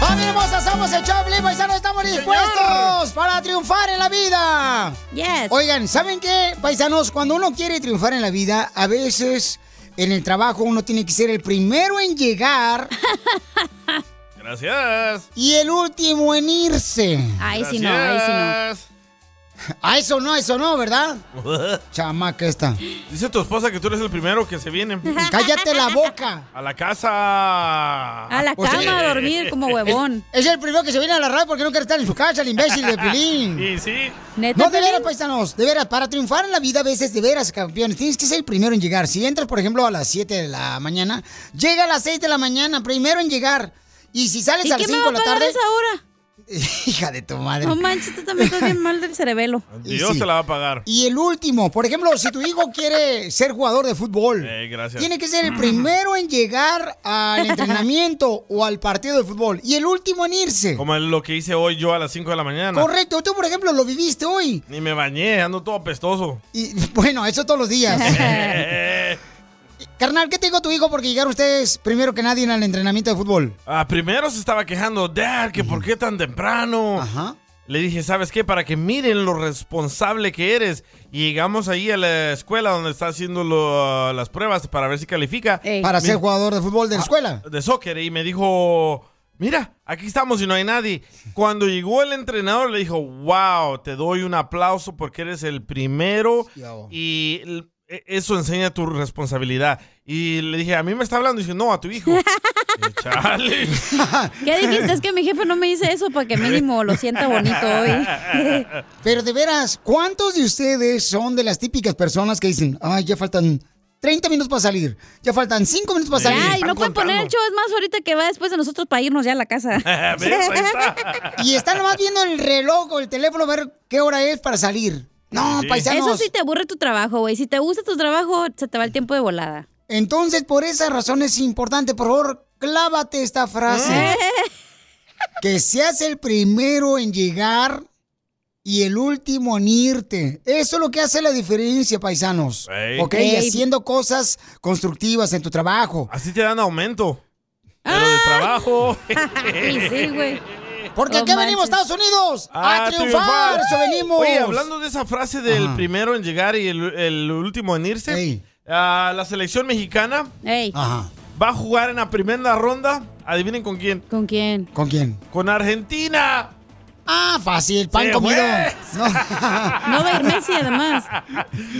¡Familia hermosa! ¡Somos el show de Piolín, paisanos! ¡Estamos dispuestos para triunfar en la vida! Yes. Oigan, ¿saben qué, paisanos? Cuando uno quiere triunfar en la vida, a veces en el trabajo uno tiene que ser el primero en llegar Gracias. y el último en irse. Ahí sí no, ahí sí no. Ah, eso no, eso no, ¿verdad? Chama, que está. Dice tu esposa que tú eres el primero que se viene. ¡Cállate la boca! A la casa. A la Pues, cama a eh, dormir como huevón. Es el primero que se viene a la radio porque no quiere estar en su casa, el imbécil de Pilín. Y sí. No, de veras, paisanos, de veras, para triunfar en la vida a veces, de veras, campeones, tienes que ser el primero en llegar. Si entras, por ejemplo, a las 7 de la mañana, llega a las 6 de la mañana, primero en llegar. Y si sales ¿Y a las quién me 5 de la va a pagar tarde... esa hora? Hija de tu madre. No manches, tú también estás bien mal del cerebelo. Dios sí. se la va a pagar. Y el último, por ejemplo, si tu hijo quiere ser jugador de fútbol, Eh, gracias. tiene que ser el primero en llegar al entrenamiento o al partido de fútbol y el último en irse. Como es lo que hice hoy yo a las 5 de la mañana. Correcto, tú por ejemplo lo viviste hoy. Ni me bañé, ando todo apestoso. Y bueno, eso todos los días. Carnal, ¿qué te dijo tu hijo porque llegaron ustedes primero que nadie al entrenamiento de fútbol? Ah, primero se estaba quejando, Dad, que por qué tan temprano. Le dije, ¿sabes qué? Para que miren lo responsable que eres. Y llegamos ahí a la escuela donde está haciendo lo- las pruebas para ver si califica. Para Mi- ser jugador de fútbol de Ah. la escuela. de soccer y me dijo, mira, aquí estamos y no hay nadie. Cuando llegó el entrenador le dijo, wow, te doy un aplauso porque eres el primero y l- e- eso enseña tu responsabilidad. Y le dije, a mí me está hablando y dice, no, a tu hijo. Y, Chale. ¿Qué dijiste? Es que mi jefe no me dice eso para que mínimo lo sienta bonito hoy. Pero de veras, ¿cuántos de ustedes son de las típicas personas que dicen, ay, ya faltan 30 minutos para salir, ya faltan 5 minutos Pues para salir? Ya, y no pueden poner el show, es más, ahorita que va después de nosotros para irnos ya a la casa. pues ¿Ves? Ahí Y están nomás viendo el reloj o el teléfono a ver qué hora es para salir. No, paisanos. Eso sí te aburre tu trabajo, güey. Si te gusta tu trabajo, se te va el tiempo de volada. Entonces, por esa razón es importante, por favor, clávate esta frase. que seas el primero en llegar y el último en irte. Eso es lo que hace la diferencia, paisanos. Ey. Ok, Ey. y haciendo cosas constructivas en tu trabajo. Así te dan aumento. Pero de trabajo. güey. Porque No aquí venimos, manches. Estados Unidos, a, A triunfar. Ah, triunfar. Eso venimos. Oye, hablando de esa frase del Ajá. primero en llegar y el, el último en irse, ah, la selección mexicana Ajá. va a jugar en la primera ronda. Adivinen con quién. ¿Con quién? ¿Con quién? Con Argentina. Ah, fácil, pan Se comido. fue. No. No va a ir Messi, además.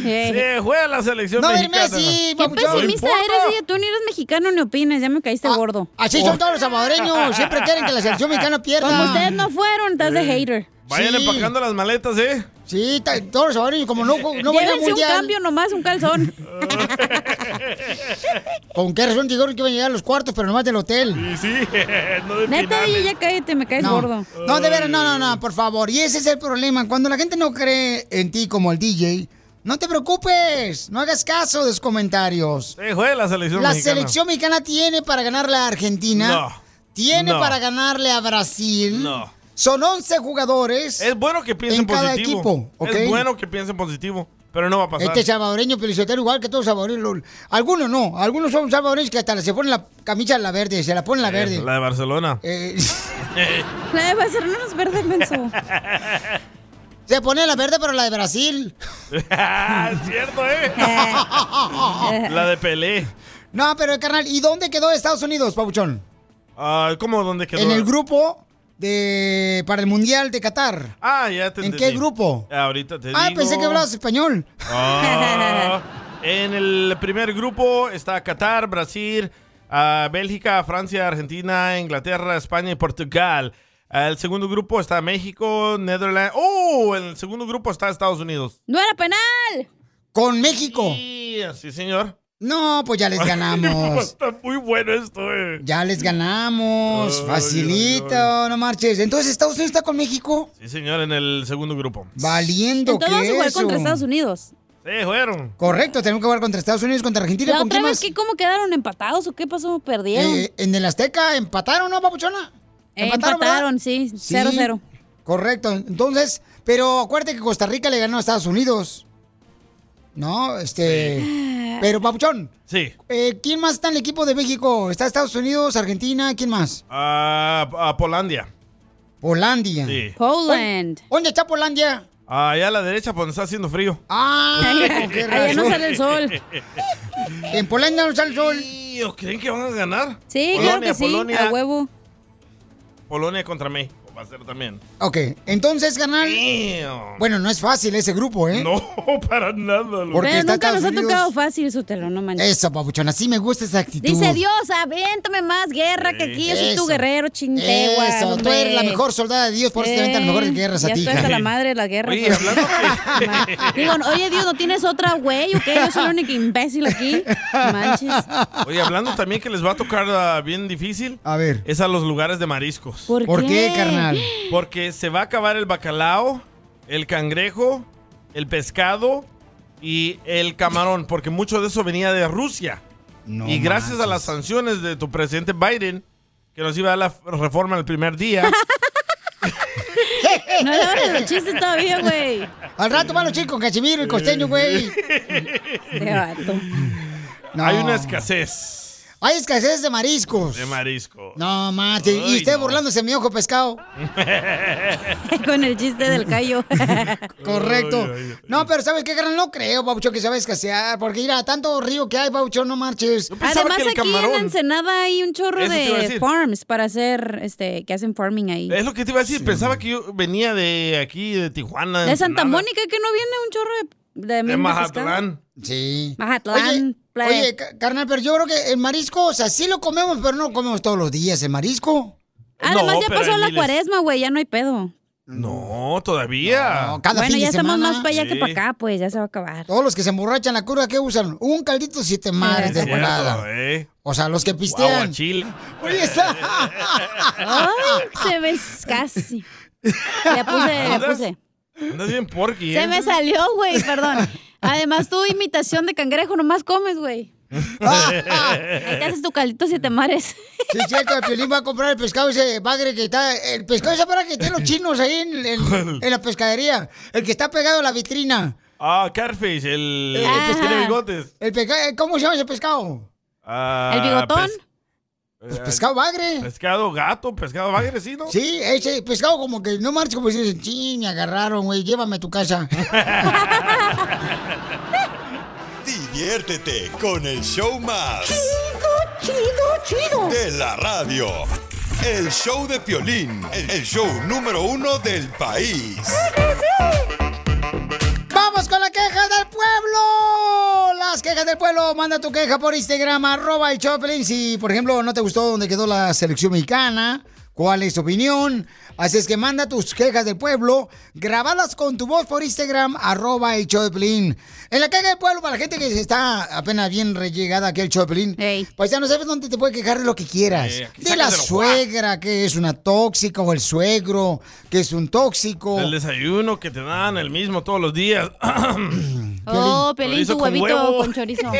Se juega la selección No va a ir mexicana. Messi, Qué pesimista eres, oye, tú ni eres mexicano ni opinas, ya me caíste gordo. Ah, así son todos los salvadoreños, siempre quieren que la selección mexicana pierda. Como ustedes no fueron, estás de Eh, hater. Vayan empacando las maletas, ¿eh? Sí, ta- todos los salvadoreños, como no, no van al Llévense un mundial. cambio nomás, un calzón. ¿Con qué razón dijeron que iban a llegar a los cuartos, pero nomás del hotel? Sí, sí, no de Neta, finales. oye, ya cállate, me caes no. gordo. No, de veras, no, no, no, por favor. Y ese es el problema. Cuando la gente no cree en ti como el DJ, no te preocupes. No hagas caso de sus comentarios. Se juega la selección la mexicana. selección mexicana tiene para ganarle a Argentina. No. Tiene No. para ganarle a Brasil. No. Son 11 jugadores. Es bueno que piensen en cada positivo. equipo, ¿ok? Es bueno que piensen positivo, pero no va a pasar. Este salvadoreño pelizotero igual que todos salvadoreños. lo- Algunos no, algunos son salvadoreños que hasta se ponen la camisa la verde, se la ponen la Eh, verde. La de Barcelona. Eh, La de Barcelona es verde, menso. se pone la verde, pero la de Brasil. es cierto, ¿eh? la de Pelé. no, pero carnal, ¿y dónde quedó Estados Unidos, Pabuchón? Ah, ¿Cómo? ¿Dónde quedó? En el grupo de para el Mundial de Qatar. Ah, ya te ¿En entendí. qué grupo? Ahorita te digo. ah, pensé que hablabas español. Ah, en el primer grupo está Qatar, Brasil, ah, Bélgica, Francia, Argentina, Inglaterra, España y Portugal. Ah, el segundo grupo está México, Netherlands. ¡Oh! En el segundo grupo está Estados Unidos. ¡No era penal! Con México. Sí, sí, señor. No, pues ya les ganamos. está muy bueno esto, eh. Ya les ganamos. Facilito, no marches. Entonces, ¿Estados Unidos está con México? Sí, señor, en el segundo grupo. Valiendo Entonces vamos a que jugar eso. contra Estados Unidos. Sí, jugaron. Correcto, tenemos que jugar contra Estados Unidos, contra Argentina. ¿La ¿Con otra quién vez más? que cómo quedaron empatados o qué pasó? ¿Perdieron? Eh, en el Azteca empataron, ¿no, papuchona? Eh, ¿verdad? empataron, sí, 0-0. Sí, Correcto. Entonces, pero acuérdate que Costa Rica le ganó a Estados Unidos. No, este. Pero, papuchón, Sí. eh, ¿quién más está en el equipo de México? ¿Está Estados Unidos, Argentina? ¿Quién más? Ah, a Polandia. Polandia. Sí. Poland. ¿Dónde está Polandia? Allá a la derecha, por donde está haciendo frío. Ah, qué Allá no razón. sale el sol. En Polandia no sale el sol. Sí, ¿Creen que van a ganar? Sí, Polonia, claro que sí, Polonia, a huevo. Polonia contra México va a ser también. Ok, entonces ganar. Damn. Bueno, no es fácil ese grupo, ¿eh? No, para nada. loco. Porque Pero está nunca Estados nos ha Unidos. tocado fácil su telón, no manches. Eso, papuchón, así me gusta esa actitud. Dice Dios, avéntame más guerra que aquí. Yo soy Eso. tu guerrero, chintegua. Eso, tú hombre. eres la mejor soldada de Dios, por eso te aventan las mejores guerras a ya ti. estoy hasta hija. la madre de la guerra. Oye, pero- hablando Ma- Digo, oye Dios, ¿no tienes otra güey o qué? Yo soy la única imbécil aquí. Manches. Oye, hablando también que les va a tocar ah, bien difícil, A ver, es a los lugares de mariscos. ¿Por, ¿por qué, carnal? Porque se va a acabar el bacalao, el cangrejo, el pescado y el camarón, porque mucho de eso venía de Rusia. No y gracias a manches. las sanciones de tu presidente Biden, que nos iba a dar la reforma el primer día, No le hables los chistes todavía, güey. Al rato van los chicos, Cachimiro y Costeño, güey. Qué vato. No. hay una escasez Hay escasez de mariscos. de mariscos. No, manches. Ay, Y usted no. burlándose mi ojo pescado. Con el chiste del callo. Correcto. Ay, ay, ay. No, pero ¿sabes qué, carnal? No creo, Paucho, que se va a escasear. Porque, mira, tanto río que hay, Paucho, no marches. Pensaba Además, que el aquí en la camarón- Ensenada hay un chorro Eso te iba a de decir. farms para hacer, este, que hacen farming ahí. Es lo que te iba a decir. Pensaba que yo venía de aquí, de Tijuana. De Santa Ensenada, Mónica, que no viene un chorro de, de De miel pescado. Mazatlán. Sí. Mazatlán, Oye, play. oye, ca- carnal, pero yo creo que el marisco, o sea, sí lo comemos, pero no lo comemos todos los días el marisco. Además, No, ya pero pasó hay la miles. cuaresma, güey, ya no hay pedo. No, todavía. No, cada bueno, fin ya de estamos semana. más para allá que para Sí. acá, pues ya se va a acabar. Todos los que se emborrachan la curva, ¿qué usan? Un caldito siete madres de Cierto, volada. eh. O sea, los que Guau, pistean. a Chile. Oye, está. Ay, se me s- casi. Le puse, le puse. Andas bien porky, Se eh. me salió, güey, perdón. Además, tu imitación de cangrejo nomás comes, güey. Ahí te haces tu caldito siete mares. Sí, cierto, el Piolín va a comprar el pescado ese bagre que está. El pescado ese para que tienen los chinos ahí en, en- en la pescadería. El que está pegado a la vitrina. Ah, Carfish, el, Eh, el que tiene ajá. bigotes. El pesca- eh, ¿Cómo se llama ese pescado? Ah, ¿El bigotón? pes- eh, Pues Pescado bagre. pescado gato, pescado bagre, sí, ¿no? Sí, eh, ese pescado como que no marcha como si dicen, sí, me agarraron, güey, llévame a tu casa. Diviértete con el show más. De la radio. El show de Piolín. El el show número uno del país. ¡Vamos con las quejas del pueblo! Las quejas del pueblo, manda tu queja por Instagram, arroba el Choplin. Si, por ejemplo, no te gustó donde quedó la selección mexicana, ¿cuál es tu opinión? Así es que manda tus quejas del pueblo, grabadas con tu voz por Instagram, arroba el Choplin. En la queja del pueblo, para la gente que está apenas bien rellegada aquí al Choplin, Ey. pues ya no sabes dónde te puede quejar de lo que quieras. Eh, de la sácaselo, suegra, que es una tóxica, o el suegro, que es un tóxico. El desayuno que te dan el mismo todos los días. Oh, pelín, Chorizo tu con huevito huevo. con chorizo.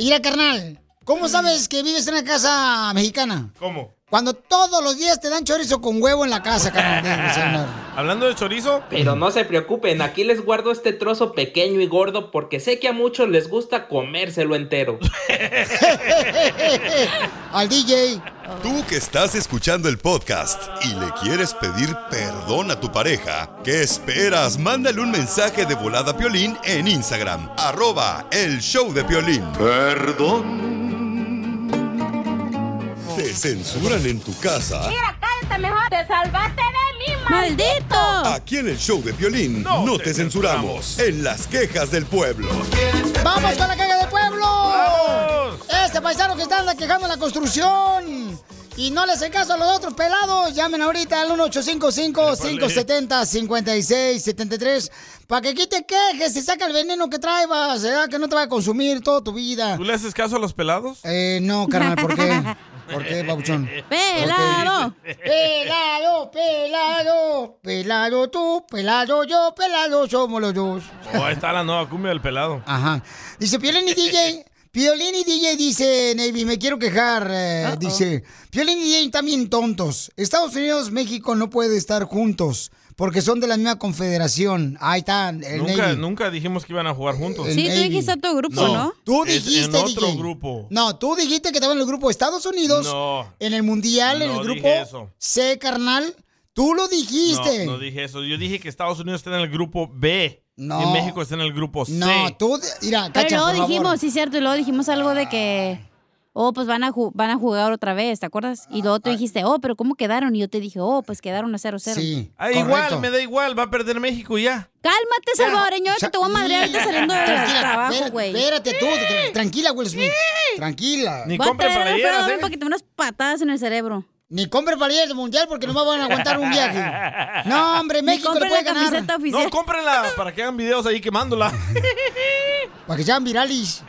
Mira, carnal, ¿cómo sabes que vives en una casa mexicana? ¿Cómo? Cuando todos los días te dan chorizo con huevo en la casa, carnal. de desayunar. Hablando de chorizo, Pero no se preocupen, aquí les guardo este trozo pequeño y gordo porque sé que a muchos les gusta comérselo entero. Al DJ. Tú que estás escuchando el podcast y le quieres pedir perdón a tu pareja, ¿qué esperas? Mándale un mensaje de volada a Piolín en Instagram. Arroba el show de Piolín. Perdón Te censuran en tu casa. cállate mejor. Te salvaste de mí, maldito. Aquí en el show de violín no, te, censuramos. En las quejas del pueblo. ¡Vamos con la caga del pueblo! Este paisano que está anda quejando en la construcción. Y no le hacen caso a los otros pelados. Llamen ahorita al 1855-570-5673 para que quite quejes y saca el veneno que trae, va, será que no te va a consumir toda tu vida. ¿Tú le haces caso a los pelados? Eh, no, carnal, ¿por qué? ¿Por qué, babuchón? ¡Pelado! ¡Pelado, pelado! Pelado tú, pelado yo, pelado somos los dos. Oh, ahí está la nueva cumbia del pelado. Ajá. Dice Piolín y DJ. Piolín y DJ dice, Navy, me quiero quejar. eh, Dice, Piolín y DJ también tontos. Estados Unidos, México no puede estar juntos porque son de la misma confederación. Ahí está el Nunca, Navy. nunca dijimos que iban a jugar juntos. Sí, tú El Navy. dijiste otro grupo, ¿no? Tú Es En dijiste, otro DJ. grupo. No, tú dijiste que estaba en el grupo de Estados Unidos, No. en el Mundial, en No el grupo dije eso. C, carnal. Tú lo dijiste. No, no dije eso. Yo dije que Estados Unidos está en el grupo B. No. Y México está en el grupo C. No, tú, mira, Pero cacha, luego por favor. dijimos, sí, cierto, y luego dijimos algo de que, oh, pues van a, ju- van a jugar otra vez, ¿te acuerdas? Y Ah. luego tú dijiste, oh, pero ¿cómo quedaron? Y yo te dije, oh, pues quedaron a 0-0. Sí. Ah, igual, me da igual, va a perder México y ya. Cálmate, salvadoreño, que Cha- te voy a madrear ahorita saliendo del Tranquila, trabajo, espérate, güey. Espérate tú, tra- tranquila, Will Smith. Tranquila. Ni Voy a compre traer a playeras, Alfredo ¿eh? para que te dé unas patadas en el cerebro. Ni compre palillas de mundial porque no me van a aguantar un viaje. No, hombre, México compre le puede la ganar. camiseta No, oficial. cómprenla para que hagan videos ahí quemándola. Para que sean virales.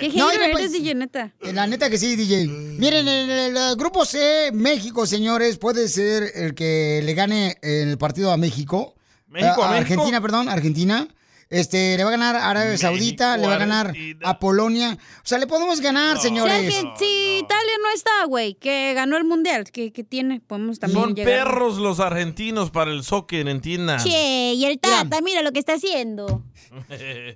Qué No, hater yo eres, pues- DJ, neta. La neta que sí, DJ. Miren, el, el- el grupo C, México, señores, puede ser el que le gane el partido a México. Ah, México a México. Argentina, perdón, Argentina. Este, le va a ganar a Arabia Saudita, le va a ganar a Polonia. O sea, le podemos ganar, Si, señores. alguien- si Italia no está, güey, que ganó el mundial, que, que tiene, podemos también Son llegar. perros los argentinos para el soccer, entiendan. Che, y el Tata, mira lo que está haciendo.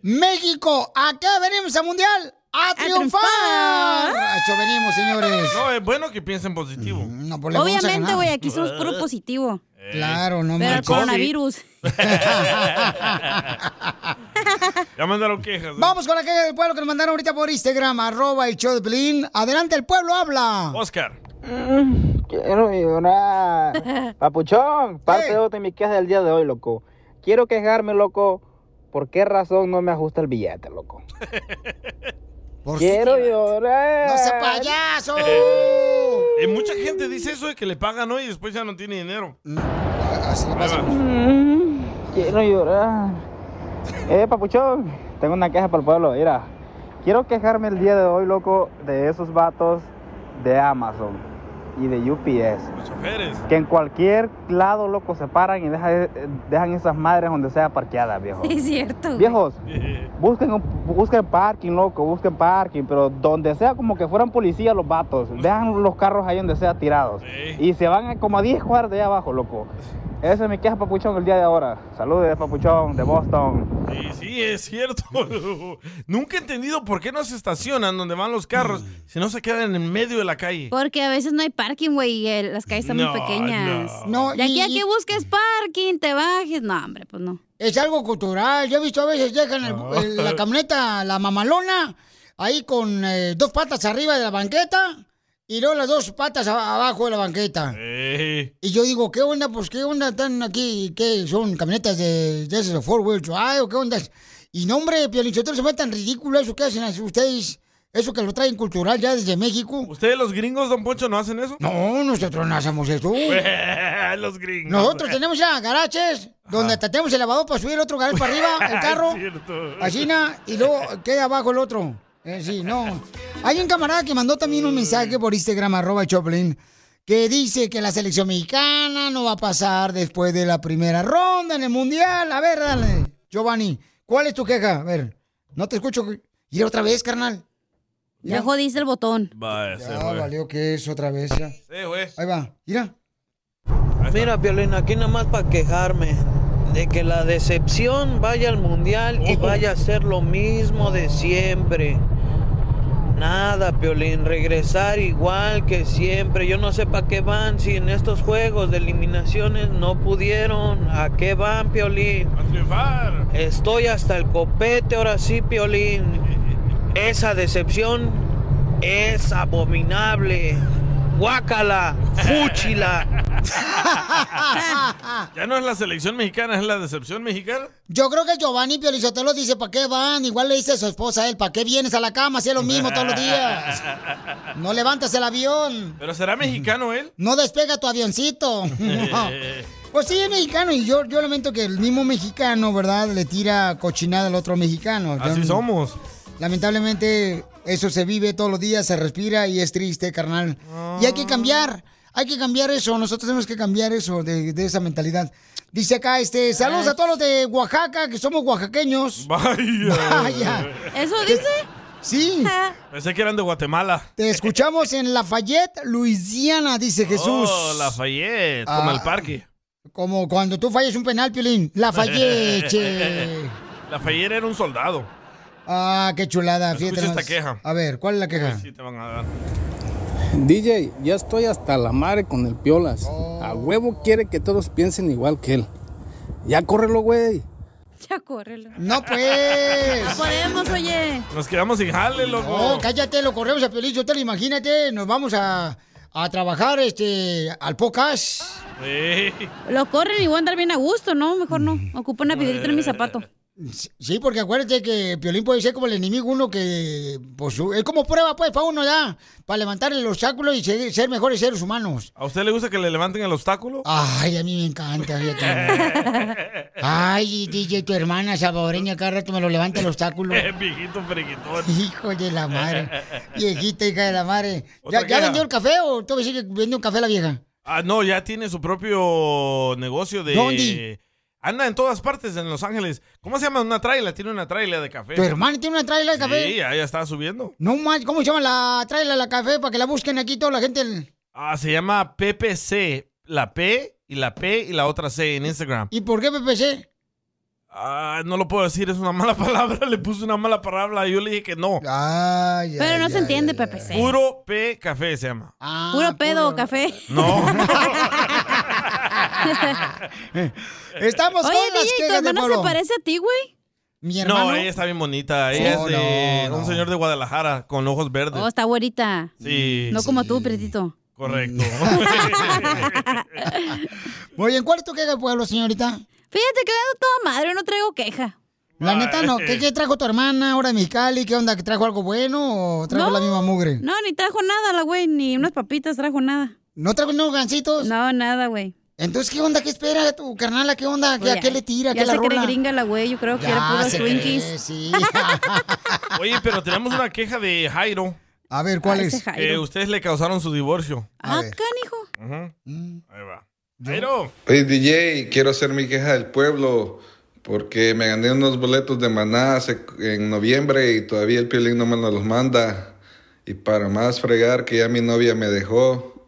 México, acá venimos a mundial a triunfar. A eso venimos, señores. No, es bueno que piensen positivo. No, pues le vamos a Obviamente, ganar. güey, aquí somos puro positivo. Eh, Claro, no Pero el manches. coronavirus. Ya mandaron quejas. ¿eh? Vamos con la calle del pueblo que nos mandaron ahorita por Instagram, arroba el show de Pelín. Adelante, el pueblo habla. Oscar. Quiero llorar. Papuchón, parte dos de mi queja del día de hoy, loco. Quiero quejarme, loco. ¿Por qué razón no me ajusta el billete, loco? Por Quiero llorar. ¡No sea payaso! Eh, mucha gente dice eso de que le pagan hoy y después ya no tiene dinero. Mm, Así le pasa. Mm, Quiero llorar. Eh, papuchón, tengo una queja para el pueblo. Mira, quiero quejarme el día de hoy, loco, de esos vatos de Amazon y de UPS. Los choferes. Que en cualquier lado, loco, se paran y deja- eh, dejan esas madres donde sea parqueadas, viejo. Sí, es cierto. güey. Viejos, busquen, un- busquen parking, loco, busquen parking, pero donde sea como que fueran policías los vatos, dejan los carros ahí donde sea tirados y se van a como a 10 cuadras de allá abajo, loco. Esa es mi queja, papuchón, el día de ahora. Saludos, papuchón, de Boston. Sí, sí, es cierto. Nunca he entendido por qué no se estacionan donde van los Mm. carros si no se quedan en medio de la calle. Porque a veces no hay parking, güey, y el- las calles están No, muy pequeñas. No, De aquí y- a que busques parking, te bajes. No, hombre, pues no. Es algo cultural. Yo he visto a veces dejan el- Ah. el- la camioneta, la mamalona, ahí con eh, dos patas arriba de la banqueta y luego las dos patas a- abajo de la banqueta. Eh, Y yo digo, ¿qué onda? Pues, ¿qué onda están aquí? ¿Qué son camionetas de, de esas de Four Wheel Drive o qué onda? Y no, hombre, Piolichotero, se ve tan ridículo eso que hacen así ustedes. Eso que lo traen cultural ya desde México. ¿Ustedes los gringos, don Poncho, no hacen eso? No, nosotros no hacemos eso. los Pues, gringos. Nosotros tenemos ya garaches donde hasta tenemos el lavador para subir otro garage para arriba, el carro. Así na, y luego queda abajo el otro. Eh, sí, no. Hay un camarada que mandó también un mensaje por Instagram, arroba Choplin, que dice que la selección mexicana no va a pasar después de la primera ronda en el Mundial. A ver, dale, Giovanni, ¿cuál es tu queja? A ver, no te escucho. Y otra vez, carnal. Ya Ya, jodiste el botón. Va, eh. ese ya fue. valió que es otra vez. ya. Sí, güey. Ahí va, mira. Mira, Piolín, aquí nada más para quejarme de que la decepción vaya al mundial y vaya a ser lo mismo de siempre. Nada, Piolín, regresar igual que siempre. Yo no sé para qué van si en estos juegos de eliminaciones no pudieron. ¿A qué van, Piolín? A triunfar. Estoy hasta el copete ahora sí, Piolín. Esa decepción es abominable. guácala, fúchila. Ah. ya no es la selección mexicana, es la decepción mexicana. Yo creo que Giovanni Piolizotelo dice, ¿para qué van? Igual le dice a su esposa a él, ¿para qué vienes a la cama si es lo mismo todos los días? No levantas el avión. ¿Pero será mexicano él? Eh. No despega tu avioncito. Pues sí, es mexicano y yo, yo lamento que el mismo mexicano, ¿verdad? Le tira cochinada al otro mexicano. Así Yo- somos. Lamentablemente eso se vive todos los días, se respira y es triste, carnal. Y hay que cambiar, hay que cambiar eso, nosotros tenemos que cambiar eso, de, de esa mentalidad. Dice acá, este, saludos a todos los de Oaxaca, que somos oaxaqueños. Vaya. Vaya. ¿Eso dice? Sí. Pensé que eran de Guatemala. Te escuchamos en Lafayette, Luisiana, dice Jesús. Oh, Lafayette, como Ah. el parque. Como cuando tú fallas un penal, Piolín. Lafayette. che. Lafayette era un soldado. ah, qué chulada, fíjate. Escucha esta nomás. queja. A ver, ¿cuál es la queja? Sí, te van a dar. DJ, ya estoy hasta la madre con el Piolas. Oh. A huevo quiere que todos piensen igual que él. Ya córrelo, güey. Ya córrelo. No, pues. No podemos, oye. Nos quedamos sin jale, loco. No, cállate, lo corremos a Piolín Sotelo, imagínate, nos vamos a, a trabajar este al podcast. Sí. Lo corren y voy a andar bien a gusto, ¿no? Mejor no. Ocupo una piedrita en mi zapato. Mm. Sí, porque acuérdate que Piolín puede ser como el enemigo uno que pues, es como prueba pues para uno ya, para levantar el obstáculo y ser, ser mejores seres humanos. ¿A usted le gusta que le levanten el obstáculo? Ay, a mí me encanta, fíjate. Ay, DJ, tu hermana salvadoreña cada rato me lo levanta el obstáculo. Eh, viejito periquitón. Hijo de la madre. Viejita, hija de la madre. Otra ¿Ya, ya queja. vendió el café o tú decir que vende un café la vieja? Ah, no, ya tiene su propio negocio de... ¿Dónde? Anda en todas partes en Los Ángeles. ¿Cómo se llama? Una traila. Tiene una traila de café. ¿Tu hermana tiene una traila de café? Pues Sí, ya, ya está subiendo. No más, ¿cómo se llama la tráela la café para que la busquen aquí toda la gente? El- Ah, se llama PPC. La P y la P y la otra C en Instagram. ¿Y por qué PPC? Ah, no lo puedo decir, es una mala palabra. Le puse una mala palabra. Yo le dije que no. Pero no se entiende, Pepe. Puro P Café se llama. Ah, Puro pedo, café. No. Estamos Oye, con las DJ, quejas ¿tu del hermana se pueblo. parece a ti, güey? Mi No, ella está bien bonita. Ella Oh, No, es de un señor de Guadalajara con ojos verdes. Oh, está güerita. Sí. No como tú, pretito. Correcto. Muy bien, ¿cuál es tu queja del pueblo, señorita? Fíjate que he dado toda madre, no traigo queja. La neta no, ¿qué, qué trajo tu hermana ahora de Mexicali? ¿Qué onda? ¿Que trajo algo bueno o trajo No. la misma mugre? No, ni trajo nada la güey, ni unas papitas trajo nada. ¿No trajo unos gancitos? No, nada, güey. Entonces, ¿qué onda? ¿Qué espera tu carnala? ¿Qué onda? ¿Qué, ¿A qué le tira? Ya ¿Qué la se cree rola? gringa la güey, yo creo que Ya era puros se Twinkies. cree, sí. Oye, pero tenemos una queja de Jairo. A ver, ¿cuál Ah, ese es? Jairo. Que ustedes le causaron su divorcio. Ah, canijo. Ujú. Ahí va. Jairo. Oye, DJ, quiero hacer mi queja del pueblo porque me gané unos boletos de Maná hace- en noviembre y todavía el Piolín no me los manda. Y para más fregar que ya mi novia me dejó.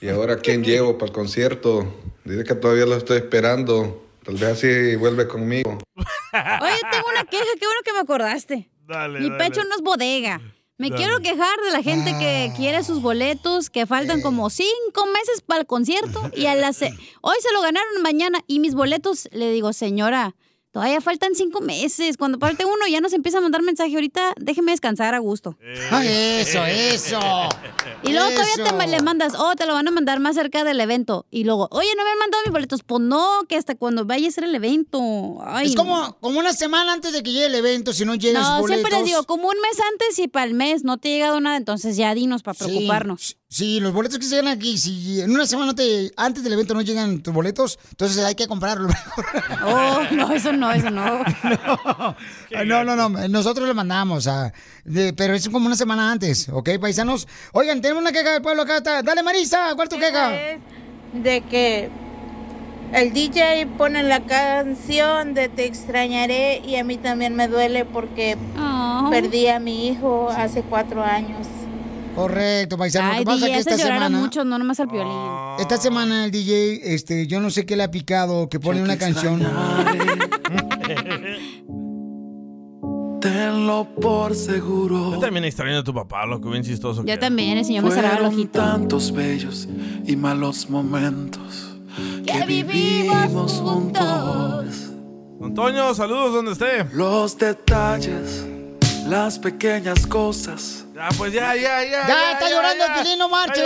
Y ahora, ¿quién llevo para el concierto? Dile que todavía lo estoy esperando. Tal vez así vuelve conmigo. Oye, tengo una queja, qué bueno que me acordaste. Dale, Mi dale. pecho no es bodega. Me Dale. quiero quejar de la gente que quiere sus boletos, que faltan como cinco meses para el concierto y a las hoy se lo ganaron mañana y mis boletos, le digo, señora, todavía faltan cinco meses. Cuando parte uno ya nos empieza a mandar mensaje ahorita, déjeme descansar a gusto. Eh, Ay, eso, eso. Y luego todavía Eso. te ma- le mandas, oh, te lo van a mandar más cerca del evento. Y luego, oye, no me han mandado mis boletos. Pues no, que hasta cuando vaya a ser el evento. Ay, es no. como, como una semana antes de que llegue el evento, si no llegan sus No, boletos. siempre les digo, como un mes antes y para el mes no te ha llegado nada, entonces ya dinos para Sí, preocuparnos. s- Sí, los boletos que se llegan aquí, si en una semana te- antes del evento no llegan tus boletos, entonces hay que comprarlos. Oh, no, eso no, eso no. no, no, no, nosotros lo mandamos, ah, de- pero es como una semana antes, ¿ok, paisanos? Oigan, tenemos una queja del pueblo acá, está- dale Marisa, ¿cuál es tu queja? de que el DJ pone la canción de Te extrañaré y a mí también me duele porque perdí a mi hijo hace cuatro años. Correcto, paisano. lo Ay, que pasa DJ, es que esta haces llorar a semana, muchos, no nomás al violín. esta semana el DJ, este, yo no sé qué le ha picado, que pone una canción. Tenlo por seguro. Yo también extraño a tu papá, loco, bien chistoso. que Yo era. también, el señor me cerraba el Fueron ojito. tantos bellos y malos momentos que vivimos juntos. Antonio, saludos donde esté. Los detalles las pequeñas cosas. Ya, pues ya, ya, ya. Ya, está llorando el Pilín, no marche.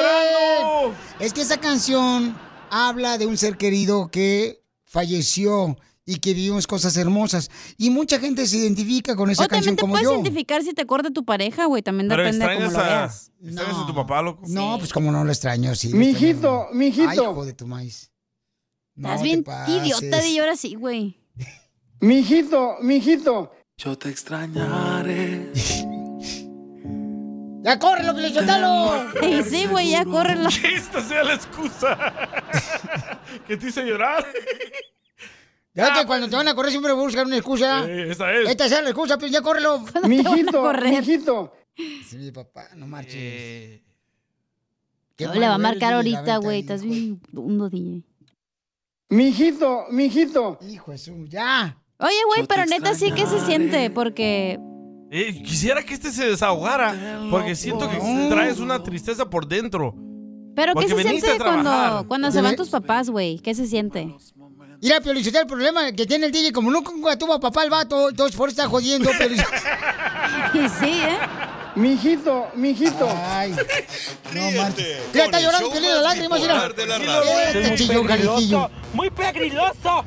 Es que esa canción habla de un ser querido que falleció y que vivimos cosas hermosas. Y mucha gente se identifica con esa o Oh, también canción te como puedes yo. identificar si te corta tu pareja, güey. También Pero depende de cómo extrañas lo a, veas. extrañas a tu papá, loco. No, pues como no lo extraño, sí. lo Mijito, extraño. mijito. Ay, hijo de tu maíz. No Estás te bien pases. idiota de llorar así, güey. Mijito, mijito. Yo te extrañaré. ¡Ya córrelo, Pilichotelo! Ey, sí, güey, ya córrelo. Esta sea la excusa. que te hice llorar. Ah, Ya que cuando te van a correr siempre buscan una excusa. Eh, esta es. Esta es la excusa, Pilín, ya córrelo. Mijito, mijito. Sí, papá, Eh, no marches. Qué No, le va a malo eres, DJ, marcar la ahorita, venta, güey. Estás bien hundo, DJ. Mijito, mijito. Hijo de su, ya. Oye, güey, pero neta sí que se siente porque... Eh, quisiera que este se desahogara, porque siento que traes una tristeza por dentro. Pero ¿qué Porque se viniste siente a trabajar. cuando, cuando se Debe- van tus papás, güey? ¿Qué se siente? Mira, Piolichotelo, el problema que tiene el DJ, como nunca tuvo a papá el vato, entonces por eso está jodiendo, Y sí, ¿eh? Mijito, mijito. Ay, no marches. con Ya está el llorando, show Piolín, más las lágrimas, mira. bipolar de la radio. Este chillón, Jalisquillo. ¡Muy pegriloso!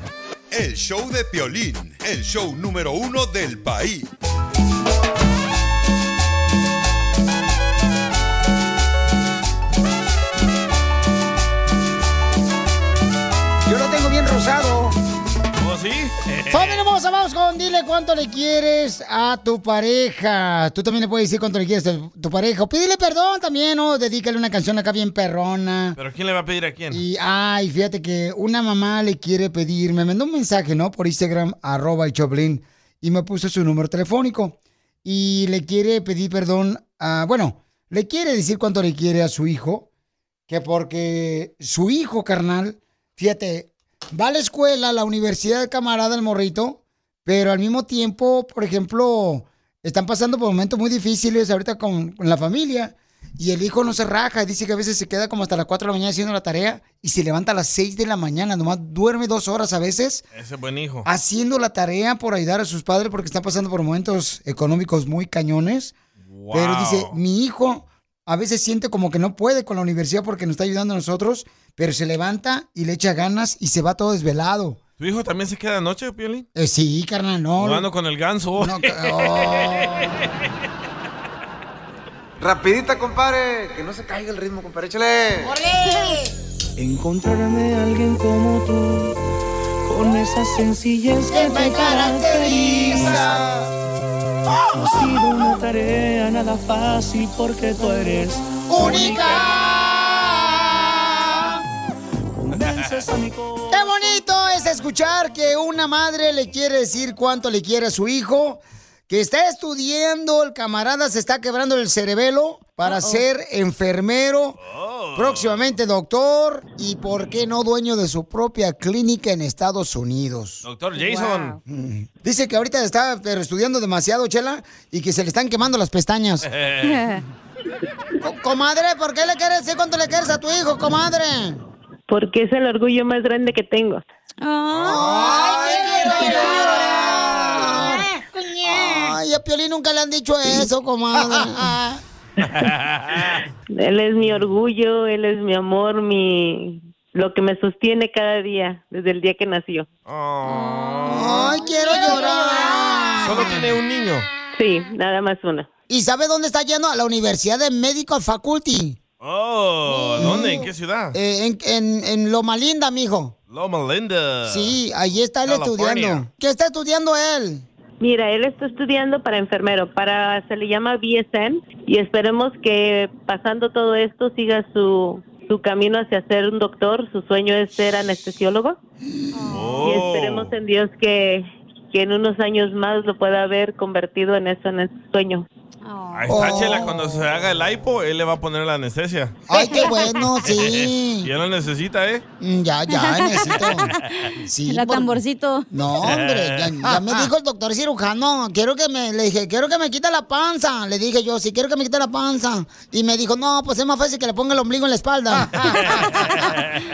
El show de Piolín, el show número uno del país. Yo lo tengo bien rosado. ¿O sí? Familia hermosa, vamos con dile cuánto le quieres a tu pareja. Tú también le puedes decir cuánto le quieres a tu, tu pareja. O Pídele perdón también, ¿no? Dedícale una canción acá bien perrona. Pero ¿quién le va a pedir a quién? Y, ay, fíjate que una mamá le quiere pedir, me mandó un mensaje, ¿no? Por Instagram, arroba el Choplin, y me puso su número telefónico. Y le quiere pedir perdón a, bueno, le quiere decir cuánto le quiere a su hijo, que porque su hijo, carnal, fíjate, va a la escuela, a la universidad, camarada, el morrito, pero al mismo tiempo, por ejemplo, están pasando por momentos muy difíciles ahorita con, con la familia. Y el hijo no se raja, dice que a veces se queda como hasta las 4 de la mañana haciendo la tarea y se levanta a las 6 de la mañana, nomás duerme dos horas a veces Ese buen hijo. haciendo la tarea por ayudar a sus padres porque están pasando por momentos económicos muy cañones. Pero dice, mi hijo a veces siente como que no puede con la universidad porque nos está ayudando a nosotros, pero se levanta y le echa ganas y se va todo desvelado. ¿Tu hijo también se queda anoche, Piolín? Eh, sí, carnal, no. Jugando con el ganso. No, oh. ca- Rapidita, compadre, que no se caiga el ritmo, compadre, échale. Encontrarme a alguien como tú, con esa sencillez que te caracteriza. No ha sido una tarea nada fácil porque tú eres Convences a mi corazón. Qué bonito es escuchar que una madre le quiere decir cuánto le quiere a su hijo, que está estudiando, el camarada se está quebrando el cerebelo para Uh-oh. ser enfermero, próximamente doctor y, ¿por qué no, dueño de su propia clínica en Estados Unidos? Doctor Jason. Dice que ahorita está pero, estudiando demasiado, Chela, y que se le están quemando las pestañas. Co- comadre, ¿por qué le quieres decir cuánto le quieres a tu hijo, comadre? Porque es el orgullo más grande que tengo. ¡Ay, qué quiero llorar! Ay, a Piolín nunca le han dicho eso, comadre. Él es mi orgullo, él es mi amor, mi lo que me sostiene cada día desde el día que nació. Oh. ¡Ay, quiero llorar! Solo tiene un niño. Sí, nada más una. ¿Y sabe dónde está yendo? A la Universidad de Medical Faculty. Oh, ¿dónde? ¿En qué ciudad? Eh, en, en, en Loma Linda, mijo. Loma Linda. Sí, ahí está él Ah. California. estudiando. ¿Qué está estudiando él? Mira, él está estudiando para enfermero, para se le llama BSN y esperemos que pasando todo esto siga su su camino hacia ser un doctor, su sueño es ser anestesiólogo. Y esperemos en Dios que que en unos años más lo pueda haber convertido en eso, en ese sueño. Ahí está, Oh. Chela. Cuando se haga el hipo, él le va a poner la anestesia. Ay, qué bueno, sí. ya lo necesita, ¿eh? Mm, Ya, ya, necesito. Sí, La por- tamborcito. No, hombre, ya, ya me dijo el doctor cirujano, quiero que me, le dije, quiero que me quite la panza. Le dije yo, sí, quiero que me quite la panza. Y me dijo, no, pues es más fácil que le ponga el ombligo en la espalda.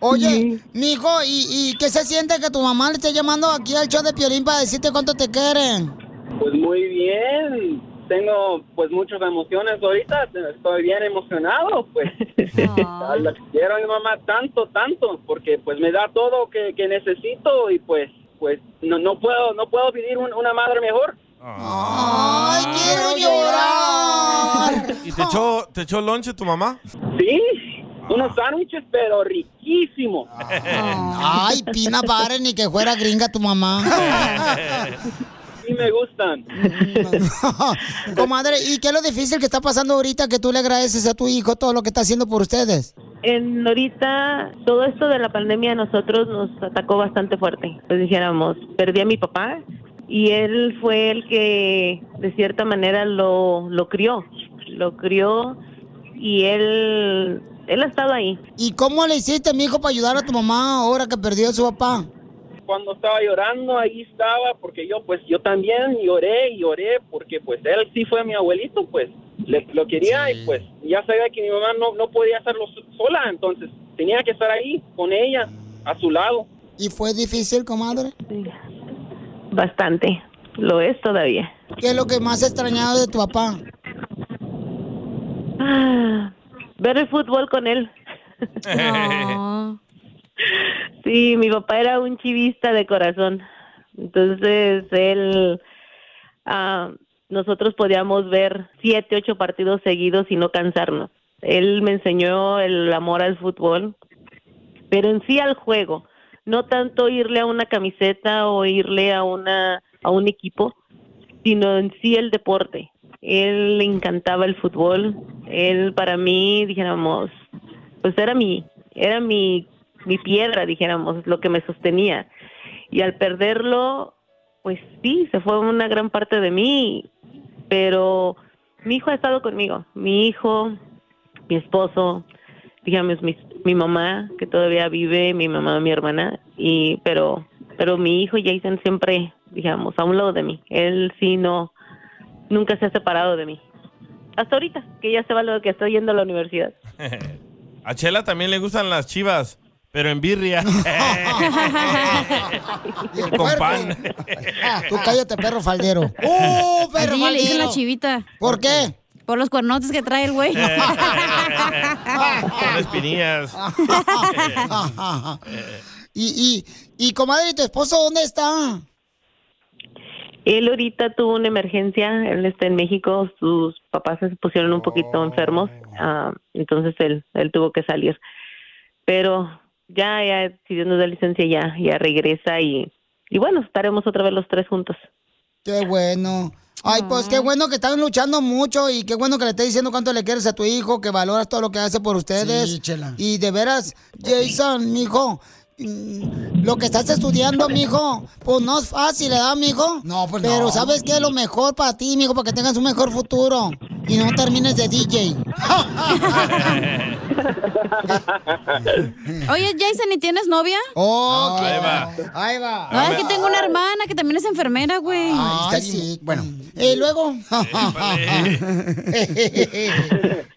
Oye, mijo, ¿y, ¿y qué se siente que tu mamá le esté llamando aquí al show de Piolín para decirte cuánto te quieren? Pues muy bien. Tengo pues muchas emociones ahorita. Estoy bien emocionado, pues. La quiero a mi mamá tanto, tanto, porque pues me da todo que, que necesito y pues pues no no puedo no puedo pedir un- una madre mejor. ¡Ay, quiero llorar! ¿Y te echó, te echó lonche tu mamá? Sí, unos sándwiches, pero riquísimos. Ay, Pina, pare, ni que fuera gringa tu mamá. Sí me gustan. Comadre, ¿y qué es lo difícil que está pasando ahorita que tú le agradeces a tu hijo todo lo que está haciendo por ustedes? En ahorita todo esto de la pandemia a nosotros nos atacó bastante fuerte. Pues dijéramos, perdí a mi papá y él fue el que de cierta manera lo, lo crió, lo crió y él Mm, él ha estado ahí. ¿Y cómo le hiciste, mi hijo, para ayudar a tu mamá ahora que perdió a su papá? Cuando estaba llorando, ahí estaba, porque yo pues yo también lloré y lloré, porque pues él sí fue mi abuelito, pues le- lo quería y pues ya sabía que mi mamá no, no podía hacerlo so- sola, entonces tenía que estar ahí con ella, a su lado. ¿Y fue difícil, comadre? Bastante. Lo es todavía. ¿Qué es lo que más extrañado de tu papá? Ah, Ver el fútbol con él. Sí, mi papá era un chivista de corazón. Entonces, él, ah, nosotros podíamos ver siete, ocho partidos seguidos y no cansarnos. Él me enseñó el amor al fútbol, pero en sí al juego. No tanto irle a una camiseta o irle a, una, a un equipo, sino en sí el deporte. Él le encantaba el fútbol. Él para mí, dijéramos, pues era mi, era mi, mi piedra, dijéramos, lo que me sostenía. Y al perderlo, pues sí, se fue una gran parte de mí, pero mi hijo ha estado conmigo, mi hijo, mi esposo, digamos, mi, mi mamá, que todavía vive, mi mamá, mi hermana, y pero pero mi hijo Jason siempre, digamos, a un lado de mí. Él sí no, nunca se ha separado de mí. Hasta ahorita, que ya se va lo que estoy yendo a la universidad. A Chela también le gustan las chivas, pero en birria. Y el Con puerco. pan. Ah, Tú cállate, perro faldero. ¡Uh, perro Al DJ le dicen faldero! la chivita. ¿Por qué? Por los cuernotes que trae el güey. Con espinillas. y, y, y, comadre, ¿y tu esposo dónde está? Él ahorita tuvo una emergencia, él está en México, sus papás se pusieron un poquito enfermos, ah, entonces él, él tuvo que salir. Pero ya, ya, si Dios nos da licencia, ya, ya regresa y, y bueno, estaremos otra vez los tres juntos. Qué bueno. Ay, pues qué bueno que están luchando mucho y qué bueno que le estés diciendo cuánto le quieres a tu hijo, que valoras todo lo que hace por ustedes. Sí, Chela. Y de veras, Jason, mijo, mm, lo que estás estudiando, mijo, pues no es fácil, ¿verdad, mijo? No, pues Pero ¿sabes qué es lo mejor para ti, mijo, para que tengas un mejor futuro y no termines de DJ? Oye, Jason, ¿y tienes novia? Oh, Ahí va. Ahí va. No, Ah, es que tengo una hermana que también es enfermera, güey. Ay, sí. Bueno, y luego...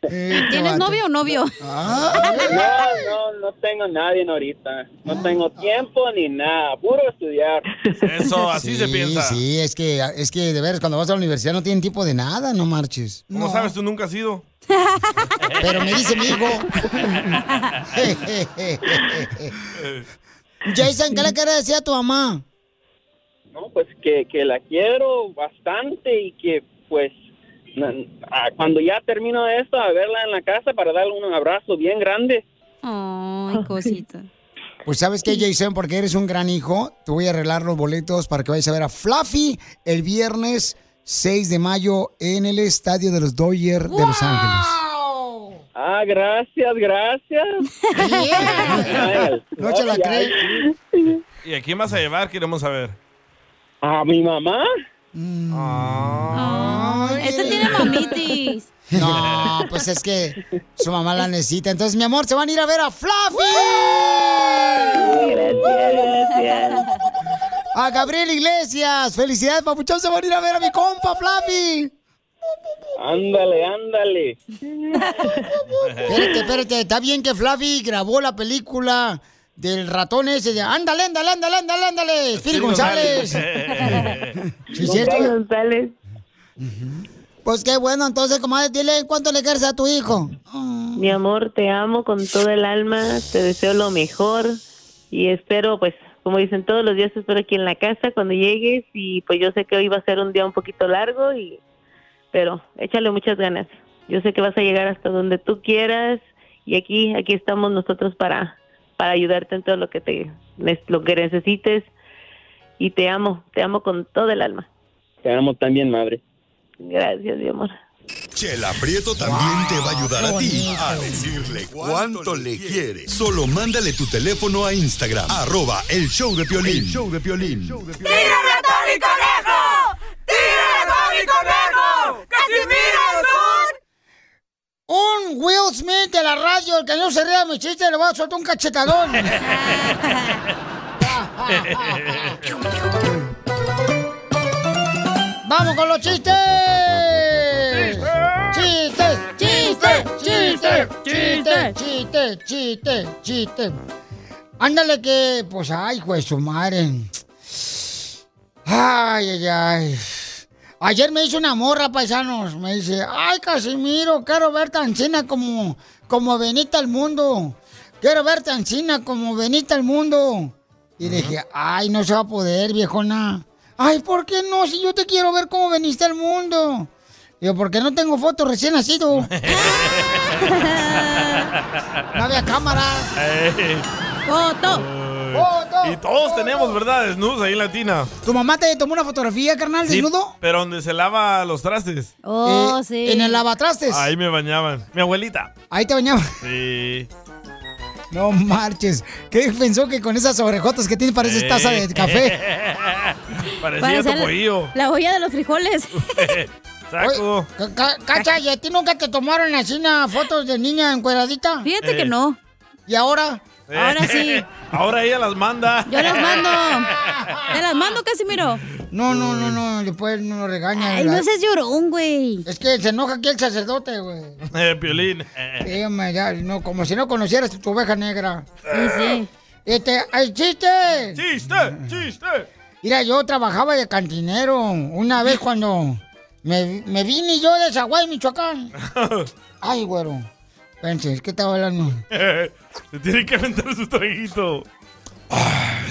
¿Tienes novio o novio? No, no, no tengo nadie ahorita. No tengo tiempo ni nada, puro estudiar. Eso, así se piensa. Sí, es que, es que de veras, cuando vas a la universidad no tienen tiempo de nada, no marches. ¿Cómo sabes? Tú nunca has ido. Pero me dice mi hijo. Jason, ¿qué le quieres decir a tu mamá? No, pues que, que la quiero bastante y que pues na- ah, cuando ya termino esto a verla en la casa para darle un abrazo bien grande. Ay, cosita. Pues sabes qué, Jason, porque eres un gran hijo, te voy a arreglar los boletos para que vayas a ver a Fluffy el viernes 6 de mayo en el estadio de los Dodgers de Los Ángeles. Ah, gracias, gracias. Ay, No se la ay, cree. ay. ¿Y a quién vas a llevar? Queremos saber. ¿A mi mamá? Este tiene mamitis. No, pues es que su mamá la necesita. Entonces, mi amor, se van a ir a ver a Fluffy. A Gabriel Iglesias. Felicidades, papuchón. Se van a ir a ver a mi compa, Fluffy. Ándale, ándale. Espérate, espérate. Está bien que Fluffy grabó la película del ratón ese de ándale, ándale, ándale, ándale, ándale, Espíritu González. Sí, cierto. Gonzalo González. Pues qué bueno, entonces, comadre, dile cuánto le quieres a tu hijo. Mi amor, te amo con todo el alma, te deseo lo mejor y espero, pues, como dicen todos los días, te espero aquí en la casa cuando llegues y pues yo sé que hoy va a ser un día un poquito largo y, pero échale muchas ganas. Yo sé que vas a llegar hasta donde tú quieras y aquí, aquí estamos nosotros para, para ayudarte en todo lo que te, lo que necesites y te amo, te amo con todo el alma. Te amo también, madre. Gracias, mi amor. Chela Prieto también te va a ayudar a ti a decirle cuánto le quiere. Solo mándale tu teléfono a Instagram, arroba el show de Piolín. El show de Piolín. ¡Tírame a Tony Conejo! ¡Tírame a Tony Conejo! ¡Casimiro Un Will Smith de la radio, el que no se ría de mi chiste, le voy a soltar un cachetadón. ¡Vamos con los chistes! ¡Chistes! ¡Chistes! ¡Chistes! ¡Chistes! ¡Chistes! ¡Chistes! ¡Chistes! Ándale que, pues, ay, pues, su madre. Ay, ay, ay. Ayer me hizo una morra, paisanos. Me dice, ay, Casimiro, quiero ver tan china como, como venita al mundo. Quiero ver tan china como venita al mundo. Y dije, ay, no se va a poder, viejona. Ay, ¿por qué no? Si yo te quiero ver cómo veniste al mundo. Digo, porque no tengo fotos recién nacido. No había cámara. ¡Foto! ¡Foto! Y todos tenemos, ¿verdad? Desnudos ahí en Latina. ¿Tu mamá te tomó una fotografía, carnal, Sí, ¿Ah, desnudo? Pero donde se lava los trastes. Oh, sí. En el lavatrastes. Ahí me bañaban. Mi abuelita. Ahí te bañaba. Sí. No marches. ¿Qué pensó que con esas orejotas que tiene pareces Eh. taza de café? Parecía Parece tu pollo. La olla de los frijoles. Saco. Ca- ca- Cacha, ¿y a ti nunca te tomaron así na, fotos de niña encueradita? Fíjate que Eh. no. ¿Y ahora? Ahora ella las manda. Yo las mando. Te las mando, Casimiro. No, no, no, no, después no lo regaña. Ay, no seas llorón, güey. Es que se enoja aquí el sacerdote, güey. Eh, Piolín. Sí, hombre, ya, no, como si no conocieras tu oveja negra. Sí, sí. Este, ¡ay, chiste! ¡Chiste! ¡Chiste! Mira, yo trabajaba de cantinero una vez cuando me, me vine yo de Zaguay, Michoacán. Ay, güero. Pensé, ¿qué estaba hablando? Se tiene que aventar su traguito.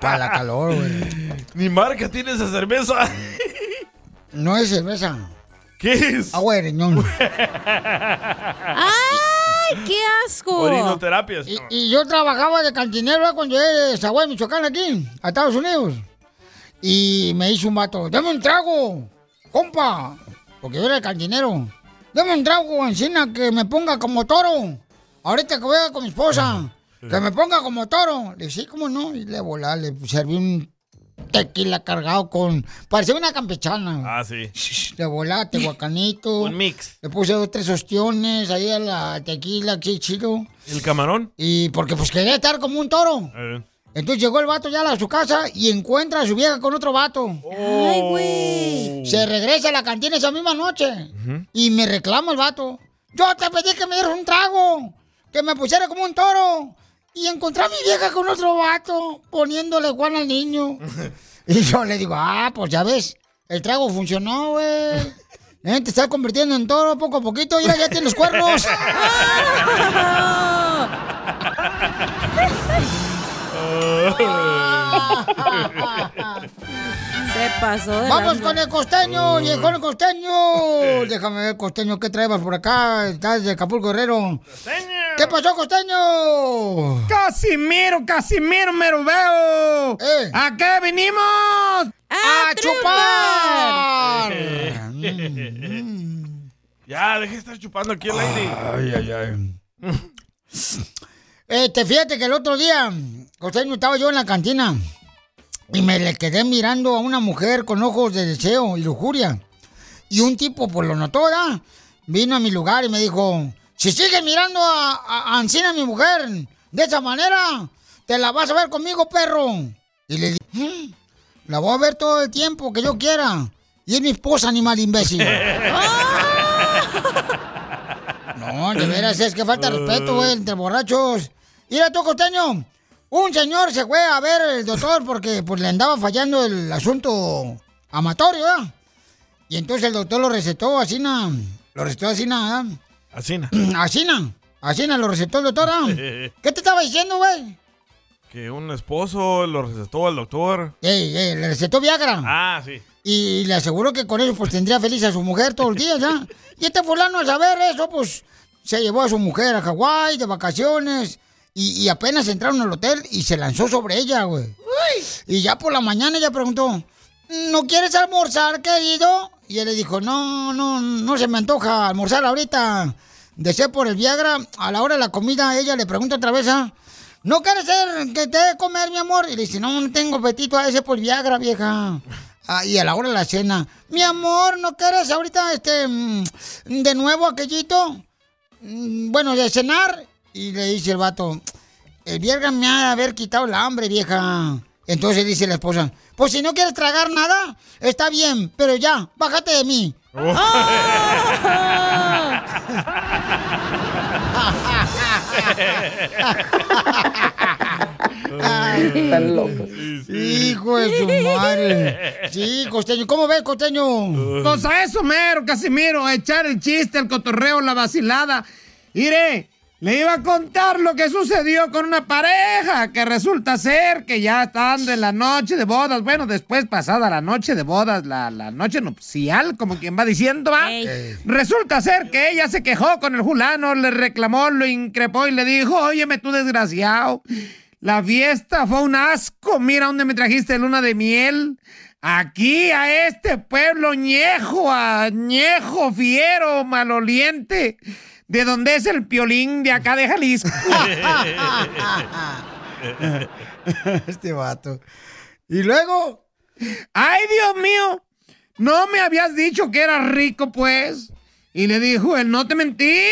Para la calor, güey. Ni marca tiene esa cerveza. No es cerveza. ¿Qué es? Agua de riñón. ¡Ay, qué asco! Orinoterapias. Y, y yo trabajaba de cantinero ¿verdad? cuando llegué de Zaguay, Michoacán, aquí, a Estados Unidos. Y me hizo un vato, dame un trago, compa, porque yo era el cantinero. Dame un trago, encina, que me ponga como toro. Ahorita que voy a con mi esposa, que me ponga como toro. Le dije, sí, cómo no, y le volá, le serví un tequila cargado con... Parecía una campechana. Ah, sí. De volá, tehuacanito. Un mix. Le puse dos, tres ostiones ahí a la tequila, qué chido. ¿El camarón? Y porque pues quería estar como un toro. Eh. Entonces llegó el vato ya a su casa y encuentra a su vieja con otro vato. Ay, güey. Se regresa a la cantina esa misma noche. Y me reclama el vato. Yo te pedí que me dieras un trago. Que me pusiera como un toro. Y encontré a mi vieja con otro vato poniéndole Juan al niño. y yo le digo, ah, pues ya ves. El trago funcionó, güey. Eh, Te estás convirtiendo en toro poco a poquito. Mira, ya tienes cuernos. Se pasó de Vamos lanza. con el costeño, llegó el costeño. Déjame ver, costeño, ¿qué traebas por acá? Estás de Acapulco Guerrero. ¿Qué pasó, costeño? Casimiro, Casimiro, me lo veo. Eh. ¿A qué vinimos? ¡A, chupar! ya, deje de estar chupando aquí el aire. Mm. Ay, ay, ay. Este, fíjate que el otro día, costeño, estaba yo en la cantina y me le quedé mirando a una mujer con ojos de deseo y lujuria. Y un tipo, por lo notó, ¿verdad? Vino a mi lugar y me dijo, si sigues mirando a, a, a Ancina, mi mujer, de esa manera, te la vas a ver conmigo, perro. Y le dije, "Mm, la voy a ver todo el tiempo que yo quiera. Y es mi esposa, animal imbécil. No, de veras, es que falta de respeto, güey, entre borrachos. Mira tú, costeño. Un señor se fue a ver el doctor porque pues, le andaba fallando el asunto amatorio, ¿verdad? Y entonces el doctor lo recetó así, na, Lo recetó así, nada. Así, na. Así, na. Así, na, lo recetó el doctor. ¿ah? ¿Qué te estaba diciendo, güey? Que un esposo lo recetó al doctor. Ey, ey, le recetó Viagra. Ah, sí. Y le aseguró que con eso pues tendría feliz a su mujer todo el día ya. Y este fulano al saber eso, pues se llevó a su mujer a Hawái de vacaciones. Y, y apenas entraron al hotel y se lanzó sobre ella, güey. Y ya por la mañana ella preguntó, ¿no quieres almorzar, querido? Y él le dijo, no, no, no se me antoja almorzar ahorita. Deseo por el Viagra. A la hora de la comida ella le pregunta otra vez, ¿ah? ¿no quieres ser que te dé comer, mi amor? Y le dice, no, no tengo apetito a ese por el Viagra, vieja. Ah, y a la hora de la cena, mi amor, ¿no quieres ahorita este mm, de nuevo aquellito? Mm, Bueno, de cenar. Y le dice el vato, el viernes me ha de haber quitado la hambre, vieja. Entonces dice la esposa, pues si no quieres tragar nada, está bien, pero ya, bájate de mí. Están locos. Hijo de su madre. Sí, costeño. ¿Cómo ves, costeño? Pues a eso mero, Casimiro, a echar el chiste, el cotorreo, la vacilada. Iré, le iba a contar lo que sucedió con una pareja que resulta ser que ya están de la noche de bodas. Bueno, después pasada la noche de bodas, la, la noche nupcial, como quien va diciendo, va. Resulta ser que ella se quejó con el fulano, le reclamó, lo increpó y le dijo, óyeme tú desgraciado. La fiesta fue un asco. Mira dónde me trajiste luna de miel. Aquí, a este pueblo ñejo, a ñejo, fiero, maloliente. ¿De dónde es el piolín de acá de Jalisco? este vato. Y luego. ¡Ay, Dios mío! No me habías dicho que eras rico, pues. Y le dijo, él no te mentí.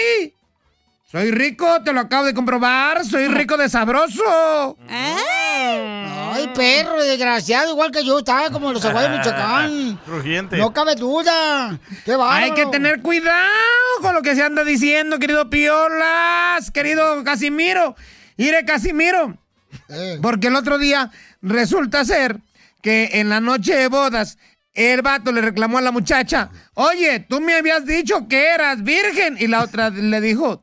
Soy rico, te lo acabo de comprobar. Soy rico de sabroso. Ay, perro, desgraciado, igual que yo, estaba como los aguayos de Michoacán. Crujiente. Mm. No cabe duda. Qué bárbaro. Hay que tener cuidado con lo que se anda diciendo, querido Piolas, querido Casimiro. Ire Casimiro. Eh. Porque el otro día resulta ser que en la noche de bodas el vato le reclamó a la muchacha, oye, tú me habías dicho que eras virgen. Y la otra le dijo,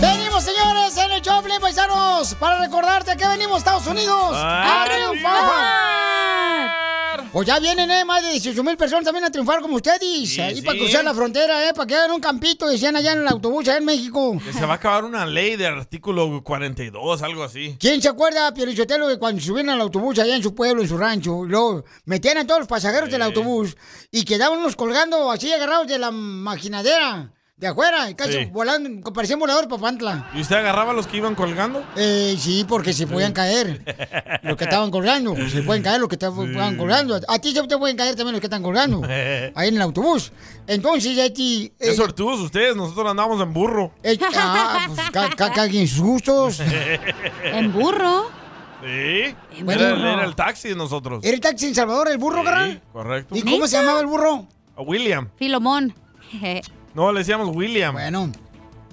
Venimos, señores, en el show, Pelín, paisanos, para recordarte que venimos a Estados Unidos ¡A a triunfar. Pues ya vienen, eh, más de 18 mil personas también a triunfar como ustedes. ahí sí. para cruzar la frontera, eh, para que hagan un campito, decían allá en el autobús, allá en México. Que se va a acabar una ley de artículo 42, algo así. ¿Quién se acuerda, Pielichotelo, de cuando subían al autobús allá en su pueblo, en su rancho? y Luego metían a todos los pasajeros del autobús y quedaban unos colgando así agarrados de la maquinadera. De afuera, casi Sí. volando, parecía un volador papantla. ¿Y usted agarraba los que iban colgando? Eh, sí, porque se podían caer. Los que Eh. estaban colgando, se pueden caer los que estaban colgando. A ti se te pueden caer también los que están colgando. Eh. Ahí en el autobús. Entonces, a ti. Qué sortudos ustedes, nosotros andábamos en burro. eh, ah, pues ca- ca- caguen sustos. ¿En burro? Sí. En Era, burro. era el taxi de nosotros. ¿Era el taxi en Salvador, el burro, carnal? Correcto. ¿Y cómo se llamaba el burro? A William. Filomón. No, le decíamos William. Bueno.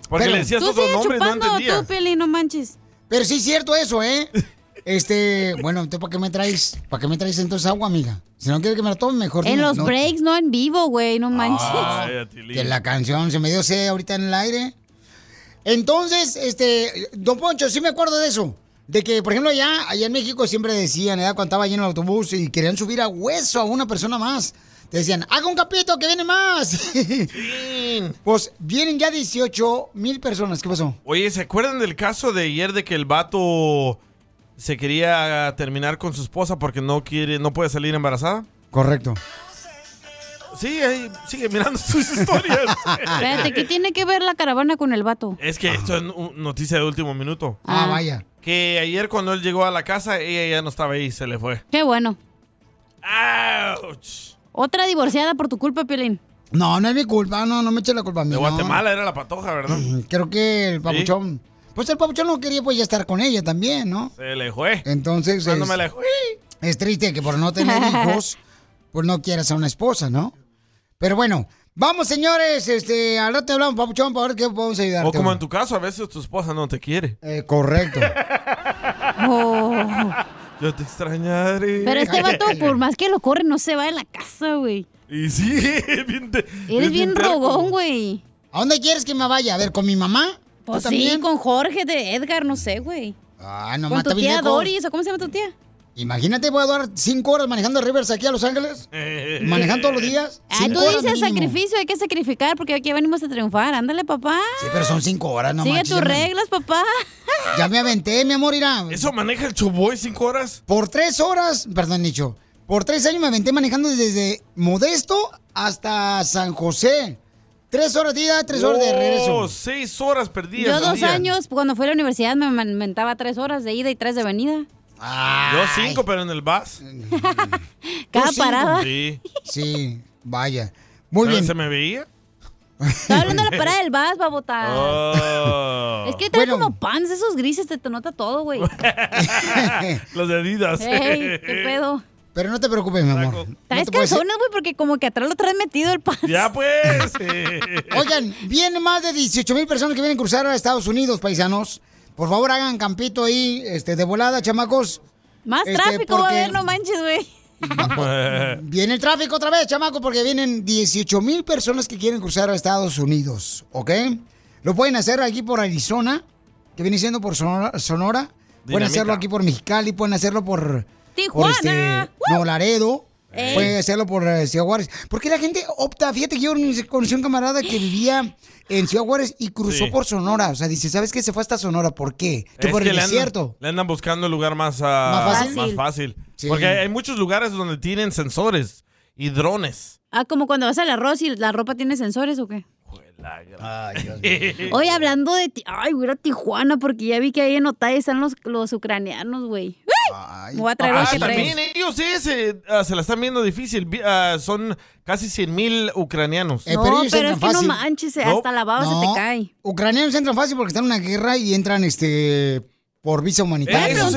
Porque Pero- le decías otro nombre y no entendía. tú, Piolín, no manches. Pero sí es cierto eso, ¿eh? Este, bueno, ¿entonces para qué me traes? ¿Para qué me traes entonces agua, amiga? Si no quiero que me la tome, mejor En dime, los no- breaks, no en vivo, güey, no manches. Ah. que la canción se me dio sed ahorita en el aire. Entonces, este, don Poncho, sí me acuerdo de eso. De que, por ejemplo, allá, allá en México siempre decían, ¿eh? cuando estaba lleno el autobús y querían subir a hueso a una persona más. Te decían, haga un capito que viene más. pues vienen ya 18 mil personas. ¿Qué pasó? Oye, ¿se acuerdan del caso de ayer de que el vato se quería terminar con su esposa porque no quiere, no puede salir embarazada? Correcto. Sí, ahí sigue mirando sus historias. Espérate, ¿qué tiene que ver la caravana con el vato? Es que esto es nu- noticia de último minuto. Ah, Ah. vaya. Que ayer cuando él llegó a la casa, ella ya no estaba ahí, se le fue. Qué bueno. ¡Auch! Otra divorciada por tu culpa, Piolín. No, no es mi culpa, no, no me eche la culpa a mí. De no. Guatemala era la patoja, ¿verdad? Creo que el papuchón. Pues el papuchón no quería pues ya estar con ella también, ¿no? Se le fue. Entonces. Cuando es- me la fue. Es triste que por no tener hijos, pues no quieras a una esposa, ¿no? Pero bueno, vamos señores, este, al rato hablamos, papuchón, para ver qué podemos ayudarte. O como en tu caso, a veces tu esposa no te quiere. Eh, correcto. Yo te extrañaré. Oh. Pero este vato, por más que lo corre, no se va de la casa, güey. Y sí, bien te- Eres bien terco. rogón, güey. ¿A dónde quieres que me vaya? ¿A ver, con mi mamá? Pues ¿Tú sí, también? con Jorge de Edgar, no sé, güey. Ah, no con mata tu bien tía lejos. Doris, ¿o cómo se llama tu tía? Imagínate, voy a durar cinco horas manejando Rivers aquí a Los Ángeles. Eh. Manejando todos los días. Ah, tú cinco horas dices mínimo. sacrificio, hay que sacrificar porque aquí venimos a triunfar. Ándale, papá. Sí, pero son cinco horas, no Sigue manches, tus ya me- reglas, papá. Ya me aventé, mi amor, irá. ¿Eso maneja el Chuboy cinco horas? Por tres horas, perdón, Nicho. Por tres años me aventé manejando desde Modesto hasta San José. Tres horas de ida, tres horas de Oh, regreso. seis horas perdidas. Yo al dos día. años, cuando fui a la universidad, me mentaba tres horas de ida y tres de venida. Yo cinco, pero en el bus. Cada parada. Sí. Sí, vaya. Muy bien. ¿Se me veía? Estaba hablando de la parada del bus, babota. Oh. Es que trae como pants, esos grises, te, te nota todo, güey. Los de Adidas. Ey, qué pedo. Pero no te preocupes, mi amor. Traes te puedes- calzones, güey, porque como que atrás lo traes metido el pants. Ya, pues. Oigan, vienen más de 18 mil personas que vienen a cruzar a Estados Unidos, paisanos. Por favor, hagan campito ahí, este, de volada, chamacos. Más Este, tráfico va a porque haber, no manches, güey. Viene el tráfico otra vez, chamacos, porque vienen 18 mil personas que quieren cruzar a Estados Unidos, ¿ok? Lo pueden hacer aquí por Arizona, que viene siendo por Sonora. Sonora. Pueden Dinamita. hacerlo aquí por Mexicali, pueden hacerlo por... Por Tijuana. este, Nuevo Laredo. Ey. Pueden hacerlo por eh, Ciudad Juárez. Porque la gente opta, fíjate que yo conocí a un camarada que vivía en Ciudad Juárez y cruzó Sí. por Sonora. O sea, dice, ¿sabes qué? Se fue hasta Sonora. ¿Por qué? Que por el le andan, desierto. le andan buscando el lugar más, ah, Más fácil. más fácil. Porque hay, hay muchos lugares donde tienen sensores y drones. Ah, como cuando vas al arroz y la ropa tiene sensores o qué. Oye, hablando de. ti- Ay, voy a ir a Tijuana porque ya vi que ahí en Otay están los, los ucranianos, güey. Me voy a traer los Ah, que también traes. ellos eh, se, ah, se la están viendo difícil. Vi- ah, son casi 100 mil ucranianos. Eh, ellos entran fácil. No. No, Ucranianos entran fácil porque están en una guerra y entran este por visa humanitaria. ¿eh? Eso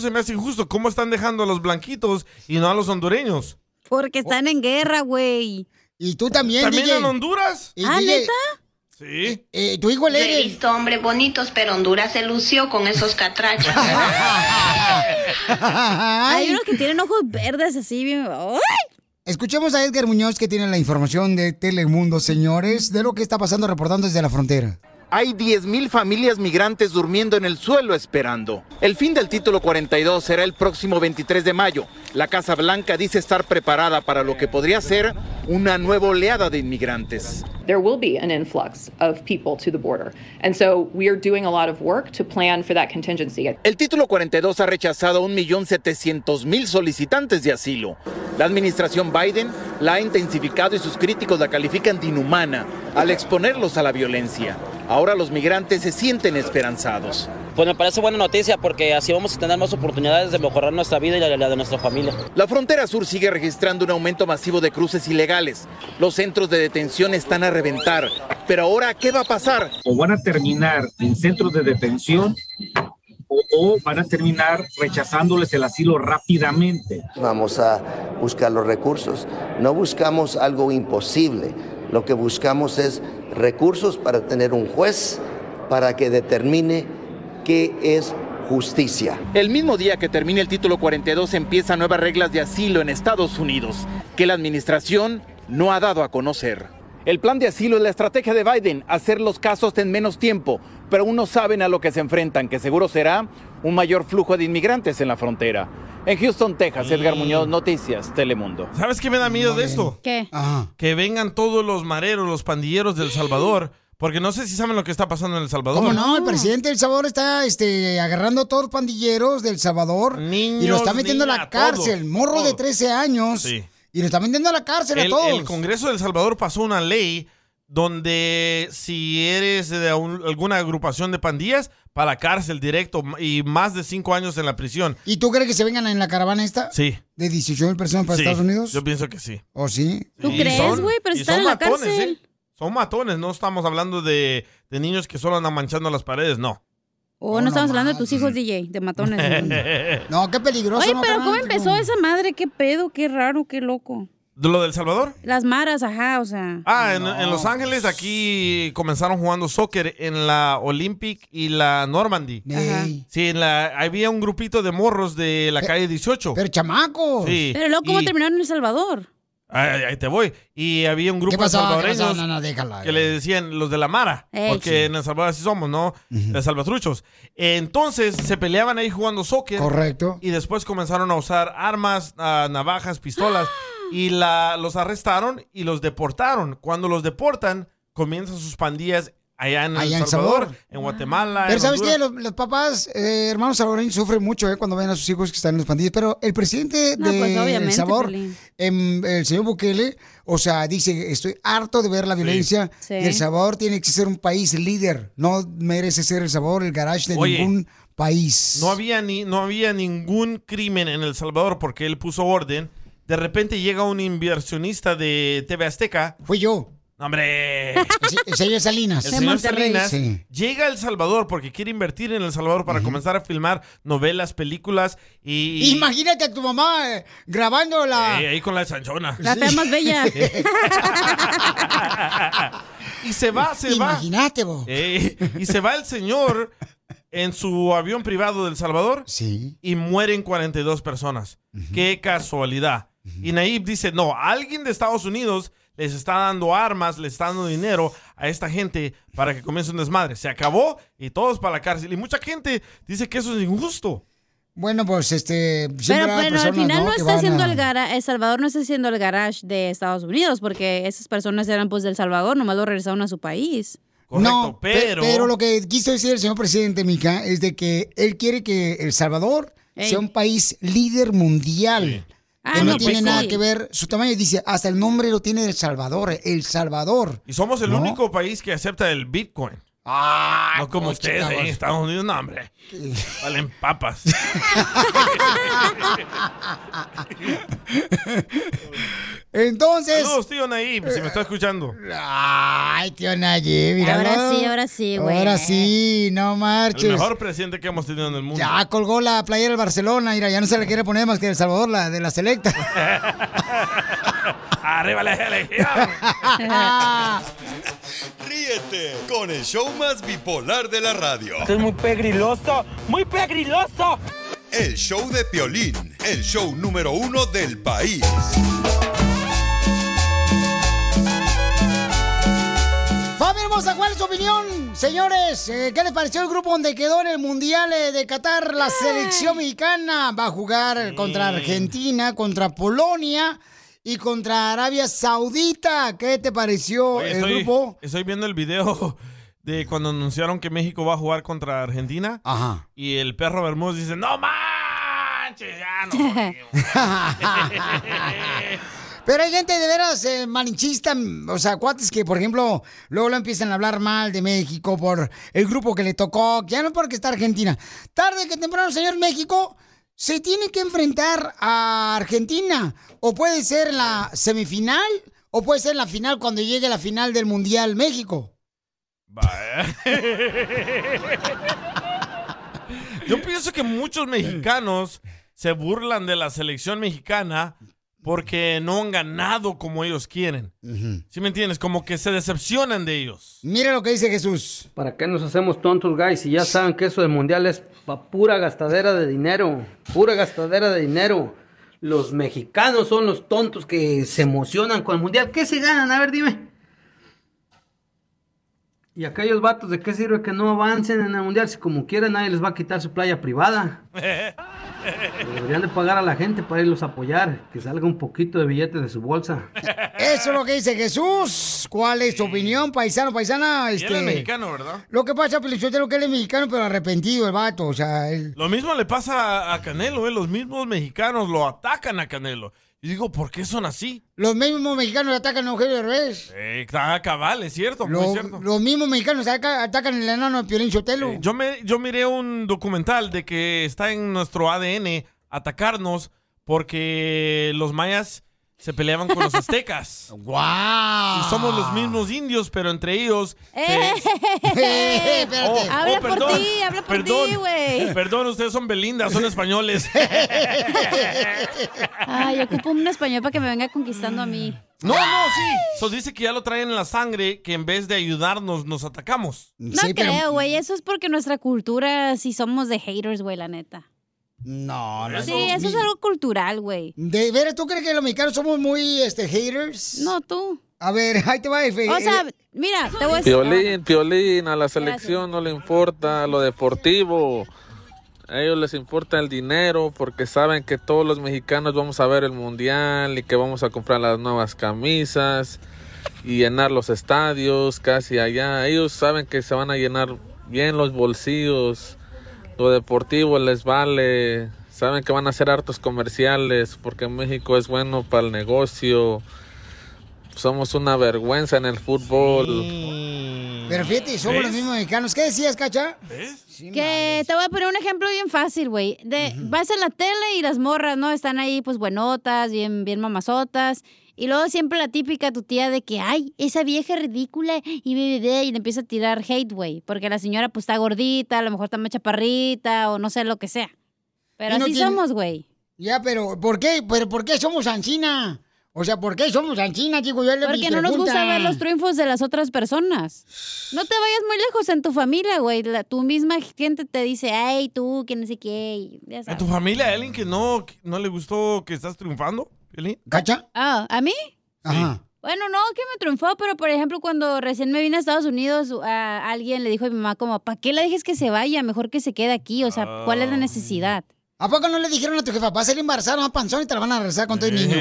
se me hace injusto. ¿Cómo están dejando a los blanquitos y no a los hondureños? Porque están en guerra, güey. Oh. Y tú también, ¿También DJ? en Honduras? ah, DJ? ¿neta? Sí. eh, tu hijo el He visto hombres bonitos, pero Honduras se lució con esos catrachos. Hay unos que tienen ojos verdes así bien... ¡Ay! Escuchemos a Edgar Muñoz que tiene la información de Telemundo, señores, de lo que está pasando reportando desde la frontera. hay 10.000 familias migrantes durmiendo en el suelo esperando. El fin del título 42 será el próximo 23 de mayo. La Casa Blanca dice estar preparada para lo que podría ser una nueva oleada de inmigrantes. there will be an influx of people to the border. And so we are doing a lot of work to plan for that contingency. El título 42 ha rechazado a 1.700.000 solicitantes de asilo. La administración Biden la ha intensificado y sus críticos la califican de inhumana al exponerlos a la violencia. Ahora los migrantes se sienten esperanzados. Pues me parece buena noticia porque así vamos a tener más oportunidades de mejorar nuestra vida y la, la de nuestra familia. La frontera sur sigue registrando un aumento masivo de cruces ilegales. Los centros de detención están a reventar. Pero ahora, ¿qué va a pasar? o van a terminar en centros de detención o, o van a terminar rechazándoles el asilo rápidamente. Vamos a buscar los recursos. No buscamos algo imposible. Lo que buscamos es recursos para tener un juez para que determine qué es justicia. El mismo día que termine el título 42 empiezan nuevas reglas de asilo en Estados Unidos, que la administración no ha dado a conocer. El plan de asilo es la estrategia de Biden, hacer los casos en menos tiempo, pero aún no saben a lo que se enfrentan, que seguro será un mayor flujo de inmigrantes en la frontera. En Houston, Texas, Edgar Muñoz, Noticias, Telemundo. ¿Sabes qué me da miedo de esto? ¿Qué? Que vengan todos los mareros, los pandilleros del Salvador. Porque no sé si saben lo que está pasando en El Salvador. ¿Cómo no? El presidente del Salvador está este, agarrando a todos los pandilleros del Salvador y lo está metiendo a niñas, la cárcel. todos, morro de 13 años. Sí. Y lo está metiendo a la cárcel a El, todos. el Congreso del Salvador pasó una ley donde si eres de un- alguna agrupación de pandillas, para la cárcel directo y más de cinco años en la prisión. ¿Y tú crees que se vengan en la caravana esta? Sí. ¿De 18 mil personas para Sí, Estados Unidos? Yo pienso que sí. ¿O sí? ¿Tú Y crees, son- güey? Pero y están son en la matones, cárcel. ¿eh? Son matones, no estamos hablando de, de niños que solo andan manchando las paredes, no. Oh, no, estamos hablando de tus hijos, DJ, de matones. ¿no? No, qué peligroso. Oye, ¿no, pero carnal? ¿cómo empezó esa madre? ¿Qué pedo? ¿Qué raro? ¿Qué loco? ¿De lo del Salvador? Las maras, ajá, o sea. Ah, en, en Los Ángeles aquí comenzaron jugando soccer en la Olympic y la Normandy. Sí, en la, había un grupito de morros de la calle 18. Pero chamacos. Sí. Pero luego, ¿cómo y- terminaron en El Salvador? Ahí, ahí te voy. Y había un ¿Qué grupo pasó? de ¿Qué salvadoreños pasó? No, no, déjala. que le decían los de la Mara, Ey, porque sí. en El Salvador así somos, ¿no? De salvatruchos. Entonces se peleaban ahí jugando soccer. Correcto. Y después comenzaron a usar armas, ah, navajas, pistolas. Y la, los arrestaron y los deportaron. Cuando los deportan, comienzan sus pandillas allá en Allá en El Salvador, Salvador. en Guatemala. Pero en sabes que Honduras. los, los papás, eh, hermanos salvadoreños, sufren mucho eh, cuando ven a sus hijos que están en los pandillas. Pero el presidente No, de pues, obviamente, El Salvador, Piolín. em, el señor Bukele, o sea, dice, estoy harto de ver la violencia. Sí. Y El Salvador tiene que ser un país líder. No merece ser El Salvador el garage de Oye. ningún país. No había, ni, no había ningún crimen en El Salvador porque él puso orden. De repente llega un inversionista de TV Azteca. Fui yo. ¡Hombre! El señor Salinas. El señor Salinas Sí. llega a El Salvador porque quiere invertir en El Salvador para comenzar a filmar novelas, películas y... Imagínate a tu mamá eh, grabando la... Eh, ahí con la sanchona. La fea más bella. y se va, se va. Imagínate vos. Eh, y se va el señor en su avión privado del Salvador sí. y mueren 42 personas. Qué casualidad. Y Naib dice, no, alguien de Estados Unidos les está dando armas, les está dando dinero a esta gente para que comience un desmadre. Se acabó y todos para la cárcel. Y mucha gente dice que eso es injusto. Bueno, pues este... Pero, siempre pero hay al personas, final no, Que está van siendo a- el gara- El Salvador no está siendo el garage de Estados Unidos, porque esas personas eran pues del Salvador, nomás lo regresaron a su país. no, pe- pero lo que quiso decir el señor presidente, Mica, es de que él quiere que El Salvador Ey. sea un país líder mundial. Ah, Que no, no, tiene pues nada sí. que ver su tamaño. Dice, hasta el nombre lo tiene El Salvador. El Salvador. Y somos el ¿No? único país que acepta el Bitcoin. no como ustedes ahí en Estados Unidos, no, hombre. Valen papas. Entonces. Saludos, tío Naib, si me está escuchando. Ay, tío Nayib, mira. Ahora ¿no? sí, ahora sí, güey. Ahora sí, no El marches. mejor presidente que hemos tenido en el mundo. Ya colgó la playera del Barcelona, mira, ya no se la quiere poner más que El Salvador, la de la selecta. Arriba la Ríete con el show más bipolar de la radio. Esto es muy pegriloso, muy pegriloso. El show de Piolín, el show número uno del país. Familia vamos a cuál es su opinión, señores. Eh, ¿Qué les pareció el grupo donde quedó en el Mundial eh, de Qatar? La selección mexicana va a jugar contra Mm. Argentina, contra Polonia y contra Arabia Saudita. ¿Qué te pareció Oye, el estoy, grupo? estoy viendo el video de cuando anunciaron que México va a jugar contra Argentina. Ajá. Y el perro Bermúdez dice, no manches, ya no. Pero hay gente de veras eh, malinchista, mm, o sea, cuates que, por ejemplo, luego lo empiezan a hablar mal de México por el grupo que le tocó, ya no porque está Argentina. Tarde que temprano, señor México, se tiene que enfrentar a Argentina. O puede ser en la semifinal, o puede ser en la final cuando llegue la final del Mundial México. Yo pienso que muchos mexicanos se burlan de la selección mexicana porque no han ganado como ellos quieren. ¿Sí me entiendes? Como que se decepcionan de ellos. Mira lo que dice Jesús. ¿Para qué nos hacemos tontos, guys? Si ya saben que eso del mundial es pa pura gastadera de dinero. Pura gastadera de dinero. Los mexicanos son los tontos que se emocionan con el mundial. ¿Qué se ganan? A ver, dime. ¿Y aquellos vatos de qué sirve que no avancen en el mundial? Si como quieran, nadie les va a quitar su playa privada. Deberían de pagar a la gente para irlos a apoyar. Que salga un poquito de billete de su bolsa. Eso es lo que dice Jesús. ¿Cuál es tu opinión, paisano, paisana? Y él es Este, mexicano, ¿verdad? Lo que pasa, Pelichotero, que él es mexicano, pero arrepentido el vato, o sea, él... Lo mismo le pasa a- a Canelo, ¿eh? Los mismos mexicanos lo atacan a Canelo. Y digo, ¿por qué son así? Los mismos mexicanos atacan a Eugenio Derbez. Eh, está cabal, es cierto, muy Lo- cierto. los mismos mexicanos ataca- atacan el enano de Piolín Sotelo. Yo, me, yo miré un documental de que está en nuestro ADN atacarnos porque los mayas se peleaban con los aztecas. ¡Guau! Y somos los mismos indios, pero entre ellos... ¡Eh! se- Oh, espérate. Habla por perdón, ti, habla por perdón, ti, güey. Perdón, ustedes son belindas, son españoles. Ay, ocupo un español para que me venga conquistando a mí. Mm. No, no, sí. So, dice que ya lo traen en la sangre, que en vez de ayudarnos, nos atacamos. No creo, güey. Eso es porque nuestra cultura, si somos de haters, güey, la neta. No, no. Sí, eso es algo cultural, güey. De veras, ¿tú crees que los mexicanos somos muy este, haters? No, tú. A ver, ahí te va, Efe. O sea, Eh, mira, te voy a decir. Piolín, Piolín, a la selección no le importa lo deportivo. A ellos les importa el dinero porque saben que todos los mexicanos vamos a ver el mundial y que vamos a comprar las nuevas camisas y llenar los estadios casi allá. Ellos saben que se van a llenar bien los bolsillos. Lo deportivo les vale. Saben que van a hacer hartos comerciales porque México es bueno para el negocio. Somos una vergüenza en el fútbol. Pero fíjate, somos los mismos mexicanos. ¿Qué decías, Cacha? Que te voy a poner un ejemplo bien fácil, güey. De vas a la tele y las morras, ¿no? Están ahí pues buenotas, bien bien mamazotas. Y luego siempre la típica tu tía de que, ay, esa vieja ridícula y bebé, y le empieza a tirar hate, güey, porque la señora pues está gordita, a lo mejor está más chaparrita o no sé lo que sea. Pero Y no así tiene- somos, güey. Ya, pero ¿por qué? ¿Pero por qué somos anchina? O sea, ¿por qué somos anchina, chico? Yo le Porque mi no nos gusta pregunta. ver los triunfos de las otras personas. No te vayas muy lejos en tu familia, güey. La- Tu misma gente te dice, ay, tú, que no sé qué. y ya ¿En sabes. tu familia hay alguien que no, que no le gustó que estás triunfando, Piolín? ¿Cacha? Ah, ¿a mí? Ajá. Bueno, no, que me triunfó, pero por ejemplo, cuando recién me vine a Estados Unidos, a alguien le dijo a mi mamá como, ¿para qué la dejes que se vaya? Mejor que se quede aquí, o sea, ¿cuál es Ah. la necesidad? ¿A poco no le dijeron a tu jefa, vas a ser embarazada, una panzón y te la van a regresar con todo el niño?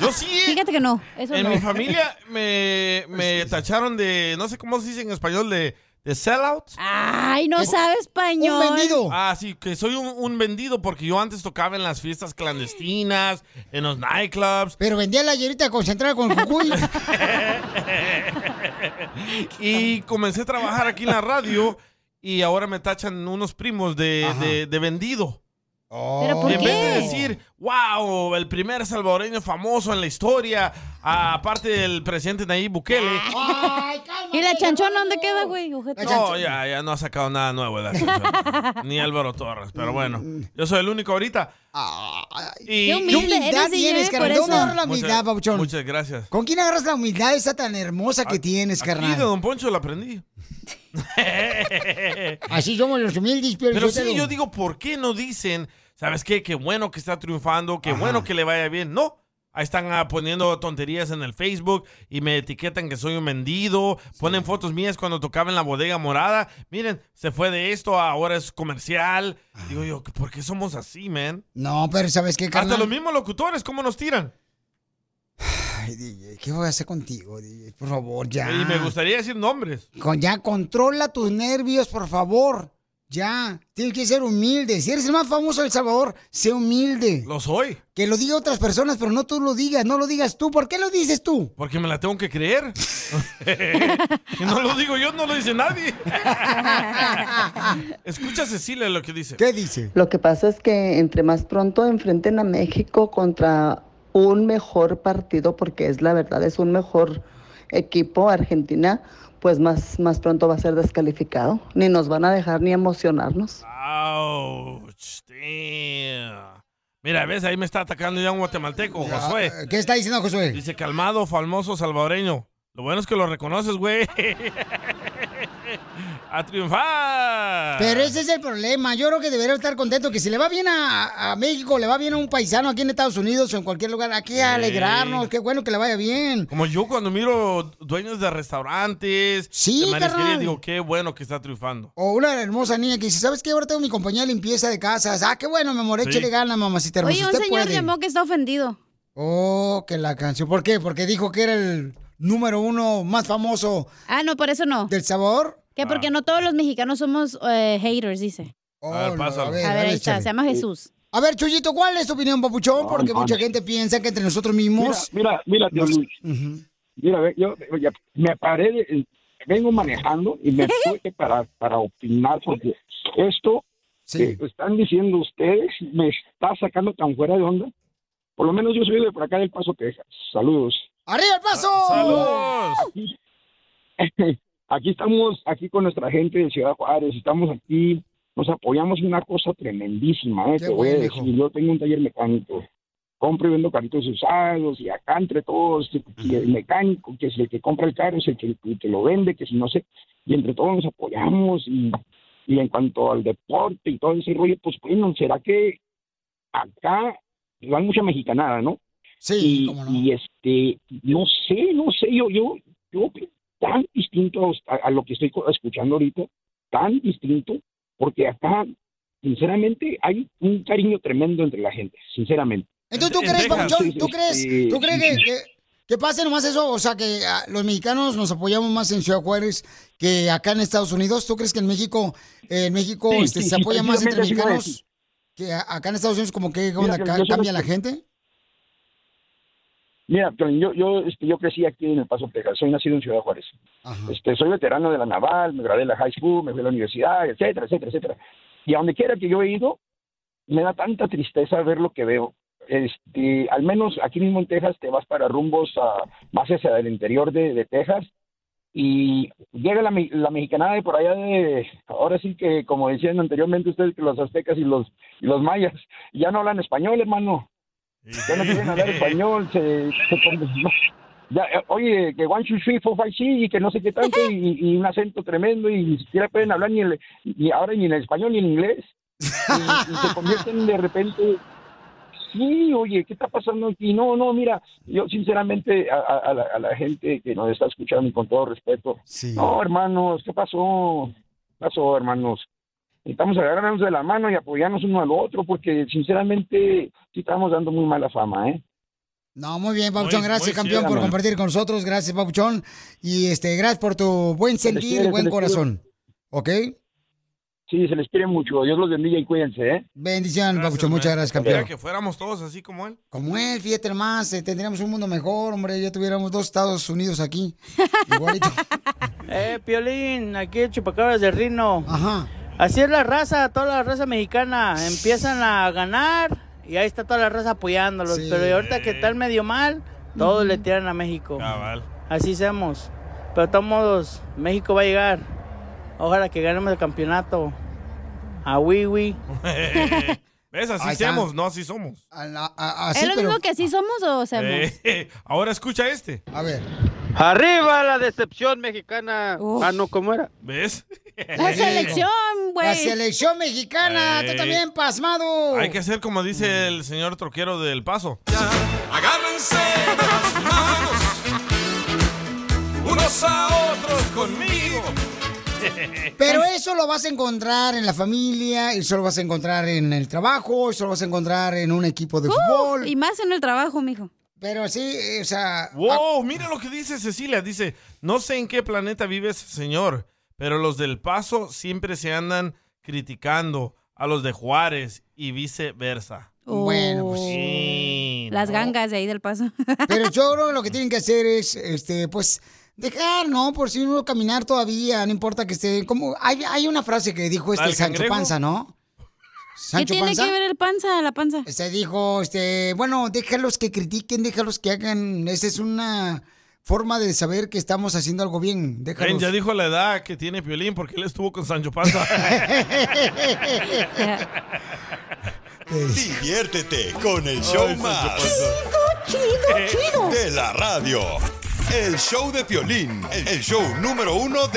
Yo sí. Fíjate que no, eso Eh, En no. mi familia me, me tacharon de, no sé cómo se dice en español, de, de sellout. Ay, ¿Eh? no sabe español. Ah, sí, que soy un, un vendido porque yo antes tocaba en las fiestas clandestinas, en los nightclubs. Pero vendía la hierita concentrada con cucuy. y comencé a trabajar aquí en la radio y ahora me tachan unos primos de, de- de vendido. ¿Pero por en vez de qué? decir, wow, el primer salvadoreño famoso en la historia, aparte del presidente Ah. Nayib Bukele. ¿Y la chanchona dónde queda, güey? Ojete. No, ya, ya no ha sacado nada nuevo el Ascensión. Ni Álvaro Torres, Mm. pero bueno. Yo soy el único ahorita. Y- Qué humilde Qué humildad eres, señor, tienes, carnal. por ¿Dónde eso. agarras la humildad, Muchas- Pabuchón? Muchas gracias. ¿Con quién agarras la humildad esa tan hermosa que tienes, Aquí de carnal? Don Poncho la aprendí. Así somos los humildes, pero, Pero sí, yo digo, ¿por qué no dicen, sabes qué? Qué bueno que está triunfando, qué bueno que le vaya bien. No, Ahí están ah, poniendo tonterías en el Facebook y me etiquetan que soy un mendigo. Ponen fotos mías cuando tocaba en la bodega morada. Miren, se fue de esto, ahora es comercial. Ah. Digo yo, ¿por qué somos así, man? No, pero ¿sabes qué, Hasta carnal? los mismos locutores, ¿cómo nos tiran? Ay, DJ, ¿Qué voy a hacer contigo, DJ? Por favor, ya. Y me gustaría decir nombres. Con, ya, controla tus nervios, por favor. Ya, tienes que ser humilde. Si eres el más famoso de El Salvador, sé humilde. Lo soy. Que lo diga otras personas, pero no tú lo digas, no lo digas tú. ¿Por qué lo dices tú? Porque me la tengo que creer. Que no lo digo yo, no lo dice nadie. Escucha Cecilia lo que dice. ¿Qué dice? Lo que pasa es que entre más pronto enfrenten a México contra un mejor partido, porque es la verdad, es un mejor equipo Argentina, pues más, más pronto va a ser descalificado. Ni nos van a dejar ni emocionarnos. Ouch, damn. Mira, ves, ahí me está atacando ya un guatemalteco, Josué. eh, ¿Qué está diciendo Josué? Dice, calmado, famoso salvadoreño. Lo bueno es que lo reconoces, güey. a triunfar. Pero ese es el problema. Yo creo que debería estar contento que si le va bien a, a México, le va bien a un paisano aquí en Estados Unidos o en cualquier lugar, aquí a alegrarnos. Qué bueno que le vaya bien. Como yo cuando miro dueños de restaurantes, Sí, de marisquería, carnal. digo, qué bueno que está triunfando. O una hermosa niña que dice, ¿sabes qué? Ahora tengo mi compañía de limpieza de casas. Ah, qué bueno, me moré, Sí. échale gana, mamacita hermosa. Oye, un Usted señor puede. llamó que está ofendido. Oh, que la canción. ¿Por qué? Porque dijo que era el número uno más famoso. Ah, no, por eso no. ¿Del sabor? Que porque Ah. no todos los mexicanos somos eh, haters, dice. Oh, A ver, pásalo. A ver, ahí está, se llama Jesús. A ver, Chuyito, ¿cuál es tu opinión, papuchón? Porque no. mucha gente piensa que entre nosotros mismos... Mira, mira, mira, tío Nos- Luis. Mira, ve, yo yo ya me paré, de- vengo manejando y me tuve que parar para opinar porque esto que están diciendo ustedes me está sacando tan fuera de onda. Por lo menos yo soy de por acá del Paso, Texas. Saludos. ¡Arriba el paso! Aquí, aquí estamos, aquí con nuestra gente de Ciudad Juárez, estamos aquí, nos apoyamos en una cosa tremendísima, ¿eh? Qué Te voy a bueno, decir, yo tengo un taller mecánico, compro y vendo carritos usados, y acá entre todos, y el mecánico, que es el que compra el carro, es el que, el que lo vende, que si no sé, y entre todos nos apoyamos, y, y en cuanto al deporte y todo ese rollo, pues bueno, ¿será que acá hay mucha mexicanada, ¿no? Sí, y, y este, no sé, no sé, yo, yo, yo opino tan distinto a, us- a- a lo que estoy co- escuchando ahorita, tan distinto, porque acá, sinceramente, hay un cariño tremendo entre la gente, sinceramente. Entonces, ¿tú crees, papuchón? ¿Tú crees, tú crees que, que, que pase nomás eso? O sea, que ah, los mexicanos nos apoyamos más en Ciudad Juárez que acá en Estados Unidos. ¿Tú crees que en México, eh, en México Sí, este, sí, se sí, apoya más entre precisamente eso iba a decir. mexicanos que a- acá en Estados Unidos? Como que ¿qué onda? yo- Ca- yo solo cambia la estoy- gente. Mira, Piolín, yo, yo, este, yo crecí aquí en El Paso, Texas. Soy nacido en Ciudad Juárez. Este, soy veterano de la Naval, me gradué de la high school, me fui a la universidad, etcétera, etcétera, etcétera. Y a donde quiera que yo he ido, me da tanta tristeza ver lo que veo. Este, al menos aquí mismo en Texas te vas para rumbos a, más hacia el interior de, de Texas y llega la, me- la mexicanada de por allá de, ahora sí que como decían anteriormente ustedes que los aztecas y los, y los mayas ya no hablan español, hermano. Ya no quieren hablar español, se, se ponen- ya, eh, oye, que one, two, three, four, five, six, y que no sé qué tanto, y, y un acento tremendo, y ni siquiera pueden hablar ni, el- ni ahora ni en español ni en inglés. Y, y se convierten de repente, sí, oye, ¿qué está pasando aquí? No, no, mira, yo sinceramente a, a- a la, a la gente que nos está escuchando y con todo respeto, no, hermanos, ¿qué pasó? ¿Qué pasó, hermanos? Necesitamos agarrarnos de la mano y apoyarnos uno al otro, porque sinceramente sí estamos dando muy mala fama, ¿eh? No, muy bien, Papuchón. Muy- Gracias, muy campeón, cierto, por man. compartir con nosotros. Gracias, Papuchón. Y este, gracias por tu buen Se les sentir quiere, y se buen les quiere. corazón. ¿Ok? Sí, se les quiere mucho. Dios los bendiga y cuídense, ¿eh? Bendición, Papuchón. man. Muchas gracias, Mira campeón. que fuéramos todos así como él. Como él, fíjate más, eh, tendríamos un mundo mejor, hombre, ya tuviéramos dos Estados Unidos aquí. Igualito. Eh, Piolín, aquí el Chupacabras del Rino. Ajá. Así es la raza, toda la raza mexicana. Empiezan a ganar y ahí está toda la raza apoyándolos. Sí. Pero ahorita que están medio mal, todos le tiran a México. Así seamos. Pero de todos modos, México va a llegar. Ojalá que ganemos el campeonato. A Wiwi. ¿Ves? Así Ahí está. somos, no así somos. ¿Es lo mismo que así somos o somos? Eh, ahora escucha este. A ver. Arriba la decepción mexicana. Ah, no, ¿cómo era? ¿Ves? La selección, güey. La selección Eh. mexicana, tú Ey. también pasmado. Hay que hacer como dice el señor troquero del paso. Agárrense de las manos, unos a otros conmigo. Pero eso lo vas a encontrar en la familia, eso lo vas a encontrar en el trabajo, eso lo vas a encontrar en un equipo de Uh, fútbol. y más en el trabajo, mijo. Pero sí, o sea. Wow, mira lo que dice Cecilia. Dice, no sé en qué planeta vive ese señor, pero los del Paso siempre se andan criticando a los de Juárez y viceversa. Oh. Bueno, pues. Sí, Las no. gangas de ahí del paso. Pero yo creo que lo que tienen que hacer es, este, pues, dejar, ¿no? Por si uno caminar todavía, no importa que esté. Como, hay, hay una frase que dijo ¿Al este Sancho cangrejo? Panza, ¿no? ¿Qué tiene que ver el panza, la panza? Se dijo, este, bueno, déjalos que critiquen, déjalos que hagan. Esa es una forma de saber que estamos haciendo algo bien. Ven, Déjalos. ya dijo la edad que tiene Piolín porque él estuvo con Sancho Panza. Diviértete con el show Ay, Sancho más. Chido, chido, De la radio. El show de Piolín. El show número uno de...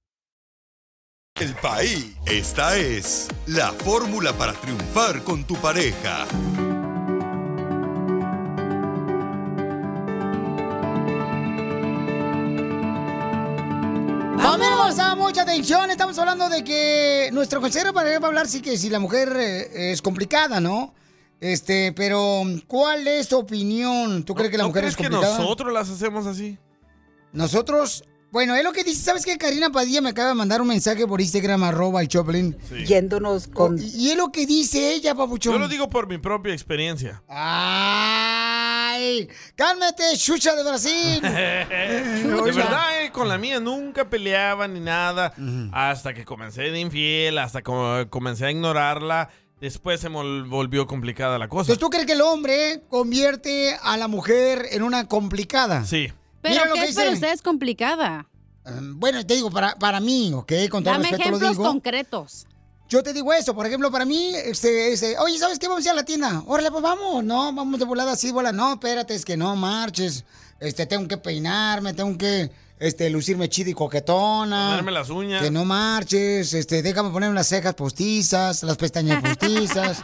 El país. Esta es la fórmula para triunfar con tu pareja. Familia hermosa, mucha atención. Estamos hablando de que nuestro consejero para va a hablar sí que si la mujer eh, es complicada, ¿no? Este, pero ¿cuál es tu opinión? ¿Tú crees que la ¿No mujer crees es que complicada? nosotros las hacemos así? Nosotros, bueno, es lo que dice, ¿sabes qué? Karina Padilla me acaba de mandar un mensaje por Instagram, arroba el Choplin, Sí. yéndonos con... Y es lo que dice ella, papuchón. Yo lo digo por mi propia experiencia. Ah. ¡Ay! ¡Cálmate, chucha de Brasil! de verdad, eh, con la mía nunca peleaba ni nada. Hasta que comencé de infiel, hasta que comencé a ignorarla. Después se mol- volvió complicada la cosa. Entonces, ¿tú crees que el hombre convierte a la mujer en una complicada? Sí. Mira Pero lo ¿qué que es para dice. ustedes complicada? Mm, Bueno, te digo, para, para mí, ¿ok? Con todo Dame respeto lo ejemplos digo. concretos. Yo te digo eso, por ejemplo, para mí, este, este, oye, ¿sabes qué? Vamos a ir a la tienda. Órale, pues vamos, no, vamos de volada así, bola. No, espérate, es que no marches. Este, tengo que peinarme, tengo que, este, lucirme chida y coquetona. Ponerme las uñas. Que no marches, este, déjame poner unas cejas postizas, las pestañas postizas.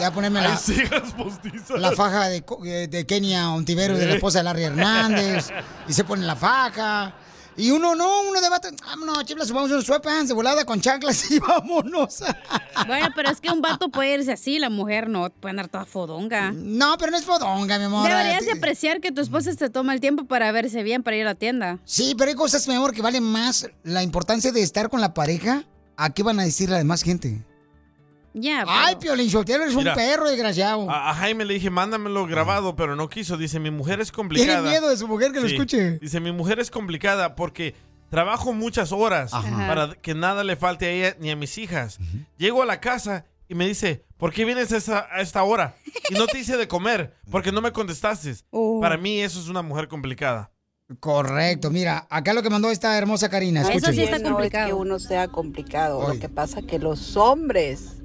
Ya ponerme la, Ay, sigas postizas. la faja de, co- eh, de Kenia Ontiveros, de la esposa de Larry Hernández. Y se pone la faja. Y uno no, uno debate. Vámonos, chiflas, subamos unos sweatpants de volada con chanclas y vámonos. Bueno, pero es que un vato puede irse así, la mujer no, puede andar toda fodonga. No, pero no es fodonga, mi amor. Deberías Ti- de apreciar que tu esposa te toma el tiempo para verse bien, para ir a la tienda. Sí, pero hay cosas, mi amor, que valen más la importancia de estar con la pareja. ¿A qué van a decir la demás gente? Ya. Ay, Piolín Sotelo, eres Mira. Ah, un perro desgraciado. A, a Jaime le dije, mándamelo grabado, pero no quiso. Dice, mi mujer es complicada. Tiene miedo de su mujer que lo Sí. escuche. Dice, mi mujer es complicada porque trabajo muchas horas Ajá. para que nada le falte a ella ni a mis hijas. Llego a la casa y me dice, ¿por qué vienes a esa- a esta hora? Y no te hice de comer porque no me contestaste. Oh. Para mí eso es una mujer complicada. Correcto, mira, acá lo que mandó esta hermosa Ah, Karina. Escuchen. No es que uno sea complicado. Lo que pasa es que los hombres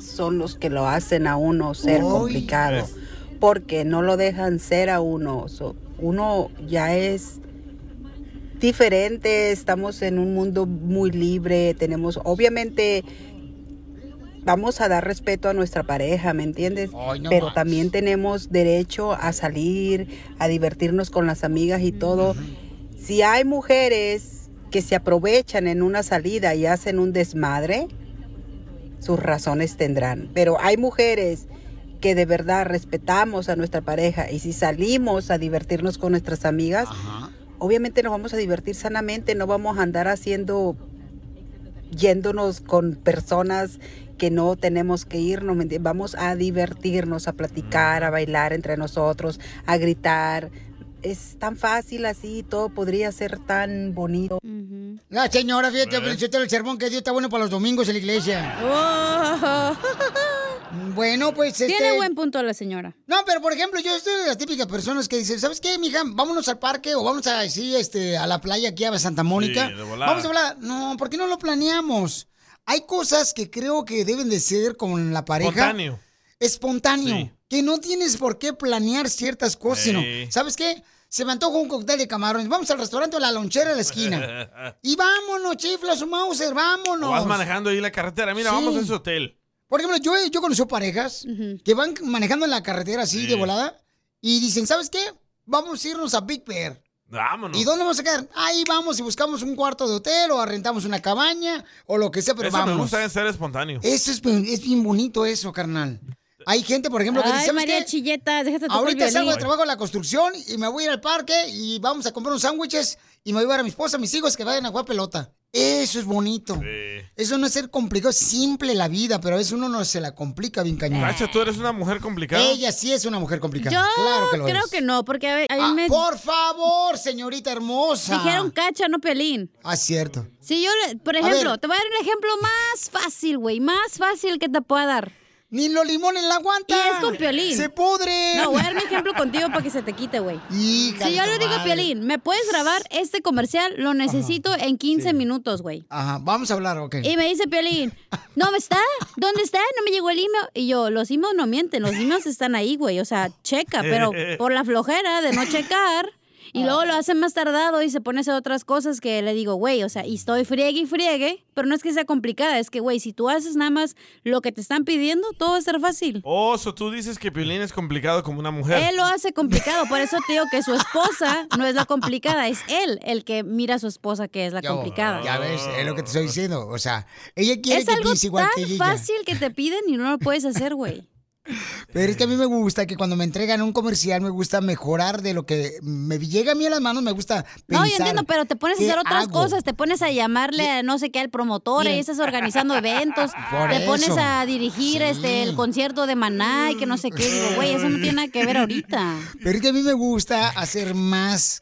son los que lo hacen a uno ser Ay. complicado. Es. Porque no lo dejan ser a uno. So, uno ya es diferente. Estamos en un mundo muy libre. Tenemos, obviamente, vamos a dar respeto a nuestra pareja, ¿me entiendes? no Pero más. también tenemos derecho a salir, a divertirnos con las amigas y todo. Si hay mujeres que se aprovechan en una salida y hacen un desmadre, sus razones tendrán. Pero hay mujeres que de verdad respetamos a nuestra pareja y si salimos a divertirnos con nuestras amigas, obviamente nos vamos a divertir sanamente, no vamos a andar haciendo yéndonos con personas que no tenemos que irnos, ¿me entiendes? vamos a divertirnos, a platicar, a bailar entre nosotros, a gritar. Es tan fácil así, todo podría ser tan bonito. La señora, fíjate, Felicitela, el sermón que dio está bueno para los domingos en la iglesia. Bueno, pues este... Oh. Tiene buen punto la señora. No, pero por ejemplo, yo soy de las típicas personas que dicen, ¿sabes qué, mija? Vámonos al parque o vamos a sí, este, a la playa aquí a Santa Mónica. Sí, de volada. vamos a hablar. No, ¿por qué no lo planeamos? Hay cosas que creo que deben de ser con la pareja. Espontáneo. Espontáneo. Sí. Que no tienes por qué planear ciertas cosas, sino, Sí. ¿sabes qué? Se me antoja un cóctel de camarones. Vamos al restaurante o la lonchera de la esquina. Y vámonos, chiflas, un Mauser, vámonos. O vas manejando ahí la carretera. Mira, Sí. vamos a ese hotel. Por ejemplo, yo, he- yo conozco parejas que van manejando en la carretera así de volada y dicen, ¿sabes qué? Vamos a irnos a Big Bear. Vámonos. ¿Y dónde vamos a quedar? Ahí vamos y buscamos un cuarto de hotel o rentamos una cabaña o lo que sea, pero Eso vamos. me gusta ser espontáneo. Eso es, bien- es bien bonito eso, carnal. Hay gente, por ejemplo, que Ay, dice, ¿sabes María qué? Chilletas, déjate tocar el Ahorita salgo de violín. trabajo en la construcción y me voy a ir al parque y vamos a comprar unos sándwiches y me voy a llevar a mi esposa, a mis hijos que vayan a jugar pelota. Eso es bonito. Eso no es ser complicado, es simple la vida, pero a veces uno no se la complica bien cañón. Cacha, tú eres una mujer complicada. Ella sí es una mujer complicada. Yo claro que lo creo es. que no, porque a, ver, a mí Ah, me... Por favor, señorita hermosa. Dijeron cacha, no pelín. Ah, cierto. Si yo, le- por A ejemplo, ver. te voy a dar un ejemplo más fácil, güey, más fácil que te pueda dar. Ni los limones la aguanta. Y es con piolín. Se pudre. No, voy a dar mi ejemplo contigo para que se te quite, güey. Si yo le digo a Piolín, ¿me puedes grabar este comercial? Lo necesito en 15 minutos, güey. Ajá, vamos a hablar, ok. Y me dice Piolín, ¿no me está? ¿Dónde está? No me llegó el email. Y yo, los emails no mienten, los emails están ahí, güey. O sea, checa, pero por la flojera de no checar. Y luego lo hace más tardado y se pone a hacer otras cosas que le digo, güey, o sea, y estoy friegue y friegue, pero no es que sea complicada, es que, güey, si tú haces nada más lo que te están pidiendo, todo va a ser fácil. Oh, so tú dices que Piolín es complicado como una mujer. Él lo hace complicado, por eso te digo que su esposa no es la complicada, es él el que mira a su esposa que es la Ya, complicada. Ya ves, es lo que te estoy diciendo. O sea, ella quiere Es que algo piense igual que tan ella. fácil que te piden y no lo puedes hacer, güey. Pero es que a Eh. mí me gusta que cuando me entregan un comercial me gusta mejorar de lo que me llega a mí a las manos, me gusta No, pensar. yo entiendo, pero te pones a ¿qué hacer otras hago? cosas, te pones a llamarle a no sé qué al promotor, Miren. ahí estás organizando eventos, Por te pones eso. a dirigir este el concierto de Maná y que no sé qué, digo, güey, eso no tiene nada que ver ahorita. Pero es que a mí me gusta hacer más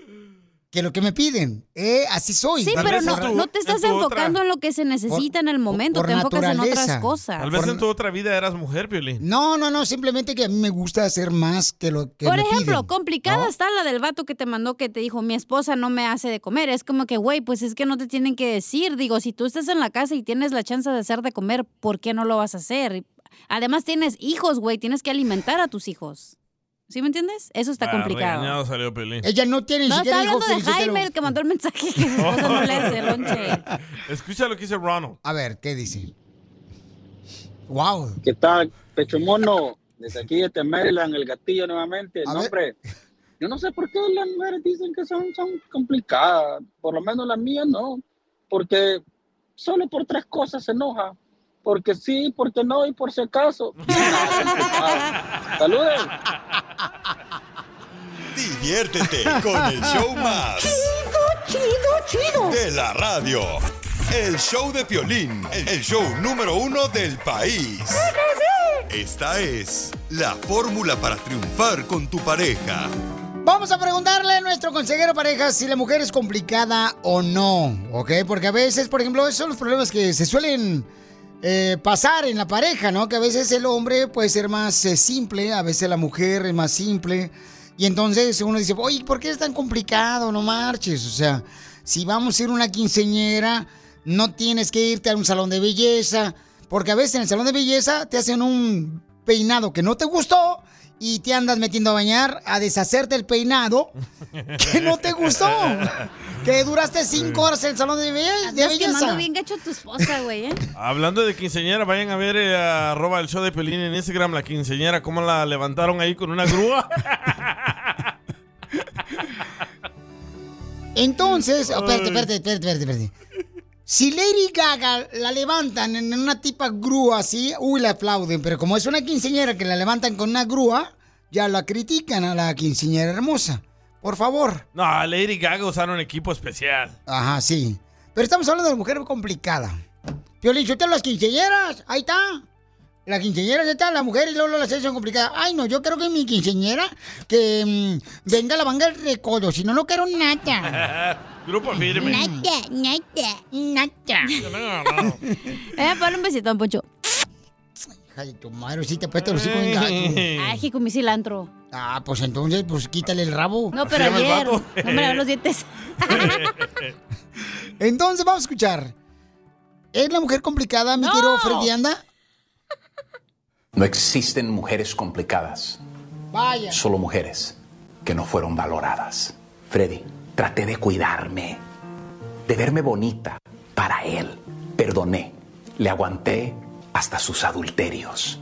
que lo que me piden. Eh, así soy. Sí, pero no, no te estás enfocando en lo que se necesita en el momento, por te enfocas en otras naturaleza. cosas. Tal vez Por- en tu otra vida eras mujer, Piolín. No, no, no, simplemente que a mí me gusta hacer más que lo que Por me ejemplo, piden. complicada está la del vato que te mandó que te dijo, mi esposa no me hace de comer. Es como que, güey, pues es que no te tienen que decir. Digo, si tú estás en la casa y tienes la chance de hacer de comer, ¿por qué no lo vas a hacer? Y Además, tienes hijos, güey, tienes que alimentar a tus hijos. ¿Sí me entiendes? Eso está Ah, complicado. regañado salió Piolín. Ella no tiene No, está hablando de Jaime, el que mandó el mensaje que su esposa no le hace lonche. Escucha lo que dice Ronald. A ver, ¿qué dice? Wow. ¿Qué tal, Pecho Mono? Desde aquí desde Maryland, el gatillo nuevamente. No, hombre, yo no sé por qué las mujeres dicen que son, son complicadas. Por lo menos las mías no. Porque solo por tres cosas se enoja. Porque sí, porque no y por si acaso. No, son complicadas. Saluden. Diviértete con el show más. Chido, chido, chido. De la radio. El show de Piolín, el show número uno del país. Esta es la fórmula para triunfar con tu pareja. Vamos a preguntarle a nuestro consejero pareja si la mujer es complicada o no, ¿ok? Porque a veces, por ejemplo, esos son los problemas que se suelen eh, pasar en la pareja, ¿no? Que a veces el hombre puede ser más eh, simple, a veces la mujer es más simple. Y entonces uno dice, oye, ¿por qué es tan complicado? No marches. O sea, si vamos a ir a una quinceñera, no tienes que irte a un salón de belleza. Porque a veces en el salón de belleza te hacen un peinado que no te gustó y te andas metiendo a bañar a deshacerte el peinado que no te gustó. Que duraste cinco horas en el salón de, be- de Estás belleza. quemando bien gacho a tu esposa, güey, ¿eh? Hablando de quinceñera, vayan a ver eh, arroba el show de Piolín en Instagram, la quinceñera, cómo la levantaron ahí con una grúa. Entonces, oh, espérate, espérate, espérate, espérate, espérate. Si Lady Gaga la levantan en una tipa grúa así, uy, la aplauden. Pero como es una quinceñera que la levantan con una grúa, ya la critican a la quinceñera hermosa. Por favor. No, a Lady Gaga usaron un equipo especial. Ajá, sí. Pero estamos hablando de mujer complicada. Piolín, yo te las quinceñeras, ahí está. Las quinceñeras, ahí está, las mujeres luego las hacen complicadas. Ay, no, yo creo que mi quinceñera, que mm, venga la manga del recodo, si no, no quiero nada. Ah. Grupo firme. Nata, nata, nata. eh, ponle un besito, Poncho. Hija de tu madre, si te apuesto los hijos en gato. Ay, que comí cilantro. Ah, pues entonces, pues quítale el rabo. No, pero ayer. No me lavé los dientes. Entonces, vamos a escuchar. ¿Es la mujer complicada, mi querido Freddy Anda? No existen mujeres complicadas, Vaya. solo mujeres que no fueron valoradas. Freddy, traté de cuidarme, de verme bonita para él. Perdoné, le aguanté hasta sus adulterios.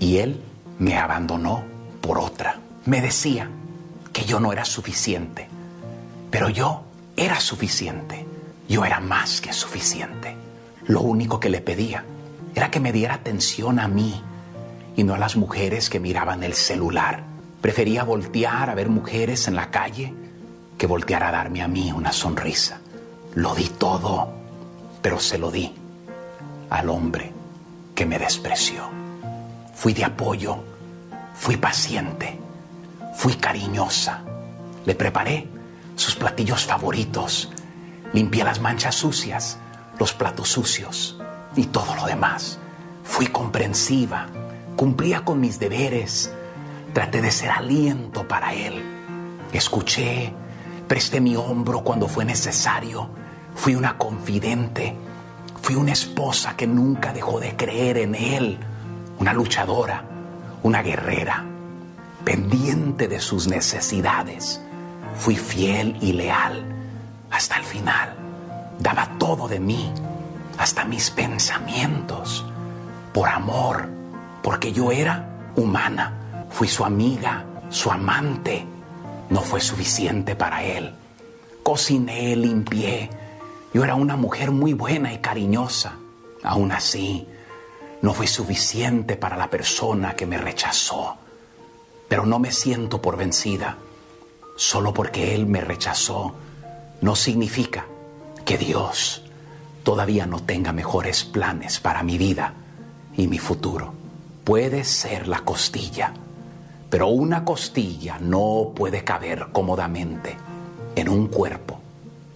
Y él me abandonó por otra. Me decía que yo no era suficiente, pero yo era suficiente. Yo era más que suficiente. Lo único que le pedía era que me diera atención a mí y no a las mujeres que miraban el celular. Prefería voltear a ver mujeres en la calle que voltear a darme a mí una sonrisa. Lo di todo, pero se lo di al hombre que me despreció. Fui de apoyo, fui paciente, fui cariñosa. Le preparé sus platillos favoritos, limpié las manchas sucias, los platos sucios y todo lo demás. Fui comprensiva, cumplía con mis deberes, traté de ser aliento para él. Escuché, presté mi hombro cuando fue necesario, fui una confidente, fui una esposa que nunca dejó de creer en él, una luchadora, una guerrera, pendiente de sus necesidades. Fui fiel y leal hasta el final, daba todo de mí, hasta mis pensamientos, por amor, porque yo era humana, fui su amiga, su amante, no fue suficiente para él. Cociné, limpié, yo era una mujer muy buena y cariñosa, aún así, no fue suficiente para la persona que me rechazó, pero no me siento por vencida, solo porque él me rechazó, no significa que Dios todavía no tenga mejores planes para mi vida y mi futuro. Puede ser la costilla, pero una costilla no puede caber cómodamente en un cuerpo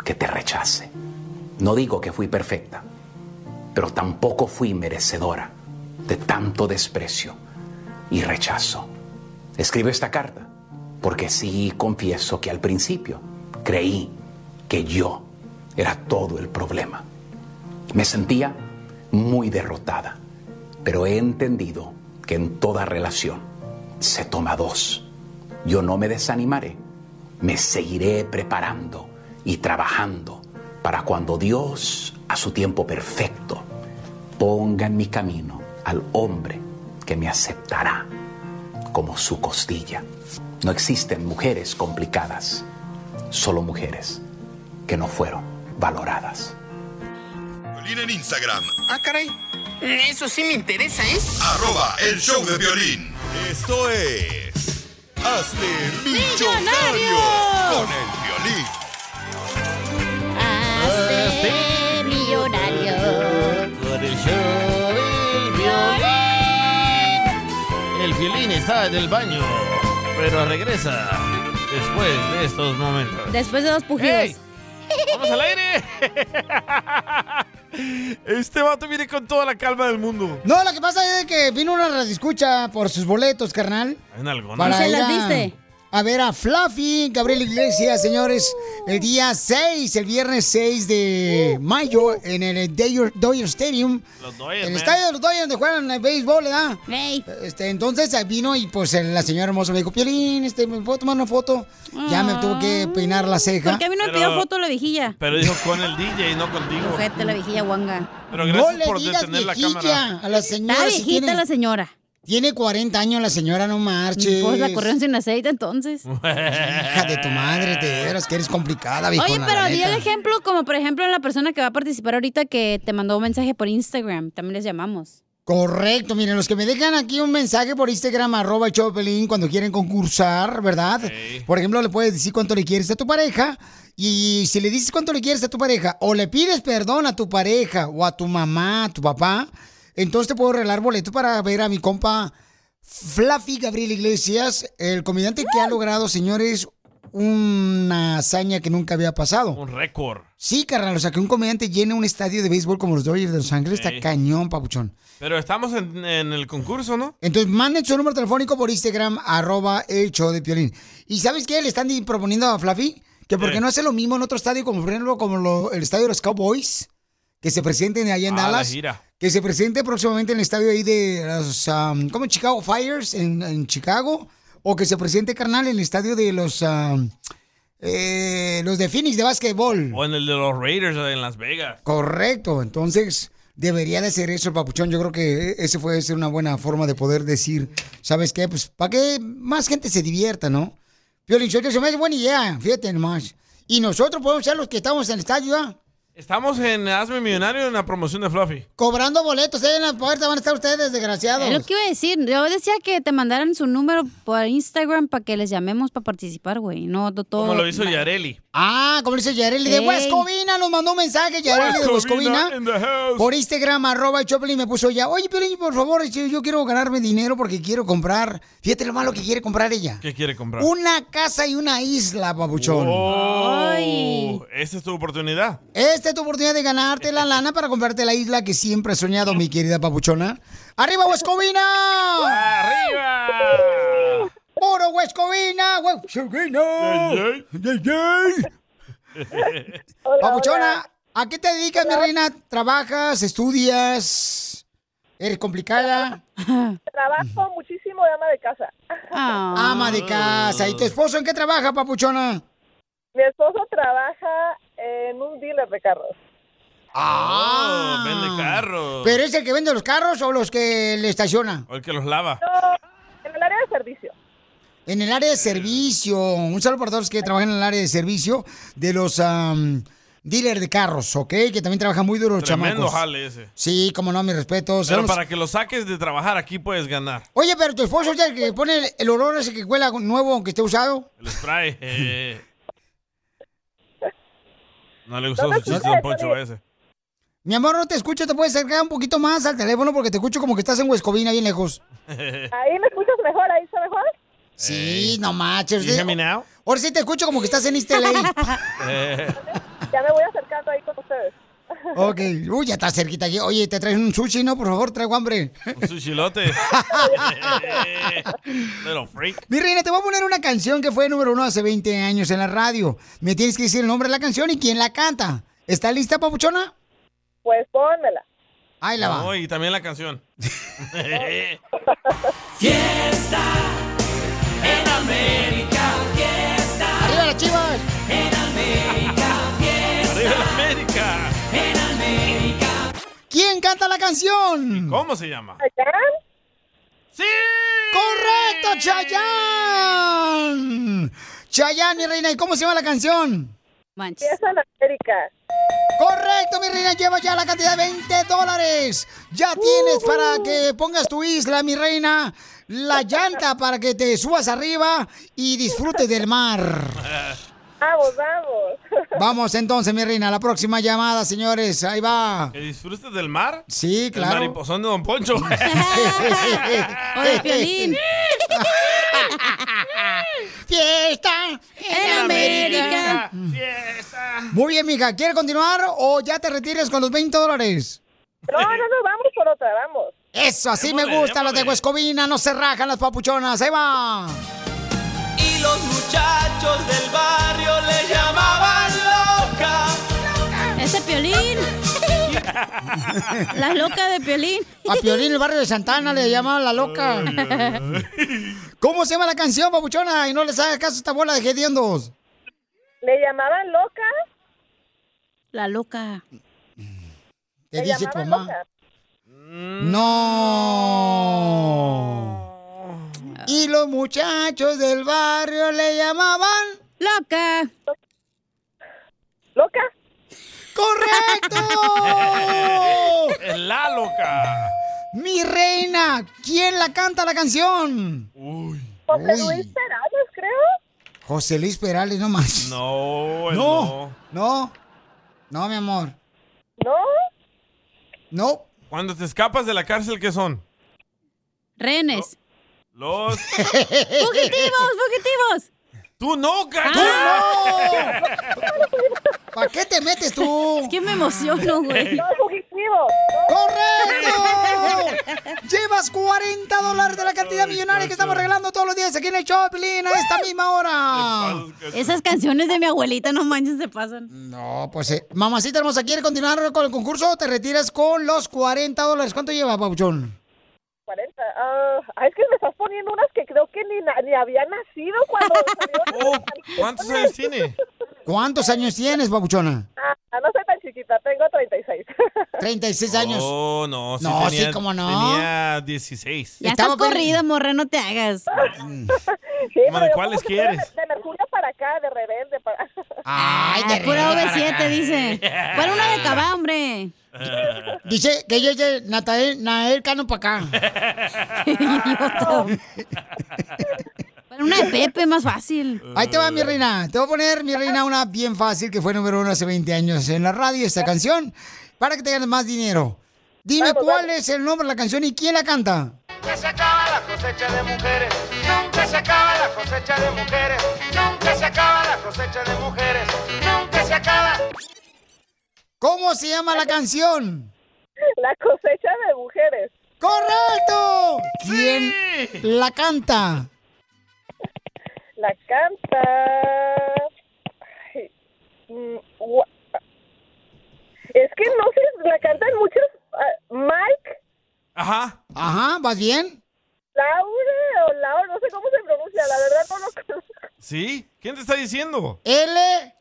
que te rechace. No digo que fui perfecta, pero tampoco fui merecedora de tanto desprecio y rechazo. Escribo esta carta porque sí confieso que al principio creí que yo era todo el problema. Me sentía muy derrotada, pero he entendido que en toda relación se toma dos. Yo no me desanimaré, me seguiré preparando y trabajando para cuando Dios, a su tiempo perfecto, ponga en mi camino al hombre que me aceptará como su costilla. No existen mujeres complicadas, solo mujeres que no fueron valoradas. Violín en Instagram. Ah, caray. Eso sí me interesa, ¿eh? Arroba el show de violín. Esto es. Hazte millonario con el violín. Hazte millonario con el show del violín. El violín está en el baño, pero regresa después de estos momentos. Después de dos pujidos. ¡Vamos al aire! Este vato viene con toda la calma del mundo. No, lo que pasa es que vino una radiscucha por sus boletos, carnal. En algún Para se ir las a- diste? A ver a Fluffy, Gabriel Iglesias, señores, el día 6, el viernes 6 de mayo en el Dodger, Dodger Stadium. Los Dodgers, el man. estadio de los Dodgers donde juegan el béisbol, ¿verdad? Este, entonces ahí vino y pues la señora hermosa me dijo, Piolín, este, ¿me puedo tomar una foto? Ya me tuvo Ah. que peinar la ceja. Porque a mí no me Pero- pidió foto de la vejilla. Pero dijo con el DJ, no contigo. Ojete, la vejilla guanga. Pero gracias No le por digas detener la vejilla. cámara. A la Está señora si viejita tiene... la señora. Tiene 40 años la señora, no marches. Pues la corrieron sin aceite entonces. Hija de tu madre, te veras que eres complicada, viejona, Oye, pero Ah, la di el neta. ejemplo, como por ejemplo la persona que va a participar ahorita que te mandó un mensaje por Instagram. También les llamamos. Correcto, miren, los que me dejan aquí un mensaje por Instagram, arroba el Choplin, cuando quieren concursar, ¿verdad? Por ejemplo, le puedes decir cuánto le quieres a tu pareja. Y si le dices cuánto le quieres a tu pareja, o le pides perdón a tu pareja, o a tu mamá, a tu papá, entonces te puedo regalar boleto para ver a mi compa Fluffy Gabriel Iglesias, el comediante que ha logrado, señores, una hazaña que nunca había pasado. Un récord. Sí, carnal, o sea, que un comediante llene un estadio de béisbol como los Dodgers de Los Ángeles Sí. está cañón, papuchón. Pero estamos en, en el concurso, ¿no? Entonces, manden su número telefónico por Instagram, arroba el show de Piolín. ¿Y sabes qué le están di- proponiendo a Fluffy? Que porque Eh. no hace lo mismo en otro estadio, como por ejemplo como lo- el estadio de los Cowboys, que se presenten allá en Ah, la Dallas. gira. Que se presente próximamente en el estadio ahí de los, am, ¿cómo? Chicago Fires en, en Chicago. O que se presente, carnal, en el estadio de los, am, eh, los de Phoenix de básquetbol. O en el de los Raiders en Las Vegas. Correcto, entonces debería de hacer eso el papuchón. Yo creo que e-, ese puede ser una buena forma de poder decir, ¿sabes qué? Pues para que más gente se divierta, ¿no? Violín, se me hace buena idea, fíjate nomás. Y nosotros podemos ser los que estamos en el estadio, ¿ah? Estamos en Hazme Millonario en la promoción de Fluffy. cobrando boletos ahí en la puerta, van a estar ustedes desgraciados. Es lo que iba a decir. Yo decía que te mandaran su número por Instagram para que les llamemos para participar, güey. No, to- todo. Como lo hizo Yareli. Oh, Ah, como lo hizo Yareli de Ey. Huescovina, nos mandó un mensaje Yareli de Huescovina Huescovina. in the house. Por Instagram, arroba el Choplin, me puso ya, oye, Piolín, por favor, yo yo quiero ganarme dinero porque quiero comprar. Fíjate lo malo que quiere comprar ella. ¿Qué quiere comprar? Una casa y una isla, babuchón. Oh, Esa es tu oportunidad. Esta es tu oportunidad de ganarte la lana para comprarte la isla que siempre has soñado, mi querida papuchona. ¡Arriba, Huescovina! ¡Arriba! ¡Puro Huescovina! ¡Huescovina! Yay, Yay, yay. Papuchona, ¿a qué te dedicas, mi reina? ¿Trabajas? ¿Estudias? ¿Eres complicada? Trabajo muchísimo de ama de casa. Ah. Ama de casa. ¿Y tu esposo en qué trabaja, papuchona? Mi esposo trabaja en un dealer de carros. Ah, vende carros. ¿Pero es el que vende los carros o los que le estaciona? O el que los lava. En el área de servicio. En el área de servicio. Un saludo para todos los que trabajan en el área de servicio de los am, dealers de carros, ¿ok? Que también trabajan muy duro los Tremendo chamacos. jale ese. Sí, como no, mis respetos. Pero Son los- para que lo saques de trabajar aquí puedes ganar. Oye, pero tu esposo es el que pone el, el olor ese que cuela nuevo aunque esté usado. El spray. eh. No le gustó su escuché, chiste, don Poncho, ese. Mi amor, no te escucho, te puedes acercar un poquito más al teléfono porque te escucho como que estás en Huescovina, bien lejos. Ahí me escuchas mejor, ahí está mejor. Sí, no manches. You hear me now? Ahora sí te escucho como que estás en East LA. Eh, Ya me voy acercando ahí con ustedes. ok, uy, ya está cerquita. aquí. Oye, ¿te traes un sushi, no? Por favor, traigo hambre. un sushilote. Little freak. Mi reina, te voy a poner una canción que fue número uno hace 20 años en la radio. Me tienes que decir el nombre de la canción y quién la canta. ¿Está lista, papuchona? Pues pónmela. Ahí la va. No, y también la canción. Fiesta en América, fiesta. Arriba las chivas. En América, fiesta. ¡Arriba la América! En América. ¿Quién canta la canción? ¿Cómo se llama? ¡Sí! ¡Correcto, Chayanne! Chayanne, mi reina, ¿y cómo se llama la canción? Fiesta en América. Correcto, mi reina, lleva ya la cantidad de 20 dólares. Ya tienes Uh-huh. para que pongas tu isla, mi reina, la llanta para que te subas arriba y disfrutes del mar. Vamos, vamos. Vamos entonces, mi reina, la próxima llamada, señores. Ahí va. ¿Que disfrutes del mar? Ah. Sí, claro. El mariposón de Don Poncho. O de Piolín. Fiesta en América. Muy bien, mija. ¿Quieres continuar o ya te retires con los 20 dólares? No, no, no, vamos por otra, vamos. Eso, así me gusta. Los de Huescovina no se rajan las papuchonas. Ahí va. Y los muchachos del barrio le llamaban loca. Ese piolín. la loca de piolín. A Piolín, el barrio de Santana, le llamaban la loca. ¿Cómo se llama la canción, papuchona? Y no les hagas caso a esta bola de hediondos. ¿Le llamaban loca? La loca. Te ¿Le dije tu llamaban mamá. loca? No. Y los muchachos del barrio le llamaban... Loca. ¿Loca? ¡Correcto! La loca. ¡Oh! Mi reina, ¿quién la canta la canción? José Uy. Luis Perales, creo. José Luis Perales, no más. No, él no. No, no, mi amor. No. No. Cuando te escapas de la cárcel, ¿qué son? Renes. Los. ¡Fugitivos, fugitivos! Ah. ¡Tú no, gato! ¿Para qué te metes tú? Es que me emociono, güey. No, fugitivo. ¡Correcto! Llevas 40 dólares de la cantidad millonaria que estamos regalando todos los días aquí en el Choplin a esta misma hora. Esas canciones de mi abuelita, no manches, se pasan. No, pues, eh, mamacita hermosa, ¿quieres continuar con el concurso o te retiras con los 40 dólares? ¿Cuánto llevas, Pauchón? 40. Ah, ay, es que me estás poniendo unas que creo que ni, na- ni había nacido cuando salió. Oh, ¿Cuántos años tiene? ¿Cuántos años tienes, Babuchona? Ah, no soy tan chiquita, tengo 36. 36 años. Oh, no. Sí No, tenía, sí, cómo no. Tenía 16. Ya estás corrida, morra, no te hagas. Madre, ¿cuáles quieres? De Mercurio para acá, de rebelde para. Ah. Ay, de pura rebelde para acá. OV7, dice. Para una de cabá, hombre. Dice que yo llegué Natael, Nael Cano para acá. Para una de Pepe, más fácil. Ahí te va, mi reina. Te voy a poner, mi reina, una bien fácil que fue número uno hace 20 años en la radio, esta canción, para que te ganes más dinero. Dime cuál es el nombre de la canción y quién la canta. Nunca se acaba la cosecha de mujeres, nunca se acaba la cosecha de mujeres, nunca se acaba la cosecha de mujeres, nunca se acaba. ¿Cómo se llama la canción? La cosecha de mujeres. ¡Correcto! ¿Quién la canta? La canta. Ay, mm, gua- Es que no sé, la cantan muchos. ah, Mike, Ajá. Ajá, ¿vas bien? Laura o Laura, no sé cómo se pronuncia, la verdad no lo conozco. ¿Sí? ¿Quién te está diciendo? L.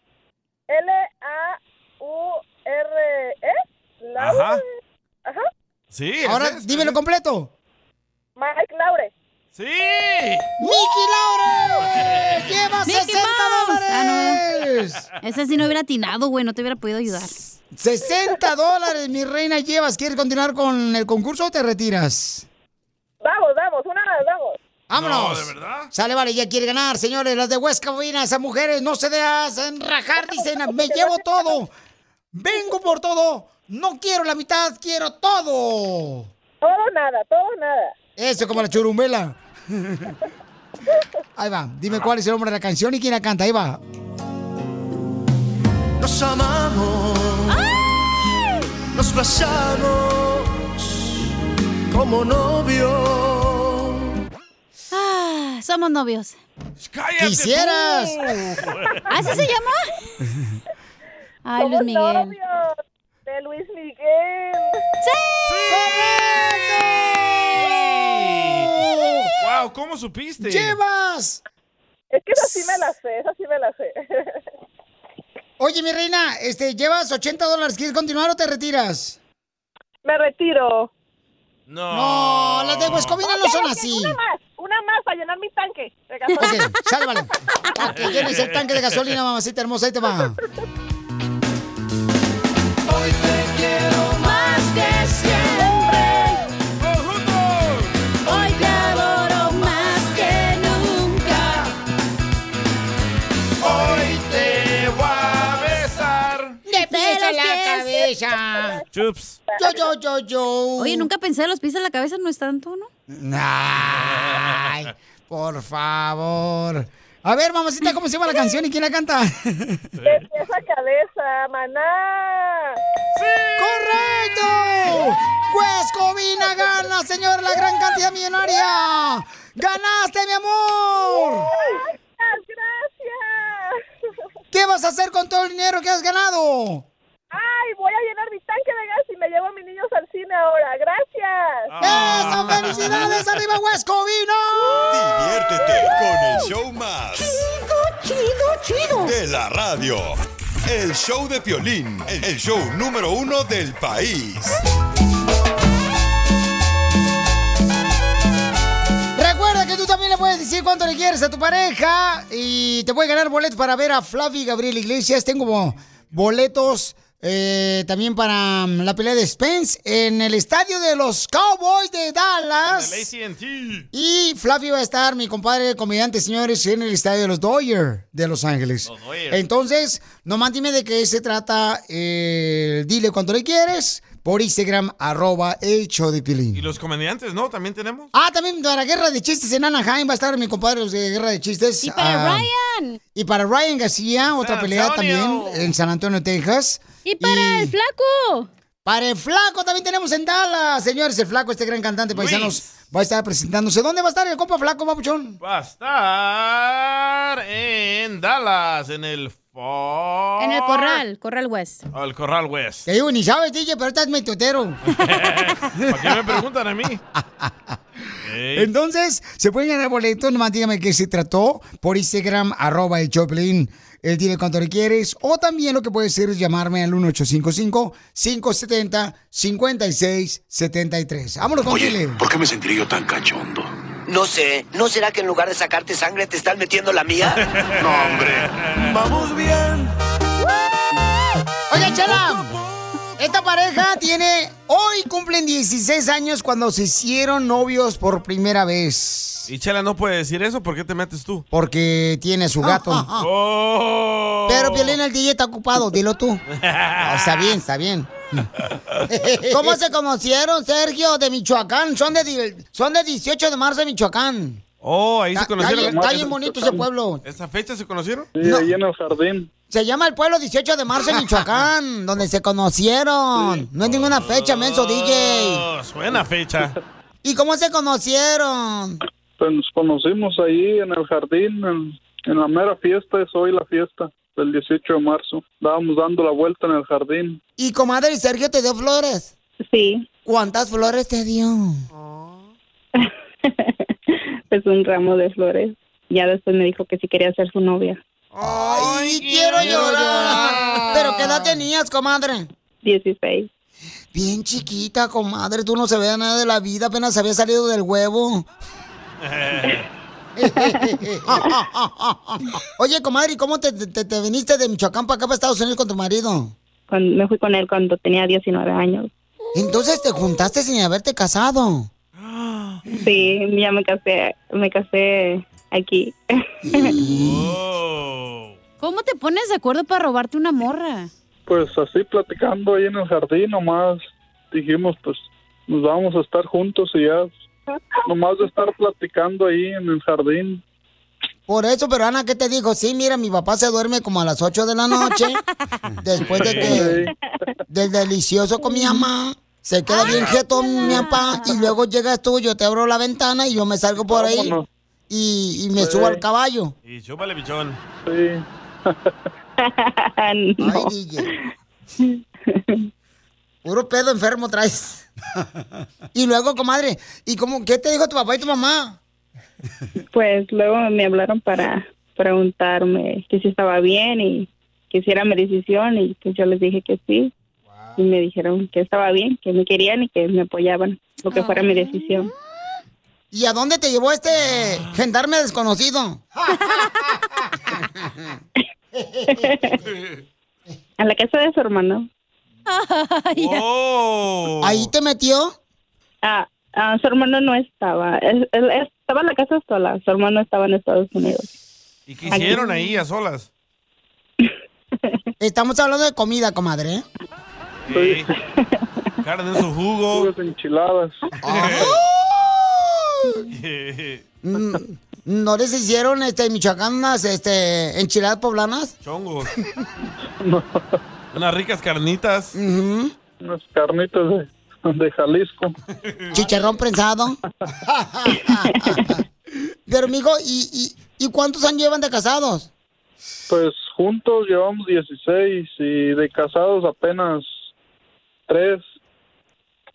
L-A-U-R-E. E, Laura. Ajá. Ajá. Sí. Ahora, ese es. dímelo completo. Mike Laure. Sí. ¡Miki Laure! ¡Lleva Mickey 60 Mouse. dólares! Ah, no. Esa sí no hubiera atinado, güey, no te hubiera podido ayudar. 60 dólares, mi reina, llevas. ¿Quieres continuar con el concurso o te retiras? Vamos, vamos, una más, vamos. ¡Vámonos! No, ¿de verdad? Sale, vale, ya quiere ganar, señores. Las de Huesca Bovina, esas mujeres no se dejan rajar, dicen, me llevo todo. Vengo por todo. No quiero la mitad, quiero todo. Todo nada, todo nada. Eso, como la churumbela. Ahí va, Ah. dime cuál es el nombre de la canción y quién la canta. Ahí va. Nos amamos, nos pasamos como novio. Ah, somos novios. ¡Cállate ¡Quisieras! tú! ¿Así ¿Ah, se llama? Ay, Luis Somos Miguel. novios de Luis Miguel. Wow, ¿cómo supiste? ¡Llevas! Es que esa sí me la sé, esa sí me la sé. Oye, mi reina, este, llevas 80 dólares. ¿Quieres continuar o te retiras? Me retiro. No, las de Huescovina no Ok, son ok, así. Una más, una más para llenar mi tanque. pues. de gasolina. Ok, sálvale. Para que llenes el tanque de gasolina, mamacita hermosa, ahí te va. Hoy te quiero más que siempre. Hoy te adoro más que nunca. Hoy te voy a besar. ¡De pies a la cabeza! Chups. Yo, yo, yo, yo. Oye, nunca pensé de los pies en la cabeza, no es tanto, ¿no? Ay, por favor. A ver, mamacita, ¿cómo se llama la canción y quién la canta? De pies a cabeza, maná. ¡Correcto! ¡Huescovina Pues, gana, señor, la gran cantidad millonaria! ¡Ganaste, mi amor! Gracias. ¿Qué vas a hacer con todo el dinero que has ganado? Ay, voy a llenar mi tanque de gas y me llevo a mis niños al cine ahora. Gracias. Ah. ¡Eso! ¡Felicidades! ¡Arriba, Huescovina! Diviértete con el show más. Chido, chido, chido. De la radio. El show de Piolín. El show número uno del país. Recuerda que tú también le puedes quieres a tu pareja y te voy a ganar boletos para ver a Flavi Gabriel Iglesias. Tengo bo- boletos eh, también para mm, la pelea de Spence en el estadio de los Cowboys de Dallas. El AT&T. Y Flavio va a estar, mi compadre, comediante, señores, en el estadio de los Dodgers de Los Ángeles. Entonces, nomás dime de qué se trata. eh, dile cuando le quieres por Instagram, arroba el show de Piolín. Y los comediantes, ¿no? También tenemos. Ah, también para Guerra de Chistes en Anaheim va a estar mi compadre los de Guerra de Chistes. Y para Ryan. Y para Ryan García, otra pelea también Antonio. en San Antonio, Texas. Y para el flaco. Para el flaco también tenemos en Dallas, señores. El flaco, este gran cantante paisanos, va a estar presentándose. ¿Dónde va a estar el compa flaco, papuchón? Va a estar en Dallas, en el... Far- En el corral, corral West. Ah, el Corral West. Te digo, ni sabes, DJ, pero estás metotero. ¿Para Eh, qué me preguntan a mí? Ey. Entonces, se pueden ganar boletos, nomás dígame qué se trató por Instagram, arroba el Choplin, el dile cuánto le quieres, o también lo que puede ser es llamarme al 1855-570-5673. Vámonos con Chile. ¿por qué me sentiré yo tan cachondo? No sé, ¿no será que en lugar de sacarte sangre te están metiendo la mía? No, hombre. Vamos bien. Oye, Chela, esta pareja tiene, hoy cumplen 16 años cuando se hicieron novios por primera vez. Y Chela no puede decir eso, ¿por qué te metes tú? Porque tiene a su gato. Pero Violín, el DJ está ocupado, dilo tú. Oh. Ah, está bien, está bien. ¿Cómo se conocieron, Sergio, de Michoacán? Son de, di- son de 18 de marzo de Michoacán. Oh, ahí se Está- conocieron. está bien- está bien bonito ese pueblo. ¿Esa fecha se conocieron? Sí, ahí en el jardín. Se llama el pueblo 18 de marzo de Michoacán, donde se conocieron. No es ninguna fecha, menso DJ. Oh, suena fecha. ¿Y cómo se conocieron? Pues nos conocimos ahí en el jardín, en, en la mera fiesta, es hoy la fiesta del 18 de marzo. Estábamos dando la vuelta en el jardín. ¿Y comadre Sergio te dio flores? Sí. ¿Cuántas flores te dio? Pues un ramo de flores. Ya después me dijo que si quería ser su novia. ¡Ay, quiero llorar! ¿Pero qué edad tenías, comadre? 16. Bien chiquita, comadre. Tú no sabías nada de la vida. Apenas había salido del huevo. Oye, comadre, ¿y cómo te, te- te viniste de Michoacán para acá, para Estados Unidos, con tu marido? Cuando- me fui con él cuando tenía 19 años. Entonces te juntaste sin haberte casado. Sí, ya me casé, me casé aquí. ¿Cómo te pones de acuerdo para robarte una morra? Pues así platicando ahí en el jardín, nomás dijimos, pues nos vamos a estar juntos y ya, nomás de estar platicando ahí en el jardín. Por eso, pero Ana, ¿qué te dijo? Sí, mira, mi papá se duerme como a las 8 de la noche. después de que del delicioso con mi mamá. Se queda bien jetón mi papá. Y luego llegas tú, yo te abro la ventana y yo me salgo por ahí. Vámonos. Y, y me subo Eh. al caballo. Y chúpale, bichón. Ay, DJ. Puro pedo enfermo traes. y luego, comadre, ¿y cómo, qué te dijo tu papá y tu mamá? Pues luego me hablaron para preguntarme que si estaba bien y que si era mi decisión y pues yo les dije que sí. Y me dijeron que estaba bien, que me querían y que me apoyaban, lo que fuera mi decisión. ¿Y a dónde te llevó este gendarme desconocido? A la casa de su hermano. ¿Ahí te metió? Ah, ah, su hermano no estaba. Él- él estaba en la casa sola. Su hermano estaba en Estados Unidos. ¿Y qué hicieron ahí a solas? Estamos hablando de comida, comadre. ¿eh? Sí. Carne en su jugo. enchiladas. Mm, ¿No les hicieron este, en Michoacán unas este, enchiladas poblanas? Chongos. Unas ricas carnitas. Unas carnitas de, de Jalisco. Chicharrón prensado. Pero, mijo, ¿y, y, y cuántos años llevan de casados? Pues juntos llevamos 16 y de casados apenas 3.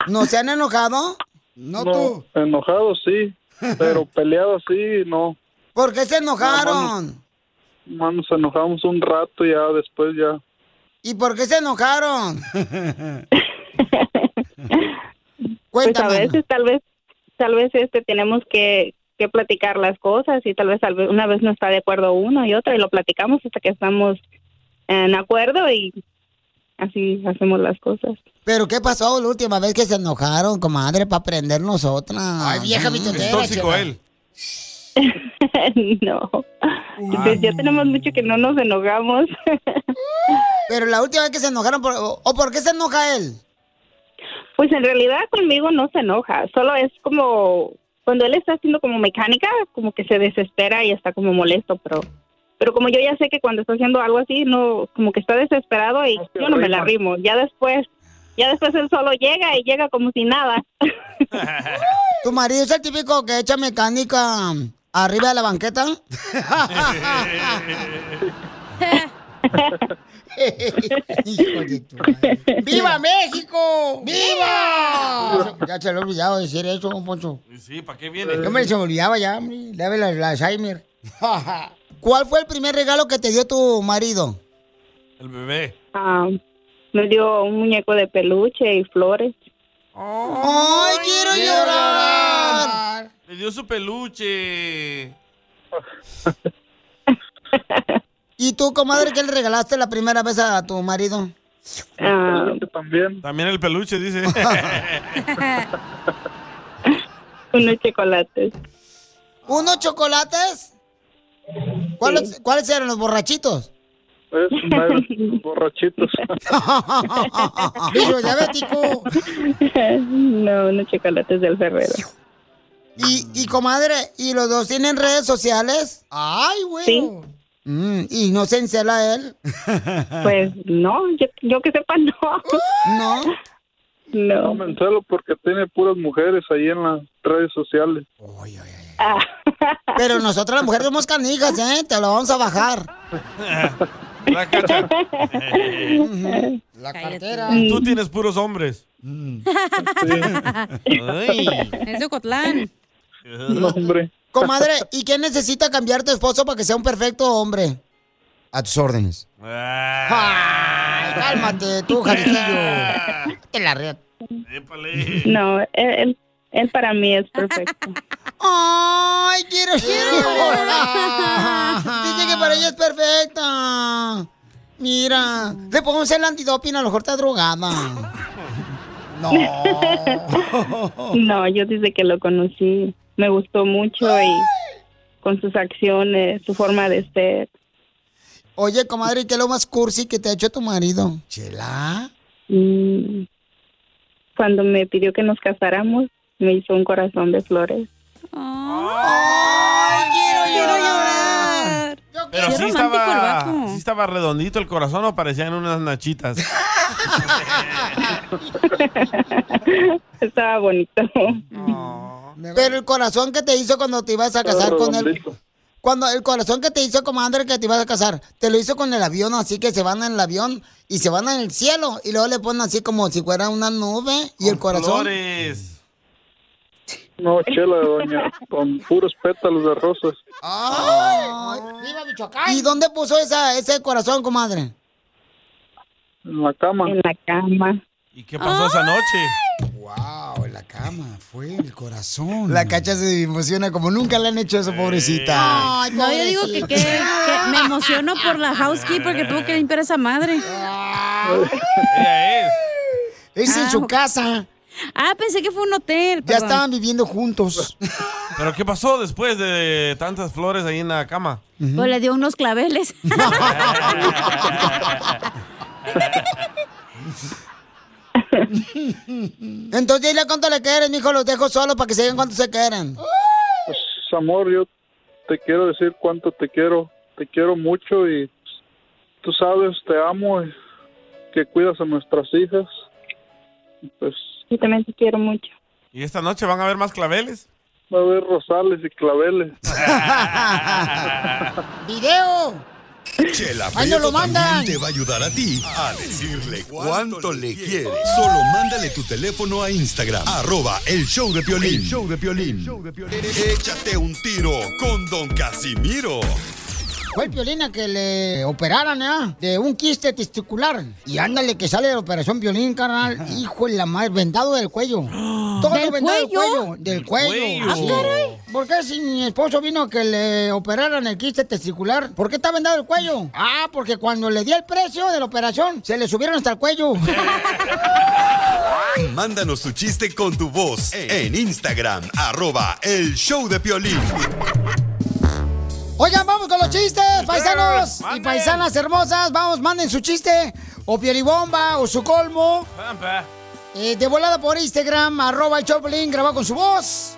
¿No se han enojado? No, tú. Enojados sí, pero peleados sí, no. ¿Por qué se enojaron? Nomás nos enojamos un rato y ya después ya. ¿Y por qué se enojaron? Pues a Cuéntame. Pues, veces, tal vez, tal vez este tenemos que, que que platicar las cosas y tal vez al- una vez no está de acuerdo uno y otra y lo platicamos hasta que estamos en acuerdo y así hacemos las cosas. ¿Pero qué pasó la última vez que se enojaron, comadre, para Mm. prendernos otra? Ay, vieja Es tóxico él. no. Pues ya tenemos mucho que no nos enojamos. Pero la última vez que se enojaron, por- o, o por qué se enoja él? Pues en realidad conmigo no se enoja, solo es como cuando él está haciendo como mecánica, como que se desespera y está como molesto, pero pero como yo ya sé que cuando está haciendo algo así, no como que está desesperado y yo no me la rimo. Ya después, ya después él solo llega y llega como si nada. ¿Tu marido es el típico que echa mecánica arriba de la banqueta? ¡Viva México! ¡Viva! Ya se lo he olvidado decir eso, don Poncho. Sí, ¿para qué viene? Yo me se me olvidaba ya, hombre. Dame la, la Alzheimer. ¿Cuál fue el primer regalo que te dio tu marido? El bebé. Ah, me dio un muñeco de peluche y flores. ¡Ay, quiero llorar! Le dio su peluche. ¿Y tú, comadre, qué le regalaste la primera vez a tu marido? Ah. También. También el peluche, dice. Unos chocolates. ¿Unos chocolates? ¿Cuáles, ¿Cuáles eran los borrachitos? borrachitos. Digo, diabético. no, unos chocolates del Ferrero. Y, y comadre, ¿y los dos tienen redes sociales? ¡Ay, güey! Sí. Mm, ¿Y no se encela él? Pues no, yo, yo que sepa no. No. No. me encelo porque tiene puras mujeres ahí en las redes sociales. Pero nosotras las mujeres somos canijas, ¿eh? Te lo vamos a bajar. La cacha. Ujú. La cartera. Tú tienes puros hombres. Ay. Es de Ocotlán. hombre. Comadre, ¿y qué necesita cambiar tu esposo para que sea un perfecto hombre? A tus órdenes. Ah. Ay, cálmate, tú, Jalisquillo. Te la red. No, él, él- él para mí es perfecto. ¡Ay, quiero llorar! Dice que para ella es perfecta. Mira, le podemos hacer el antidoping, a lo mejor está drogada. No. No, yo desde que lo conocí me gustó mucho y con sus acciones, su forma de ser. Oye, comadre, ¿qué es lo más cursi que te ha hecho tu marido? Chela. Mm, Cuando me pidió que nos casáramos, me hizo un corazón de flores. Pero Qué sí romántico estaba, el vato. sí estaba redondito el corazón o parecían unas nachitas. Estaba bonito. Pero el corazón que te hizo cuando te ibas a casar con él. Redondito. Cuando el corazón que te hizo, comadre, que te ibas a casar, te lo hizo con el avión, así que se van en el avión y se van en el cielo. Y luego le ponen así como si fuera una nube y el corazón. Flores. No, chela, doña, con puros pétalos de rosas. ¡Ay! ¡Viva Michoacán! ¿Y dónde puso esa, ese corazón, comadre? En la cama. En la cama. ¿Y qué pasó esa noche? Wow, en la cama, fue el corazón. La cacha se emociona como nunca le han hecho eso, pobrecita. no, yo digo que, que- que me emociono por la housekeeper que tuvo que limpiar esa madre. Ella es. Es en su casa. Ah, pensé que fue un hotel. Ya estaban viviendo juntos. ¿Pero qué pasó después de tantas flores ahí en la cama? O Pues le dio unos claveles. Entonces dile cuánto le quieren, mijo, los dejo solos para que se digan cuánto se quieren. Pues, amor, yo te quiero decir cuánto te quiero. Te quiero mucho y pues, tú sabes, te amo y que cuidas a nuestras hijas. Y, Pues Yo también te quiero mucho. ¿Y esta noche van a haber más claveles? va a haber rosales y claveles. ¡Video! Chela Ay, no Prieto lo mandan. también te va a ayudar a ti a decirle cuánto le quiere. Solo mándale tu teléfono a Instagram, arroba el show de Piolín. El show de Piolín. Échate un tiro con Don Casimiro. Fue el Piolín a que le operaran, ¿eh? De un quiste testicular. Y ándale que sale de la operación Piolín, carnal. Hijo de la madre, vendado del cuello. Todo ¿Del vendado cuello? del cuello. Del cuello. Ah, sí. caray. ¿Por qué si mi esposo vino que le operaran el quiste testicular? ¿Por qué está vendado el cuello? Ah, porque cuando le di el precio de la operación, se le subieron hasta el cuello. Mándanos tu chiste con tu voz en Instagram, arroba el show de Piolín. Oigan, vamos con los chistes, paisanos y paisanas hermosas. Vamos, manden su chiste, o piolibomba, o su colmo. Pampa. Eh, de volada por Instagram, arroba el Choplin, grabado con su voz.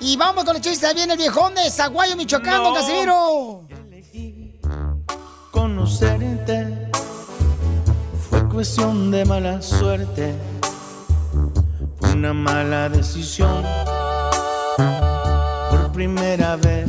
Y vamos con el chiste, ahí viene el viejón de Zaguayo, Michoacán, No. don Casimiro. Conocerte fue cuestión de mala suerte. Fue una mala decisión por primera vez.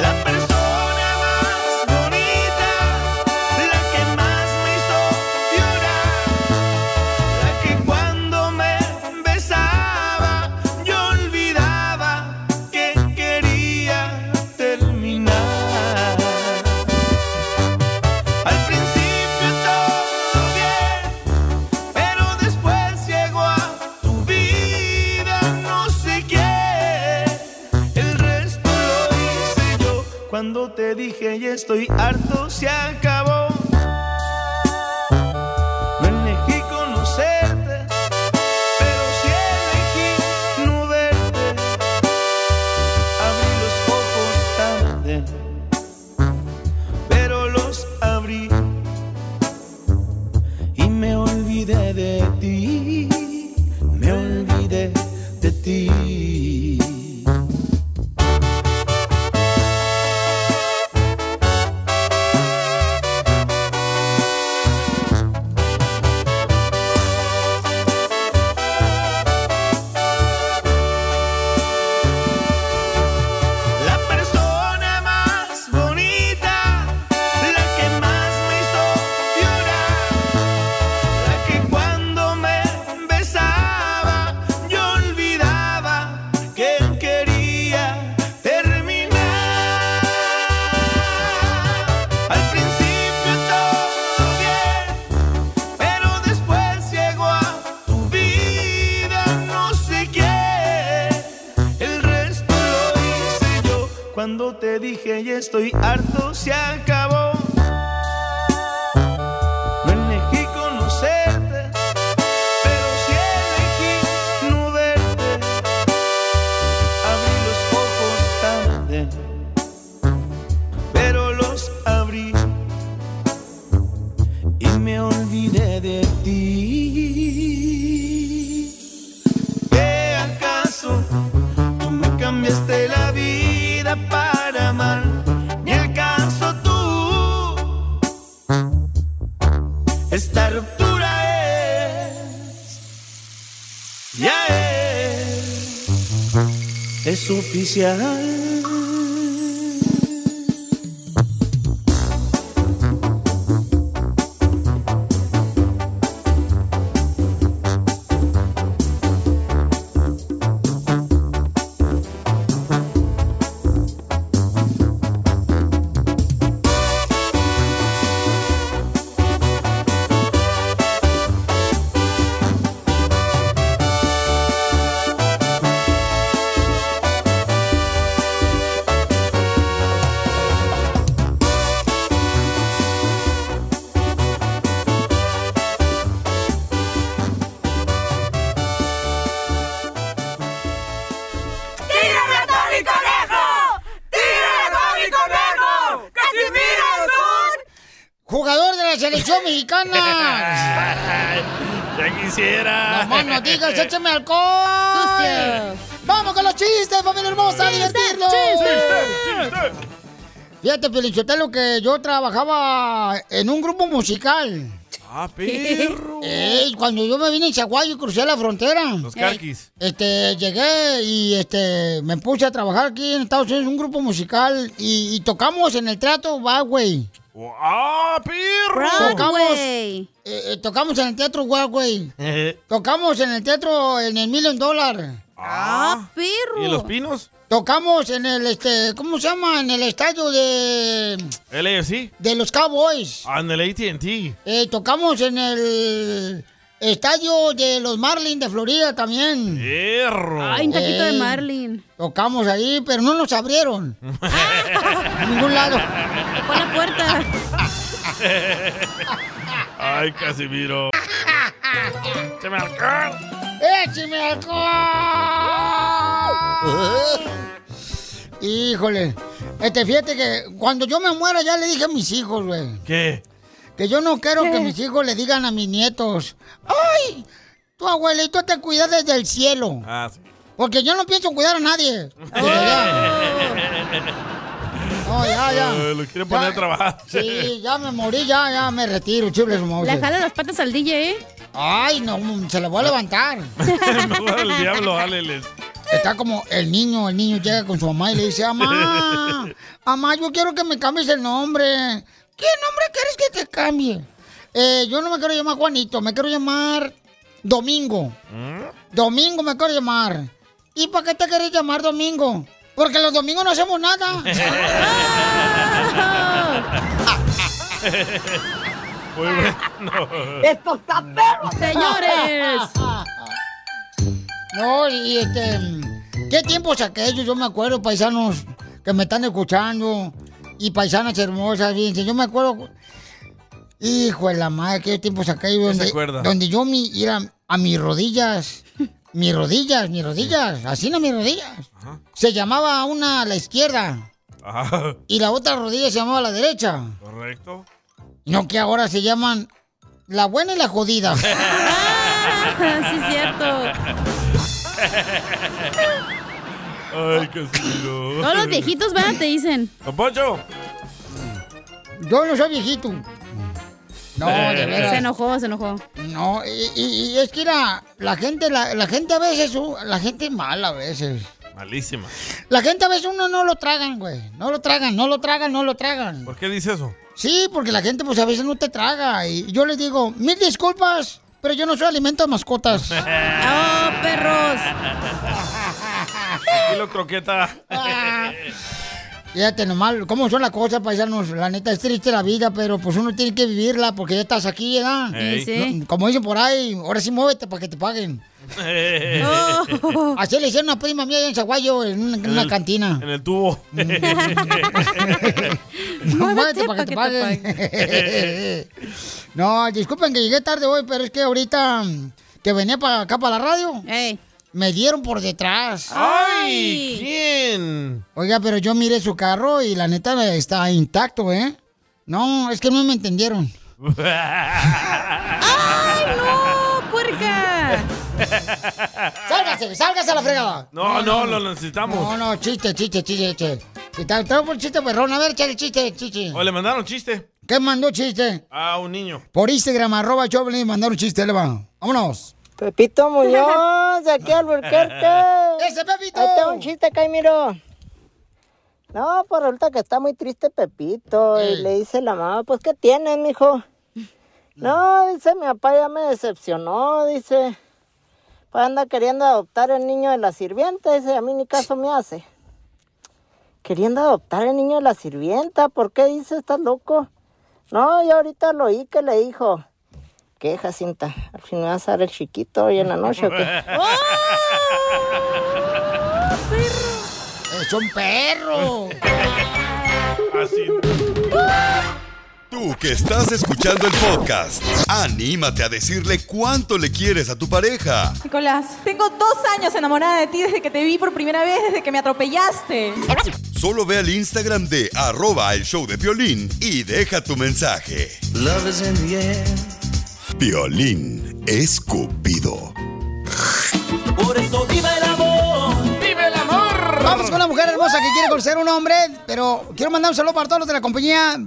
La persona más bonita, la que más me hizo llorar, la que cuando me besaba yo olvidaba que quería terminar. Al principio todo bien. Pero después llegó a tu vida, no sé qué. El resto lo hice yo. Cuando te dije y estoy harto, se acabó. No elegí conocerte, pero sí elegí no verte. Abrí los ojos tarde, pero los abrí y me olvidé de ti, me olvidé de ti. La persona más bonita, la que más me hizo llorar, la que cuando me besaba yo olvidaba que quería terminar. Al principio todo bien, pero después llegó a tu vida no sé qué. El resto lo hice yo cuando te dije y estoy harto, se acabó. No elegí conocerte, pero sí elegí no verte. Abrí los ojos tarde, pero los abrí y me olvidé de ti. ¿Qué acaso? Tú me cambiaste la vida para mal. Ni acaso tú. Esta ruptura es. Ya es. Es oficial. ¡Tírame a todo mi conejo! ¡Tírame a todo mi conejo! ¡Casimiro es Jugador de la selección mexicana. ya quisiera. Nomás no digas, échame alcohol. Vamos con los chistes, familia hermosa, a divertirnos. Fíjate, Pelichotelo, que yo trabajaba en un grupo musical. Ah, perro. Ey, cuando yo me vine en Chaguayo y crucé la frontera. Los carquis. Este, llegué y este, me puse a trabajar aquí en Estados Unidos, un grupo musical, y, y tocamos en el trato, va, güey. ¡Ah, pirro! Tocamos, eh, eh, tocamos en el teatro Huawei. Tocamos en el teatro en el Million Dollar. ¡Ah, pirro! ¿Y los pinos? Tocamos en el, este, ¿cómo se llama? En el estadio de, ¿LAFC? de los Cowboys. Ah, en el AT&T. Eh, tocamos en el estadio de los Marlins de Florida también. ¡Pirro! Ay, un taquito de Ey. Marlin. Tocamos ahí, pero no nos abrieron. A ningún lado. Por la puerta. Ay, Casimiro. ¡Se me alcanza! ¡Écheme Eh. alcohol! Híjole. Este, fíjate que cuando yo me muera ya le dije a mis hijos, güey. ¿Qué? Que yo no quiero ¿Qué? que mis hijos le digan a mis nietos. ¡Ay! Tu abuelito te cuida desde el cielo. Ah, sí. Porque yo no pienso cuidar a nadie. No, ya, ya. Eh, lo quiere poner a trabajar. Sí, ya me morí, ya, ya me retiro, chules Le jala las patas al DJ, ¿eh? Ay, no, se le voy a levantar. el diablo, áleles. Está como el niño, el niño llega con su mamá y le dice, mamá, mamá, yo quiero que me cambies el nombre. ¿Qué nombre quieres que te cambie? "Eh, yo no me quiero llamar Juanito, me quiero llamar Domingo. Domingo me quiero llamar. ¿Y para qué te quieres llamar Domingo? Porque los domingos no hacemos nada. Muy bueno. ¡Esto está perro! Señores. No, y este. ¿Qué tiempos aquellos? Yo me acuerdo, paisanos que me están escuchando. Y paisanas hermosas, fíjense. Yo me acuerdo. Hijo de la madre, qué tiempos se aquellos. Donde, acuerda? donde yo me iba a mis rodillas. Mis rodillas, mis rodillas. Así no mis rodillas. Se llamaba una a la izquierda. Ah, Y la otra rodilla se llamaba la derecha. ¿Correcto? No que ahora se llaman la buena y la jodida. Ah, sí, es Ay, Casimiro. Todos los viejitos van, te dicen. Don Poncho. Yo no soy viejito. No, de veras. Se enojó, se enojó. No, y, y- y es que la, la gente, la, la gente a veces, uh, la gente es mala a veces. Malísima. La gente a veces uno no lo tragan, güey. No lo tragan, no lo tragan, no lo tragan. ¿Por qué dice eso? Sí, porque la gente pues a veces no te traga. Y yo les digo, mil disculpas, pero yo no soy alimento de mascotas. ¡Oh, perros! Dilo croqueta. Fíjate nomás, cómo son las cosas, paisanos. La neta es triste la vida, pero pues uno tiene que vivirla porque ya estás aquí, ¿verdad? Ey. Sí, sí. No, como dicen por ahí, ahora sí muévete para que te paguen. No. Ah. Así le hicieron a una prima mía allá en Zaguayo, en una, en una el- cantina. En el tubo. Muévete para que te paguen. no, disculpen que llegué tarde hoy, pero es que ahorita mm, que venía para acá para la radio, me dieron por detrás. ¡Ay! ¿Quién? Oiga, pero yo miré su carro y la neta está intacto, ¿eh? No, es que no me entendieron. ¡Ay, no! ¡Puerca! ¡Sálgase! ¡Sálgase a la fregada! No, no, lo necesitamos. No, no, chiste, chiste, chiste, chiste. Si te traigo por chiste, perrón. A ver, échale chiste, chiste. O le mandaron chiste ¿Qué mandó chiste? a un niño. Por Instagram, arroba Choplin, mandaron chiste, le va. Vámonos. Pepito Muñoz, de aquí al Burquerque. ¡Ese Pepito! Ahí está un chiste acá, y miro. No, pues resulta que está muy triste Pepito. Y le dice la mamá, pues, ¿qué tienes, mijo? No, dice, mi papá ya me decepcionó, dice. Pues anda queriendo adoptar el niño de la sirvienta, dice, a mí ni caso me hace. Queriendo adoptar el niño de la sirvienta, ¿por qué dice, estás loco? No, yo ahorita lo oí que le dijo. ¿Qué, Jacinta? ¿Al fin me vas a dar el chiquito hoy en la noche o qué? ¡Oh! ¡Es un perro! Así. ¡Oh! Tú que estás escuchando el podcast, anímate a decirle cuánto le quieres a tu pareja. Nicolás, tengo dos años enamorada de ti desde que te vi por primera vez, desde que me atropellaste. Solo ve al Instagram de arroba el show de Piolín y deja tu mensaje. Piolín escupido. Por eso viva el amor. ¡Vive el amor! Vamos con una mujer hermosa que quiere conocer a un hombre, pero quiero mandar un saludo para todos los de la compañía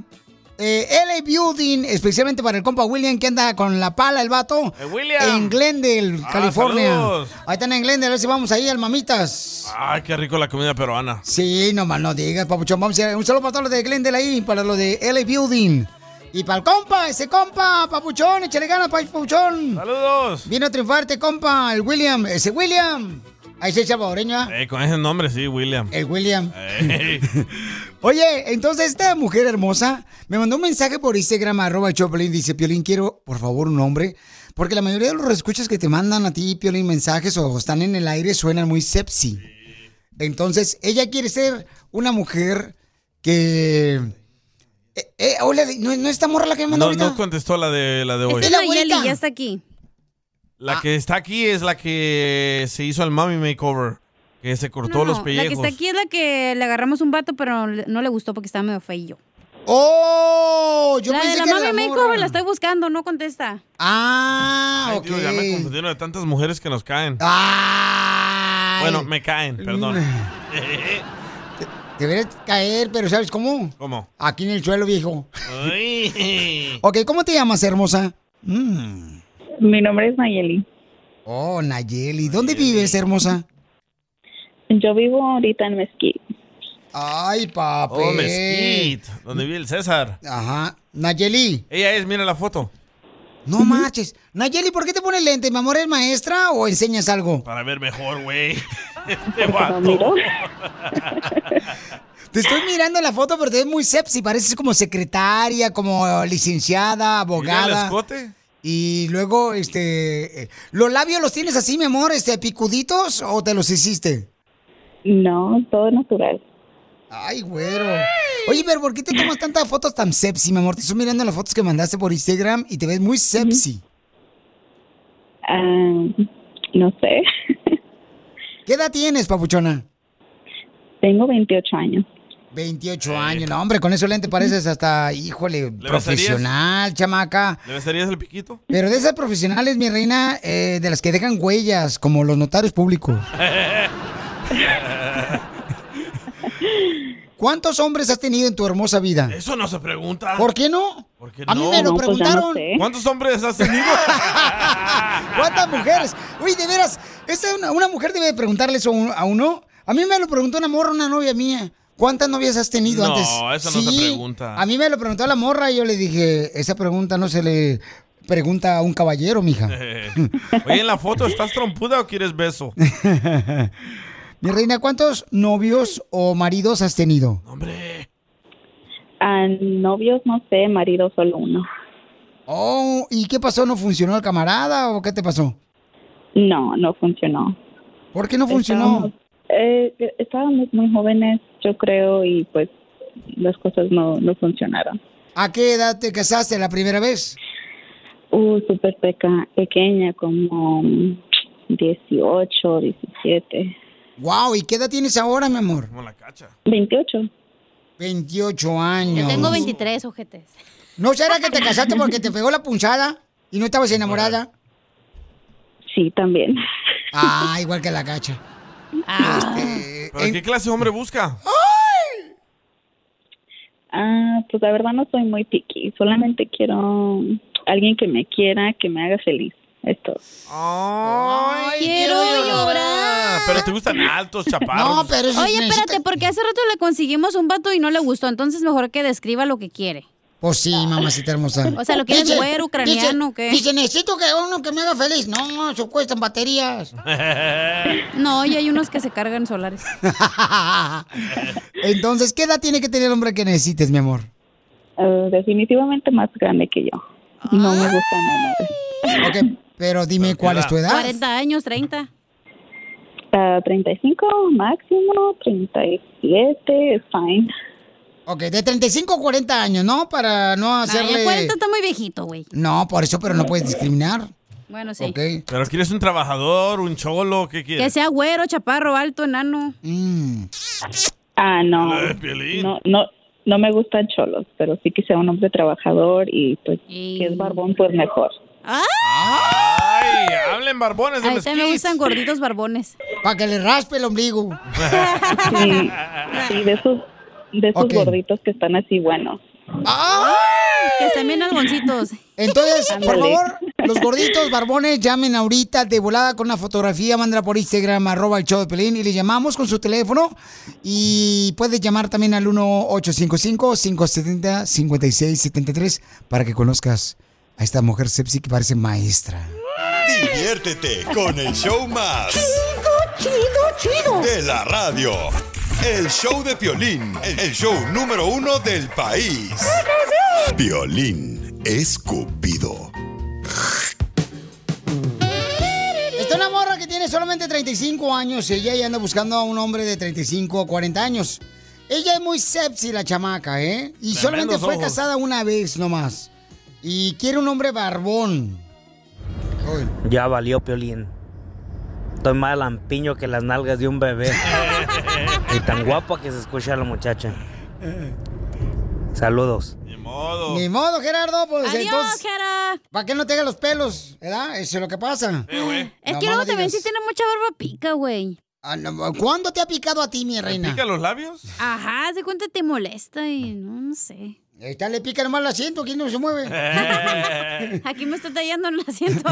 eh, LA Building, especialmente para el compa William que anda con la pala el vato. Eh, William. En Glendale, Ah, California. saludos. Ahí están en Glendale, a ver si vamos ahí al mamitas. Ay, qué rico la comida peruana. Sí, nomás no digas, papuchón. Vamos a ir- un saludo para todos los de Glendale ahí, para los de LA Building. Y para el compa, ese compa, papuchón, échale ganas, pa- papuchón. Saludos. Vino a triunfarte, compa, el William, ese William. Ahí se echa ¿ah? Eh, con ese nombre, sí, William. El William. Ey. Oye, entonces esta mujer hermosa me mandó un mensaje por Instagram, arroba el Choplin, dice, Piolín, quiero, por favor, un nombre. Porque la mayoría de los escuchas que te mandan a ti, Piolín, mensajes o están en el aire suenan muy sepsi. Entonces, ella quiere ser una mujer que... Eh, eh, hola, ¿no, no esta morra la que me mandó No, ahorita? no contestó la de, la de Este hoy. Esta es la Yeli, ya está aquí. Ah. La que está aquí es la que se hizo el mommy makeover. Que se cortó No, los no, la que pellejos. está aquí es la que le agarramos un vato, pero le- no le gustó porque estaba medio feillo. ¡Oh! yo la pensé de la que era mami la makeover morra. la estoy buscando, no contesta. Ah, Ay, Dios, ya me confundieron de tantas mujeres que nos caen. Bueno, me caen, perdón. Debería caer, pero ¿sabes cómo? ¿Cómo? Aquí en el suelo, viejo. Ay. Ok, ¿cómo te llamas, hermosa? Mm. Mi nombre es Nayeli. Oh, Nayeli. ¿Dónde vives, hermosa? Yo vivo ahorita en Mesquite. Ay, papá. Oh, Mesquite, donde vive el César. Ajá. Nayeli. Ella es, mira la foto, No marches. Nayeli, ¿por qué te pones lente? ¿Mi amor es maestra o enseñas algo? para ver mejor, güey. Este no guato. miro. Te estoy mirando la foto, pero te ves muy sepsi. Pareces como secretaria, como licenciada, Mira el abogada. escote. Y luego, este. eh, ¿Los labios los tienes así, mi amor? Este, picuditos o te los hiciste? No, todo natural. Ay, güero. Oye, pero ¿por qué te tomas tantas fotos tan sepsi, mi amor? Te estoy mirando las fotos que mandaste por Instagram y te ves muy sepsi. Ah. no sé. ¿Qué edad tienes, papuchona? Tengo 28 años. 28 años. No, hombre, con eso lente pareces hasta, híjole, profesional, chamaca. ¿Le besarías el piquito? Pero de esas profesionales, mi reina, eh, de las que dejan huellas, como los notarios públicos. ¿Cuántos hombres has tenido en tu hermosa vida? Eso no se pregunta. ¿Por qué no? Porque A mí no. me lo preguntaron. ¿Cuántos hombres has tenido? ¿Cuántas mujeres? Uy, de veras, esa una, una mujer debe preguntarle eso a un- a uno. A mí me lo preguntó una morra, una novia mía. ¿Cuántas novias has tenido No, antes? eso no se pregunta. A mí me lo preguntó la morra y yo le dije, esa pregunta no se le pregunta a un caballero, mija. Oye, en la foto, ¿estás trompuda o quieres beso? Eh. Mi reina, ¿cuántos novios o maridos has tenido? A Ah, novios, no sé, marido solo uno. Oh, ¿y qué pasó? ¿No funcionó el camarada o qué te pasó? No, no funcionó. ¿Por qué no funcionó? Estábamos, eh, estábamos muy jóvenes, yo creo, y pues las cosas no, no funcionaron. ¿A qué edad te casaste la primera vez? Uh, súper peca- pequeña, como mm, 18, 17. Wow, ¿y qué edad tienes ahora, mi amor? Como la cacha. 28. 28 años. Yo tengo 23 ojetes. ¿No será que te casaste porque te pegó la punchada y no estabas enamorada? Sí, también. Ah, igual que la Este, cacha. ¿Pero qué clase de hombre busca? Ah, pues la verdad no soy muy picky, solamente quiero alguien que me quiera, que me haga feliz. Esto. Ay, quiero llorar. Ah, Pero te gustan altos, chaparros. Oye, espérate, porque hace rato le conseguimos un vato y no le gustó, entonces mejor que describa lo que quiere. Pues sí, mamacita hermosa. O sea, ¿lo quieres Dice- güero, ucraniano, dice- qué? Dice, necesito que uno que me haga feliz. No, eso cuestan baterías. No, y hay unos que se cargan solares. Entonces, ¿qué edad tiene que tener el hombre que necesites, mi amor? Eh, definitivamente más grande que yo. No me gustan menores. Ok, pero dime cuál es tu edad. 40 años, 30. Ah, 35 máximo, 37 es fine. Ok, de 35 a 40 años, ¿no? Para no Ay, el hacerle... 40 está muy viejito, güey. No, por eso, pero no puedes discriminar. Bueno, sí. ¿Pero quieres un trabajador, un cholo? ¿Qué Que quieres? sea güero, chaparro, alto, enano. Ah, no. Lo de Piolín. No, no, no me gustan cholos, pero sí que sea un hombre trabajador y pues que es barbón, pues mejor. ¡Ay! Hablen barbones de A mí me mezquites. gustan gorditos barbones. Para que le raspe el ombligo. Sí, sí, de esos, de esos gorditos que están así buenos. ¡Ay! también algoncitos. Entonces, por Ándale. favor, los gorditos barbones llamen ahorita de volada con una fotografía, mándala por Instagram, arroba el show de Pelín, y le llamamos con su teléfono. Y puedes llamar también al 1-855-570-5673 para que conozcas a esta mujer sepsi que parece maestra. Diviértete con el show más. Chido, chido, chido. De la radio. El show de Piolín. El show número uno del país. Piolín escupido. Está una morra que tiene solamente 35 años. Ella ya anda buscando a un hombre de 35 o 40 años. Ella es muy sepsi, la chamaca, ¿eh? Y Tremendos solamente fue ojos. casada una vez nomás. Y quiere un hombre barbón. Ya valió, Piolín. Estoy más lampiño que las nalgas de un bebé. y tan guapa que se escucha la muchacha. Saludos. Ni modo, Gerardo, pues Adiós, entonces. ¿Para qué no te haga los pelos? ¿Verdad? Eso es lo que pasa. Es que luego también sí tiene mucha barba pica, güey. Ah, ¿Cuándo te ha picado a ti, mi reina? ¿Pica los labios? Ajá, se cuenta te molesta y no, no sé. Está le pica nomás el asiento, aquí no se mueve. Aquí me está tallando en el asiento.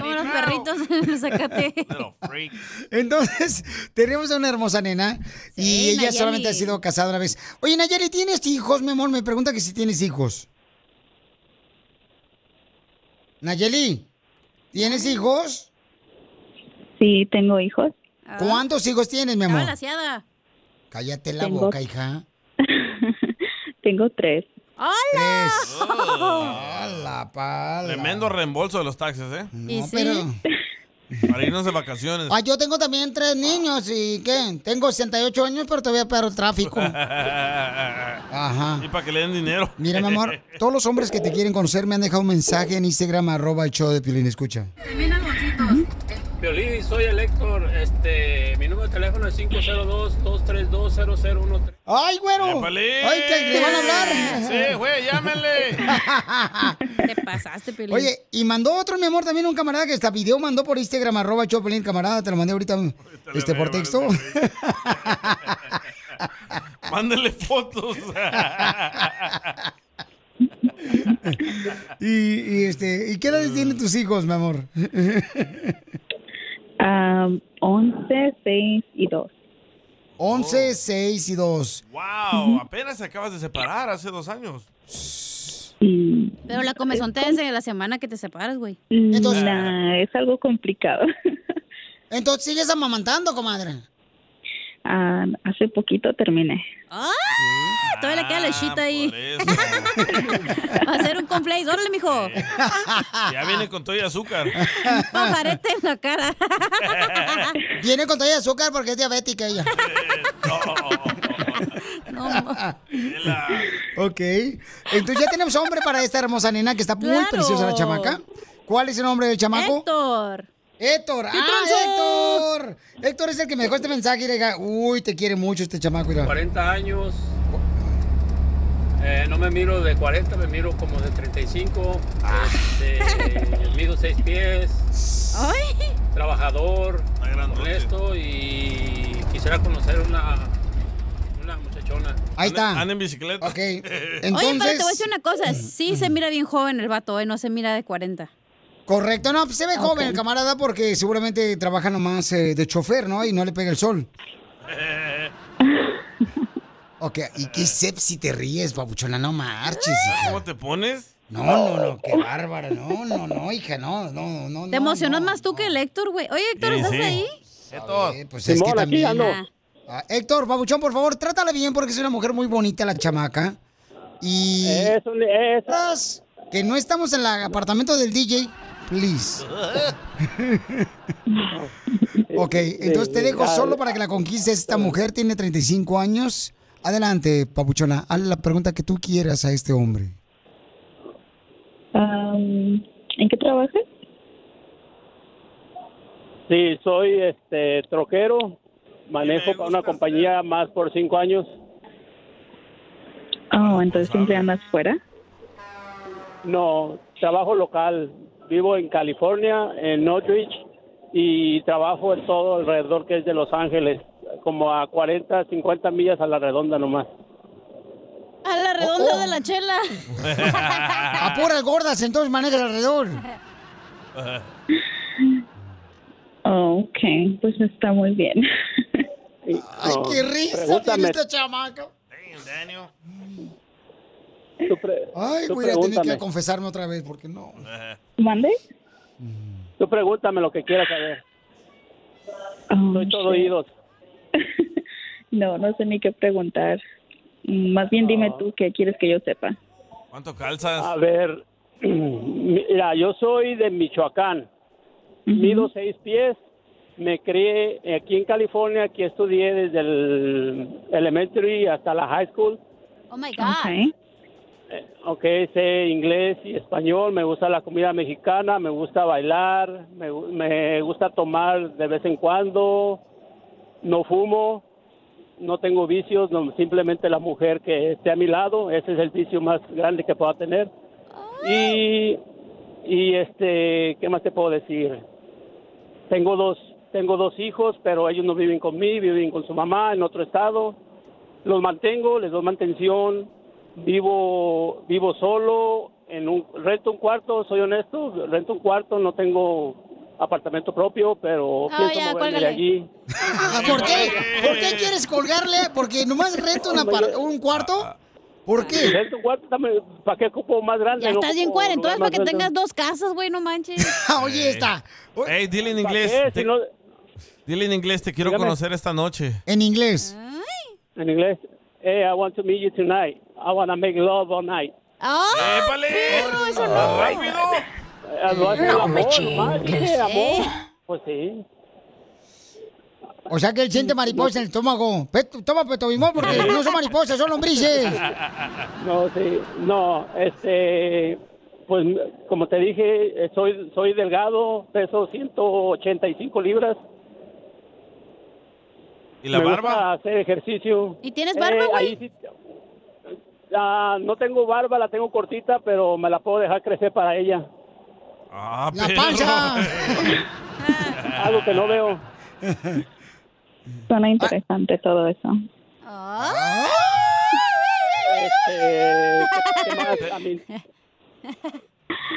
Como los perritos en el zacate. Entonces, tenemos a una hermosa nena y ella Nayeli. solamente ha sido casada una vez. Oye, Nayeli, ¿tienes hijos, mi amor? Me pregunta que si tienes hijos. Nayeli, ¿tienes hijos? Sí, tengo hijos. Ah. ¿Cuántos hijos tienes, mi amor? Palaciada. Cállate la Tengo- boca, hija. Tengo tres. Eh, ¡Hola! ¡Hala, pala! Tremendo reembolso de los taxes, ¿eh? No, pero... Para irnos de vacaciones. Ah, yo tengo también tres niños y ¿qué? Tengo 68 años, pero todavía paro el tráfico. Ajá. Y para que le den dinero. Mira, mi amor, todos los hombres que te quieren conocer me han dejado un mensaje en Instagram, arroba el show de Piolín, escucha. Violín, soy el Héctor. Este, mi número de teléfono es 502-232-0013. ¡Ay, güero! ¡Ay, que le van a hablar! Sí, güey, llámenle. Te pasaste, Pelín. Oye, y mandó otro, mi amor, también un camarada que hasta video mandó por Instagram, arroba el show de Piolín, camarada, te lo mandé ahorita este, por texto. Mándale fotos. y, y, este, ¿y qué edades tienen tus hijos, mi amor? Am, 11, 6 y 2. 11, 6 y 2. wow, apenas te acabas de separar hace dos años. Pero la comezón te hace la semana que te separas, güey. Entonces, es algo complicado. Entonces, ¿sigues amamantando, comadre? Ah, Am, hace poquito terminé. ¡Ah! Todavía le Ah, queda lechita ahí. Va a hacer un complex. Órale, mijo. Ya viene con todo y azúcar. Pajarete en la cara. Viene con talla de azúcar porque es diabética ella. ok. Entonces ya tenemos hombre para esta hermosa nena que está muy Claro. preciosa la chamaca. ¿Cuál es el nombre del chamaco? Héctor. Héctor. ¿Qué ¡Ah, Héctor! Héctor es el que me dejó este mensaje y le diga, uy, te quiere mucho este chamaco. mira. 40 años. Eh, no me miro de 40, me miro como de 35. Ah. Este, mido 6 pies. Trabajador, honesto y quisiera conocer una, una muchachona. Ahí está. Anda en bicicleta. Ok. Oye, pero te voy a decir una cosa. Sí se mira bien joven el vato, ¿eh? No se mira de 40. Correcto, no, pues se ve Ok. joven el camarada porque seguramente trabaja nomás eh, de chofer, ¿no? Y no le pega el sol. Ok, ¿y qué sepsi te ríes, babuchona? No marches, hija. ¿Cómo te pones? No, no, no, qué bárbara. No, no, no, hija, no, no, no. Te emocionas más tú que el Héctor, güey. Oye, Héctor, Sí, ¿estás sí. ahí? Héctor. Pues es Simón, que aquí también. ando. Ah, Héctor, babuchón, por favor, trátala bien porque es una mujer muy bonita la chamaca. Y. Eso, eso. Que no estamos en el apartamento del DJ, please. ok, Eh, entonces te dejo solo para que la conquistes. Esta mujer tiene 35 años. Adelante, papuchona, haz la pregunta que tú quieras a este hombre. Am, ¿En qué trabajas? Sí, soy este troquero, manejo para una compañía más por cinco años. Oh, entonces siempre andas fuera. No, trabajo local, vivo en California, en Northridge y trabajo en todo alrededor que es de Los Ángeles, como a 40, 50 millas a la redonda nomás. A Oh, la redonda de la chela. A puras gordas, entonces maneja el alrededor. Oh, ok, pues está muy bien. Ay, qué risa tiene Pregúntame. este chamaco. Ay, tú voy a ir a tener que pregúntame. confesarme otra vez porque no. ¿Mande? Tú pregúntame lo que quieras saber. Soy Todo oídos. No, no sé ni qué preguntar. Mm, Más bien dime tú qué quieres que yo sepa. ¿Cuánto calzas? A ver, mira, yo soy de Michoacán. Mido seis pies. Me crié aquí en California. Aquí estudié desde el elementary hasta la high school. Eh, Oh my God. Ok, sé inglés y español, me gusta la comida mexicana, me gusta bailar, me, gu- me gusta tomar de vez en cuando, no fumo, no tengo vicios, no- simplemente la mujer que esté a mi lado, ese es el vicio más grande que pueda tener. Y, y este, ¿qué más te puedo decir? Tengo dos, tengo dos hijos, pero ellos no viven conmigo, viven con su mamá en otro estado. Los mantengo, les doy mantención, vivo vivo solo en un rento un cuarto soy honesto rento un cuarto no tengo apartamento propio pero Ah, pienso ya, moverme cuélgale. de allí Ah, ¿Por qué? ¿Por qué quieres colgarle? Porque nomás renta una par- un Ah, cuarto. ¿Por qué? rento un Pues cuarto dame- para qué ocupo más grande Ya No estás bien ocupo cuarentón, lugar entonces para más que grande. tengas dos casas, güey, no manches. Ey. Ey, dile en inglés. qué? te- Dile en inglés, te quiero Dígame. conocer esta noche. En inglés. en inglés hey I want to meet you tonight I want to make love all night ¡Ah! no, eso no. Eh, no me amor pues sí O sea que él siente mariposa en el estómago. Pet- toma petobimol porque no son mariposas, son lombrices. No, sí, no, este, pues como te dije, eh, soy, soy delgado, peso 185 libras. ¿Y la Me barba? gusta hacer ejercicio. ¿Y tienes barba, Eh, güey? ahí sí- Ah, no tengo barba, la tengo cortita, pero me la puedo dejar crecer para ella. Ah, ¡La perro. panza! Algo que no veo. Suena interesante todo eso. Este, ¿qué- qué más? A mí-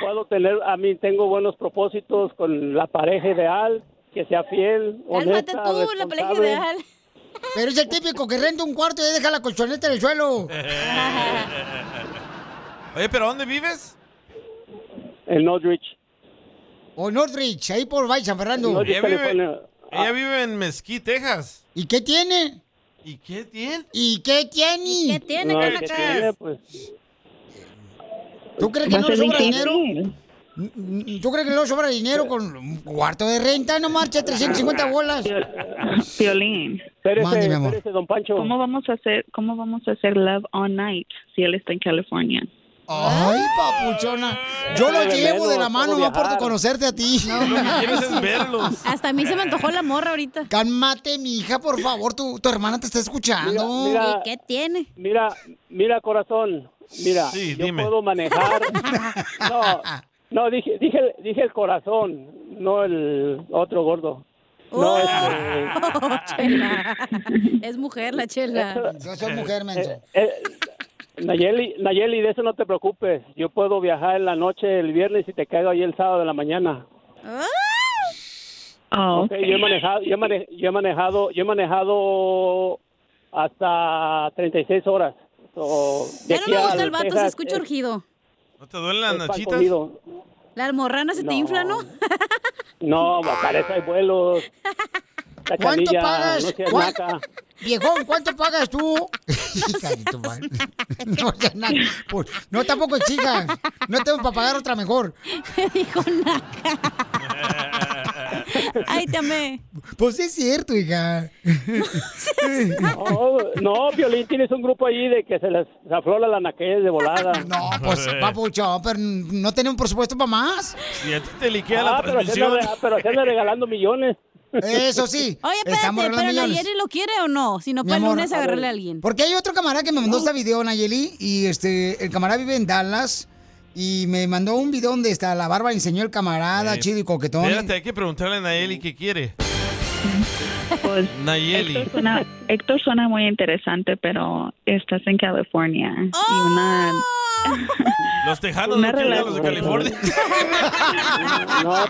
puedo tener, a mí tengo buenos propósitos con la pareja ideal, que sea fiel, Cálmate honesta, tú, la pareja responsable. ideal. Pero es el típico que renta un cuarto y deja la colchoneta en el suelo. Oye, pero ¿dónde vives? En Northridge. O Northridge, ahí por Valle San Fernando. Ella vive, ella Ah. vive en Mesquite, Texas. ¿Y qué tiene? ¿Y qué tiene? ¿Y qué tiene? ¿Y qué tiene, No, ¿qué ¿qué tiene? tiene, pues. ¿Tú crees que Va a no le ser sobra difícil. dinero? ¿Tú crees que no le sobra dinero con un cuarto de renta? No marcha, 350 bolas. Ah. Violín. Espérese, Mande, mi amor. espérese, don Pancho. ¿Cómo vamos a hacer, cómo vamos a hacer love all night si él está en California? Ay, papuchona. Yo lo llevo de la mano, va por conocerte a ti. Hasta a mí se me antojó la morra ahorita. Cálmate, mi hija, por favor. Tu, tu hermana te está escuchando. Mira, Ah, ¿Y qué tiene? Mira, mira, corazón, mira, Sí, yo dime. puedo manejar. No, no, dije, dije, dije el corazón, no el otro gordo. No, este, Oh, Chela. Es mujer la chela. Yo soy mujer, menso. Eh, Nayeli, Nayeli, de eso no te preocupes. Yo puedo viajar en la noche el viernes y te caigo ahí el sábado de la mañana. Ah, Oh, Ok, Yo, he manejado, yo, he mane- yo he manejado, yo he manejado hasta 36 horas. So, de Ya no aquí me a gusta el vato, Texas eh. se escucha es- urgido. ¿No te duelen las es pan nachitas? comido. La almorrana se te infla, ¿no? No, para eso hay vuelos. ¿Cuánto Cachanilla, pagas? No seas ¿Cuán- naca. Viejón, ¿cuánto pagas tú? Hija de tu madre. No, ya nada. Por- no, tampoco exijas. No tengo para pagar otra mejor. Dijo Ay, te amé. Pues es cierto, hija. No, no, Violín, tienes un grupo ahí de que se les aflora la naquez de volada. No, Pues, papuchón, pero no tenemos presupuesto para más. Y a ti te liquea la Ah, pero se transmisión. anda- pero se anda regalando millones. Eso sí. Oye, Estamos espérate, hablando pero de millones. Nayeli lo quiere o no. Si no, Mi para el amor, lunes a ver. agarrarle a alguien. Porque hay otro camarada que me mandó este video, Nayeli, y este, el camarada vive en Dallas y me mandó un video donde está la barba, enseñó el camarada, Eh, chido y coquetón. Espérate, hay que preguntarle a Nayeli qué quiere. Pues, Nayeli. suena- Héctor suena muy interesante, pero estás en California. Y una. Los tejanos Una no quieren a los de California. ¡Oh!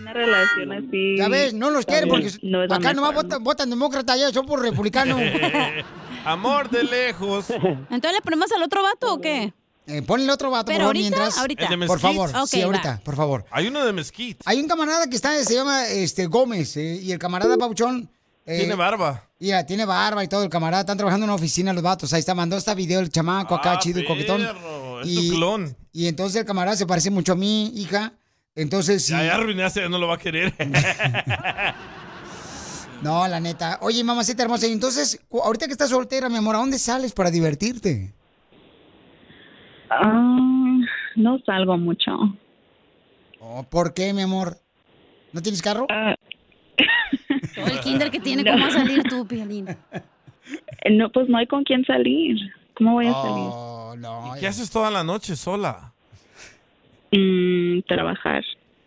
Una relación así. Ya ves, no los quiere porque No es la acá nomás mejor. votan, votan demócrata, ya son por republicano. Amor de lejos. Entonces le ponemos al otro vato o qué? Eh, ponle otro vato, por favor, Pero ahorita, mientras. ahorita. ¿El de Por Mesquite? favor, Ok, sí, va. ahorita, por favor. Hay uno de Mesquite. Hay un camarada que está, se llama este Gómez, eh, y el camarada Uh. Pauchón. eh, Tiene barba. Mira, tiene barba y todo. El camarada están trabajando en una oficina los vatos. Ahí está, mandó este video el chamaco acá, Ah, chido y coquetón. perro, es tu clon. Y entonces el camarada se parece mucho a mí, hija. Entonces, sí. Ya, ya arruinaste, ya no lo va a querer. No, la neta. Oye, mamacita hermosa, y entonces, cu- ahorita que estás soltera, mi amor, ¿a dónde sales para divertirte? Ah, no salgo mucho. Oh, ¿Por qué, mi amor? ¿No tienes carro? Ah. Todo el kinder que tiene, No. ¿cómo va a salir tú, Piolín? Eh, No, pues no hay con quién salir. ¿Cómo voy a Oh. ¿Y qué haces toda la noche sola? salir? Mm, trabajar.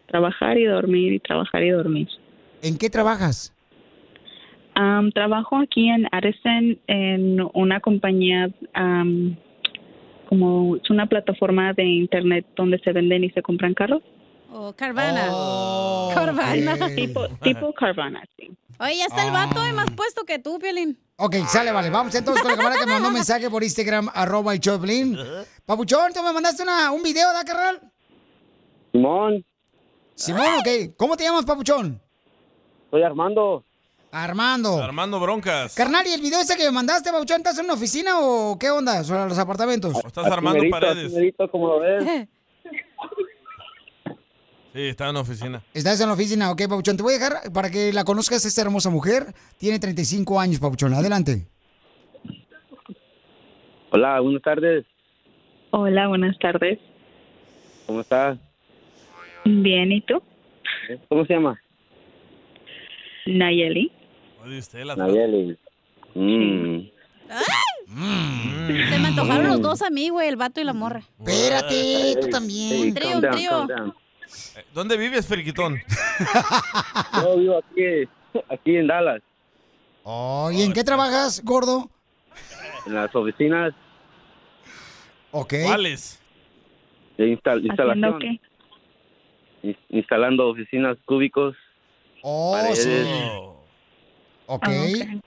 Trabajar y dormir y trabajar y dormir. ¿En qué trabajas? Am, trabajo aquí en Addison en una compañía, am, como es una plataforma de internet donde se venden y se compran carros. O Carvana. Oh. Carvana. Tipo, tipo Carvana, sí. Oye, ya está el vato eh, Ah. más puesto que tú, Piolín. Ok, sale, vale. Vamos entonces con la camarada que me mandó un mensaje por Instagram, arroba el Choplin. Papuchón, tú me mandaste una- un video, ¿da, carnal? Simón. Simón, ok. ¿Cómo te llamas, Papuchón? Soy Armando. Armando. Armando Broncas. Carnal, ¿y el video ese que me mandaste, Papuchón, estás en una oficina o qué onda? ¿Sobre los apartamentos? estás Ah, armando Así merito, paredes. así como lo ves. Sí, está en la oficina. Estás en la oficina, ok, Papuchón. Te voy a dejar para que la conozcas esta hermosa mujer. Tiene 35 años, Papuchón. Adelante. Hola, buenas tardes. Hola, buenas tardes. ¿Cómo está? Bien, ¿y tú? ¿Cómo se llama? Nayeli. Oye, usted la Nayeli. Mm. Se me antojaron los dos a mí, güey, el vato y la morra. Ah, Espérate, tú también. Un trío, un trío. Eh, ¿Dónde vives, Feriquitón? Yo vivo aquí, aquí en Dallas, Oh, ¿Y en qué trabajas, gordo? en las oficinas Ok. ¿Cuáles? de instal- ¿Haciendo instalación. In- instalando oficinas cúbicos. Oh, paredes. sí. Ok. Ah,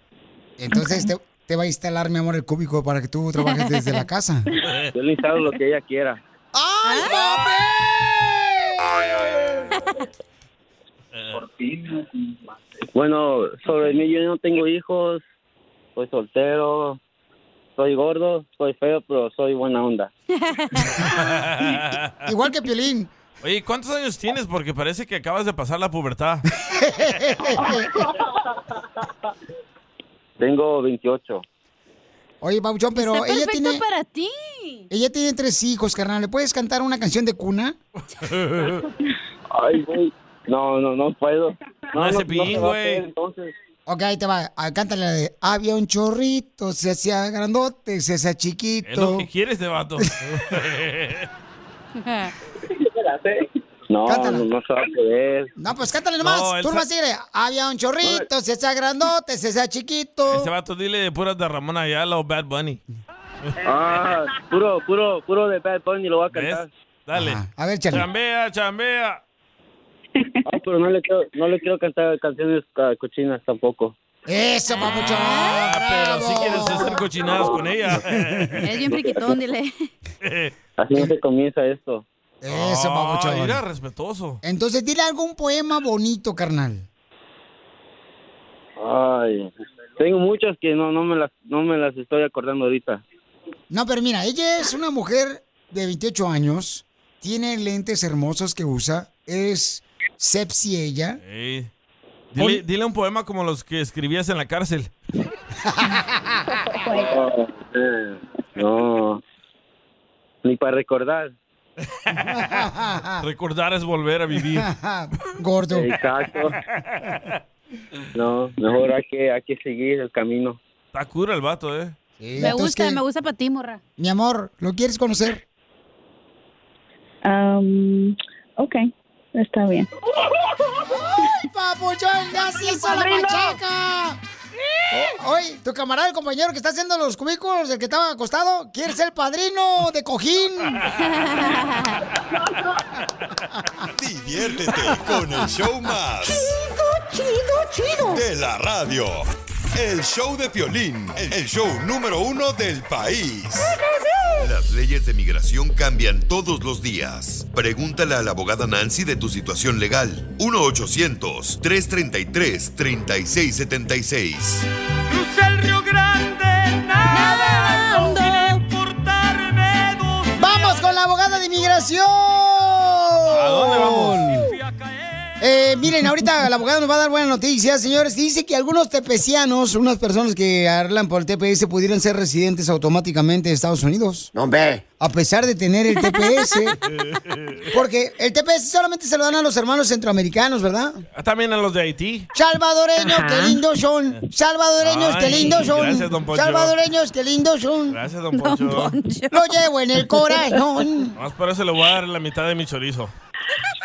Entonces Te, te va a instalar, mi amor, el cúbico para que tú trabajes desde la casa. Yo le instalo lo que ella quiera. ¡Ay, Bueno, sobre mí yo no tengo hijos, soy soltero, soy gordo, soy feo, pero soy buena onda. Igual que Piolín. Oye, ¿cuántos años tienes? Porque parece que acabas de pasar la pubertad. Tengo 28. Oye, Papuchón, pero Está ella perfecto tiene, para ti. ella tiene tres hijos, carnal. ¿Le puedes cantar una canción de cuna? Ay, güey. No, no, no puedo. No, Una no, no Cepillín, se va a güey. hacer, entonces. Ok, ahí te va. Ah, Cántale la de Había un chorrito, se hacía grandote, se hacía Es lo chiquito. que quiere este vato. No, Cántala. no, no se va a poder. No, pues cántale nomás. No, él Tú sa- nomás sigue. Había un chorrito, se hacía grandote, se hacía chiquito. Este vato dile de puras de Ramón Ayala o Bad Bunny. Ah, puro, puro, puro de Bad Bunny lo voy a cantar. Dale. A ver, chale. Chambea, chambea. Ah, pero no le quiero, no le quiero cantar canciones ah, cochinas tampoco. Eso, papuchón. Ah, pero si quieres hacer cochinadas con ella. Es bien friquitón, dile. Así no se comienza esto. Eso, Ah, papuchón. mira, respetuoso. Entonces, dile algún poema bonito, carnal. Ay, tengo muchas que no, no me las, no me las estoy acordando ahorita. No, pero mira, ella es una mujer de 28 años, tiene lentes hermosos que usa, es sepsi ella. Ey. Dile, dile un poema como los que escribías en la cárcel. Eh, No, ni para recordar. Recordar es volver a vivir. Gordo. Exacto. No, mejor hay que, hay que seguir el camino. Está cura el vato, ¿eh? Me gusta, me gusta para ti, morra. Mi amor, ¿lo quieres conocer? Um, Mm, Am, ok, está bien. papuchón! ¡Gracias a la Padrino. machaca! Oye, tu camarada, el compañero que está haciendo los cubículos, el que estaba acostado, quiere ser padrino de cojín. Diviértete con el show más. Chido, chido, chido. De la radio. El show de Piolín, el show número uno del país. Las leyes de migración cambian todos los días. Pregúntale a la abogada Nancy de tu situación legal. 1-800-333-3676. Crucé el Río Grande nadando. ¡Vamos con la abogada de inmigración! ¿A dónde vamos? Eh, miren, ahorita la abogada nos va a dar buenas noticias, señores. Dice que algunos tepecianos, unas personas que arlan por el TPS, pudieran ser residentes automáticamente de Estados Unidos. No, hombre. A pesar de tener el TPS. Porque el TPS solamente se lo dan a los hermanos centroamericanos, ¿verdad? Ah, También a los de Haití. Salvadoreños, Ajá. qué lindos son. Salvadoreños, qué Ay, lindos son. gracias, don Poncho. Salvadoreños, qué lindos son. Gracias, don Poncho. Lo llevo en el corazón. Más por eso le voy a dar la mitad de mi chorizo.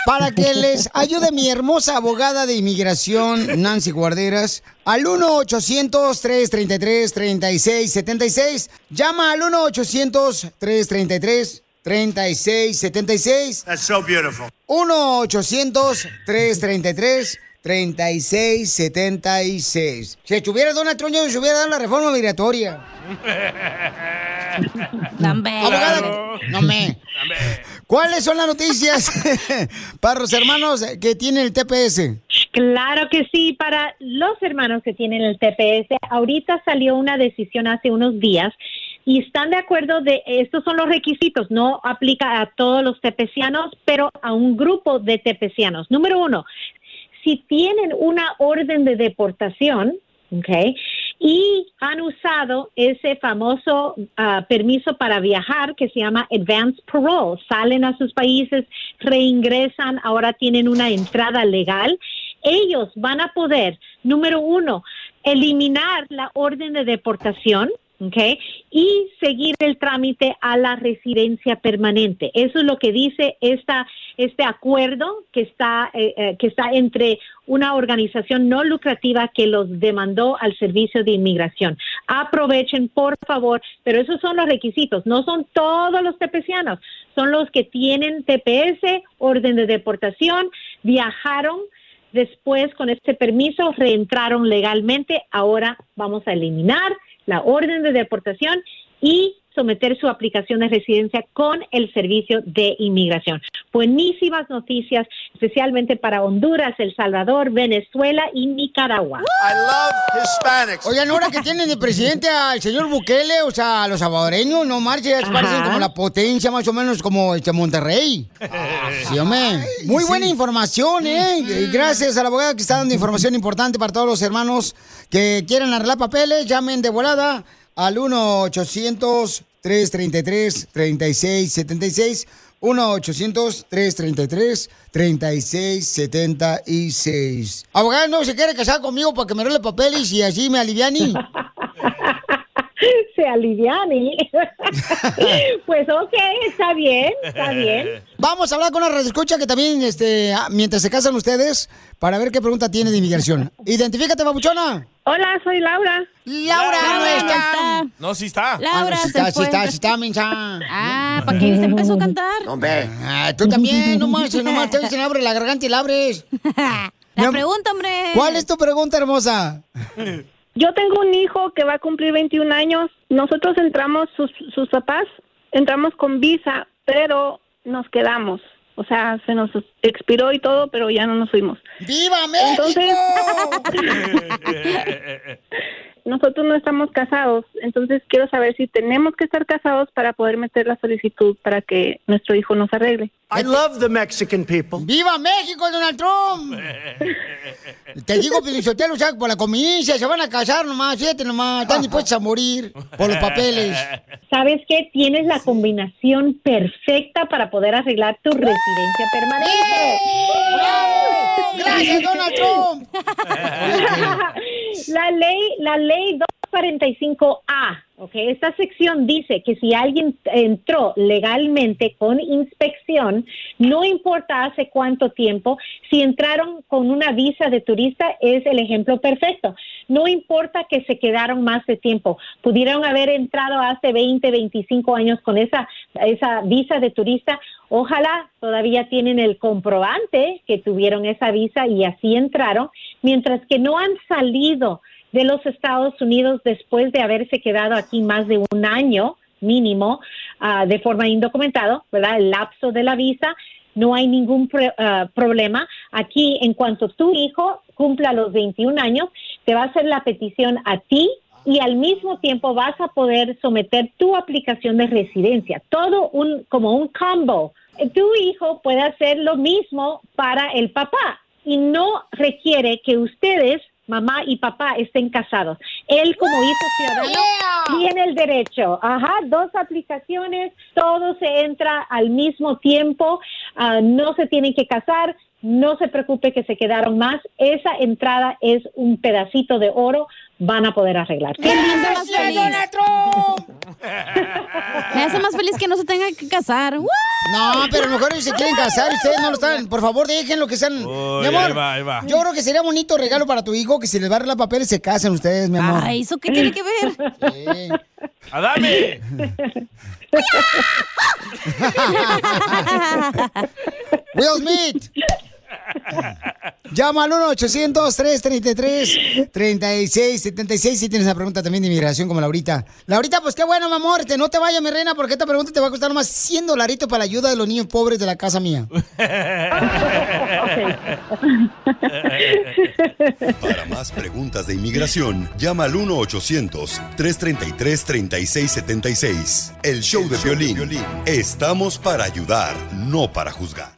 Para que les ayude mi hermosa abogada de inmigración, Nancy Guarderas, al 1-800-333-3676. Llama al 1-800-333-3676. That's so beautiful. 1-800-333-3676. Si estuviera Donald Trump, yo les hubiera dado la reforma migratoria. Abogada, no me. ¿Cuáles son las noticias para los hermanos que tienen el TPS? Claro que sí, para los hermanos que tienen el TPS, ahorita salió una decisión hace unos días y están de acuerdo de estos son los requisitos, no aplica a todos los tepecianos, pero a un grupo de tepecianos. Número uno, si tienen una orden de deportación, ¿ok? Y han usado ese famoso ah, permiso para viajar que se llama advance parole. Salen a sus países, reingresan, ahora tienen una entrada legal. Ellos van a poder, número uno, eliminar la orden de deportación. ¿ok? Y seguir el trámite a la residencia permanente. Eso es lo que dice esta, este acuerdo que está, eh, eh, que está entre una organización no lucrativa que los demandó al Servicio de Inmigración. Aprovechen, por favor, pero esos son los requisitos, no son todos los tepecianos, son los que tienen TPS, orden de deportación, viajaron, Después, con este permiso, reentraron legalmente. Ahora vamos a eliminar la orden de deportación y someter su aplicación de residencia con el Servicio de Inmigración. Buenísimas noticias, especialmente para Honduras, El Salvador, Venezuela y Nicaragua. Oigan, ahora que tienen de presidente al señor Bukele, o sea, a los salvadoreños, no marches, Ajá. parecen como la potencia más o menos como este Monterrey. Sí, hombre. Muy buena información, ¿eh? Y Gracias a la abogada que está dando información importante para todos los hermanos que quieran arreglar papeles. Llamen de volada al 1-800-333-3676. 1-800-333-3676. Abogada, ¿no se quiere casar conmigo para que me arregle papeles y así me aliviani? Se alivian y... pues ok, está bien, está bien. Vamos a hablar con la radioescucha que también, este, ah, mientras se casan ustedes, para ver qué pregunta tiene de inmigración. Identifícate, babuchona. Hola, soy Laura. Laura, no está. No, sí está. Ah, no, sí está, sí está, sí está, mensa. Ah, ¿para qué usted empezó a cantar? Ah, tú también, no marches, no marches, se le abre la garganta y la abres. La pregunta, hombre. ¿Cuál es tu pregunta, hermosa? Yo tengo un hijo que va a cumplir 21 años. Nosotros entramos, sus, sus papás, entramos con visa, pero nos quedamos. O sea, se nos expiró y todo, pero ya no nos fuimos. ¡Viva Entonces, nosotros no estamos casados. Entonces, quiero saber si tenemos que estar casados para poder meter la solicitud para que nuestro hijo nos arregle. I love the Mexican people. ¡Viva México, Donald Trump! Te digo, Pilichotelo, o sea, por la conveniencia, se van a casar nomás, fíjate nomás, están dispuestos a morir por los papeles. ¿Sabes qué? Tienes la combinación perfecta para poder arreglar tu residencia permanente. ¡Gracias, Donald Trump! La ley, la ley 245A, Ok, esta sección dice que si alguien entró legalmente con inspección, no importa hace cuánto tiempo, si entraron con una visa de turista es el ejemplo perfecto. No importa que se quedaron más de tiempo, pudieron haber entrado hace 20, 25 años con esa, esa visa de turista. Ojalá todavía tienen el comprobante que tuvieron esa visa y así entraron, mientras que no han salido de los Estados Unidos después de haberse quedado aquí más de un año mínimo ah, de forma indocumentado, ¿verdad? El lapso de la visa, no hay ningún pre- ah, problema. Aquí, en cuanto tu hijo cumpla los 21 años, te va a hacer la petición a ti y al mismo tiempo vas a poder someter tu aplicación de residencia, todo un como un combo. Tu hijo puede hacer lo mismo para el papá y no requiere que ustedes mamá y papá estén casados. Él como hijo ciudadano tiene el derecho. Ajá, dos aplicaciones, todo se entra al mismo tiempo, ah, no se tienen que casar, no se preocupe que se quedaron más. Esa entrada es un pedacito de oro, van a poder arreglar. Me hace más feliz. Me hace más feliz que no se tenga que casar. ¡Woo! No, pero a lo mejor ellos se quieren casar y ustedes no lo están. Por favor, déjenlo que sean. mi amor, ahí va, ahí va. yo creo que sería bonito regalo para tu hijo que se les va a dar la papel y se casen ustedes, mi amor. Ay, ¿eso qué tiene que ver? ¡Adame! Will Smith. Llama al 1-800-333-3676 si tienes una pregunta también de inmigración como Laurita. Laurita, pues qué bueno, mi amor. Te, no te vayas, mi reina, porque esta pregunta te va a costar nomás 100 dolaritos para la ayuda de los niños pobres de la casa mía. Para más preguntas de inmigración, llama al 1-800-333-3676. El show de violín. Estamos para ayudar, no para juzgar.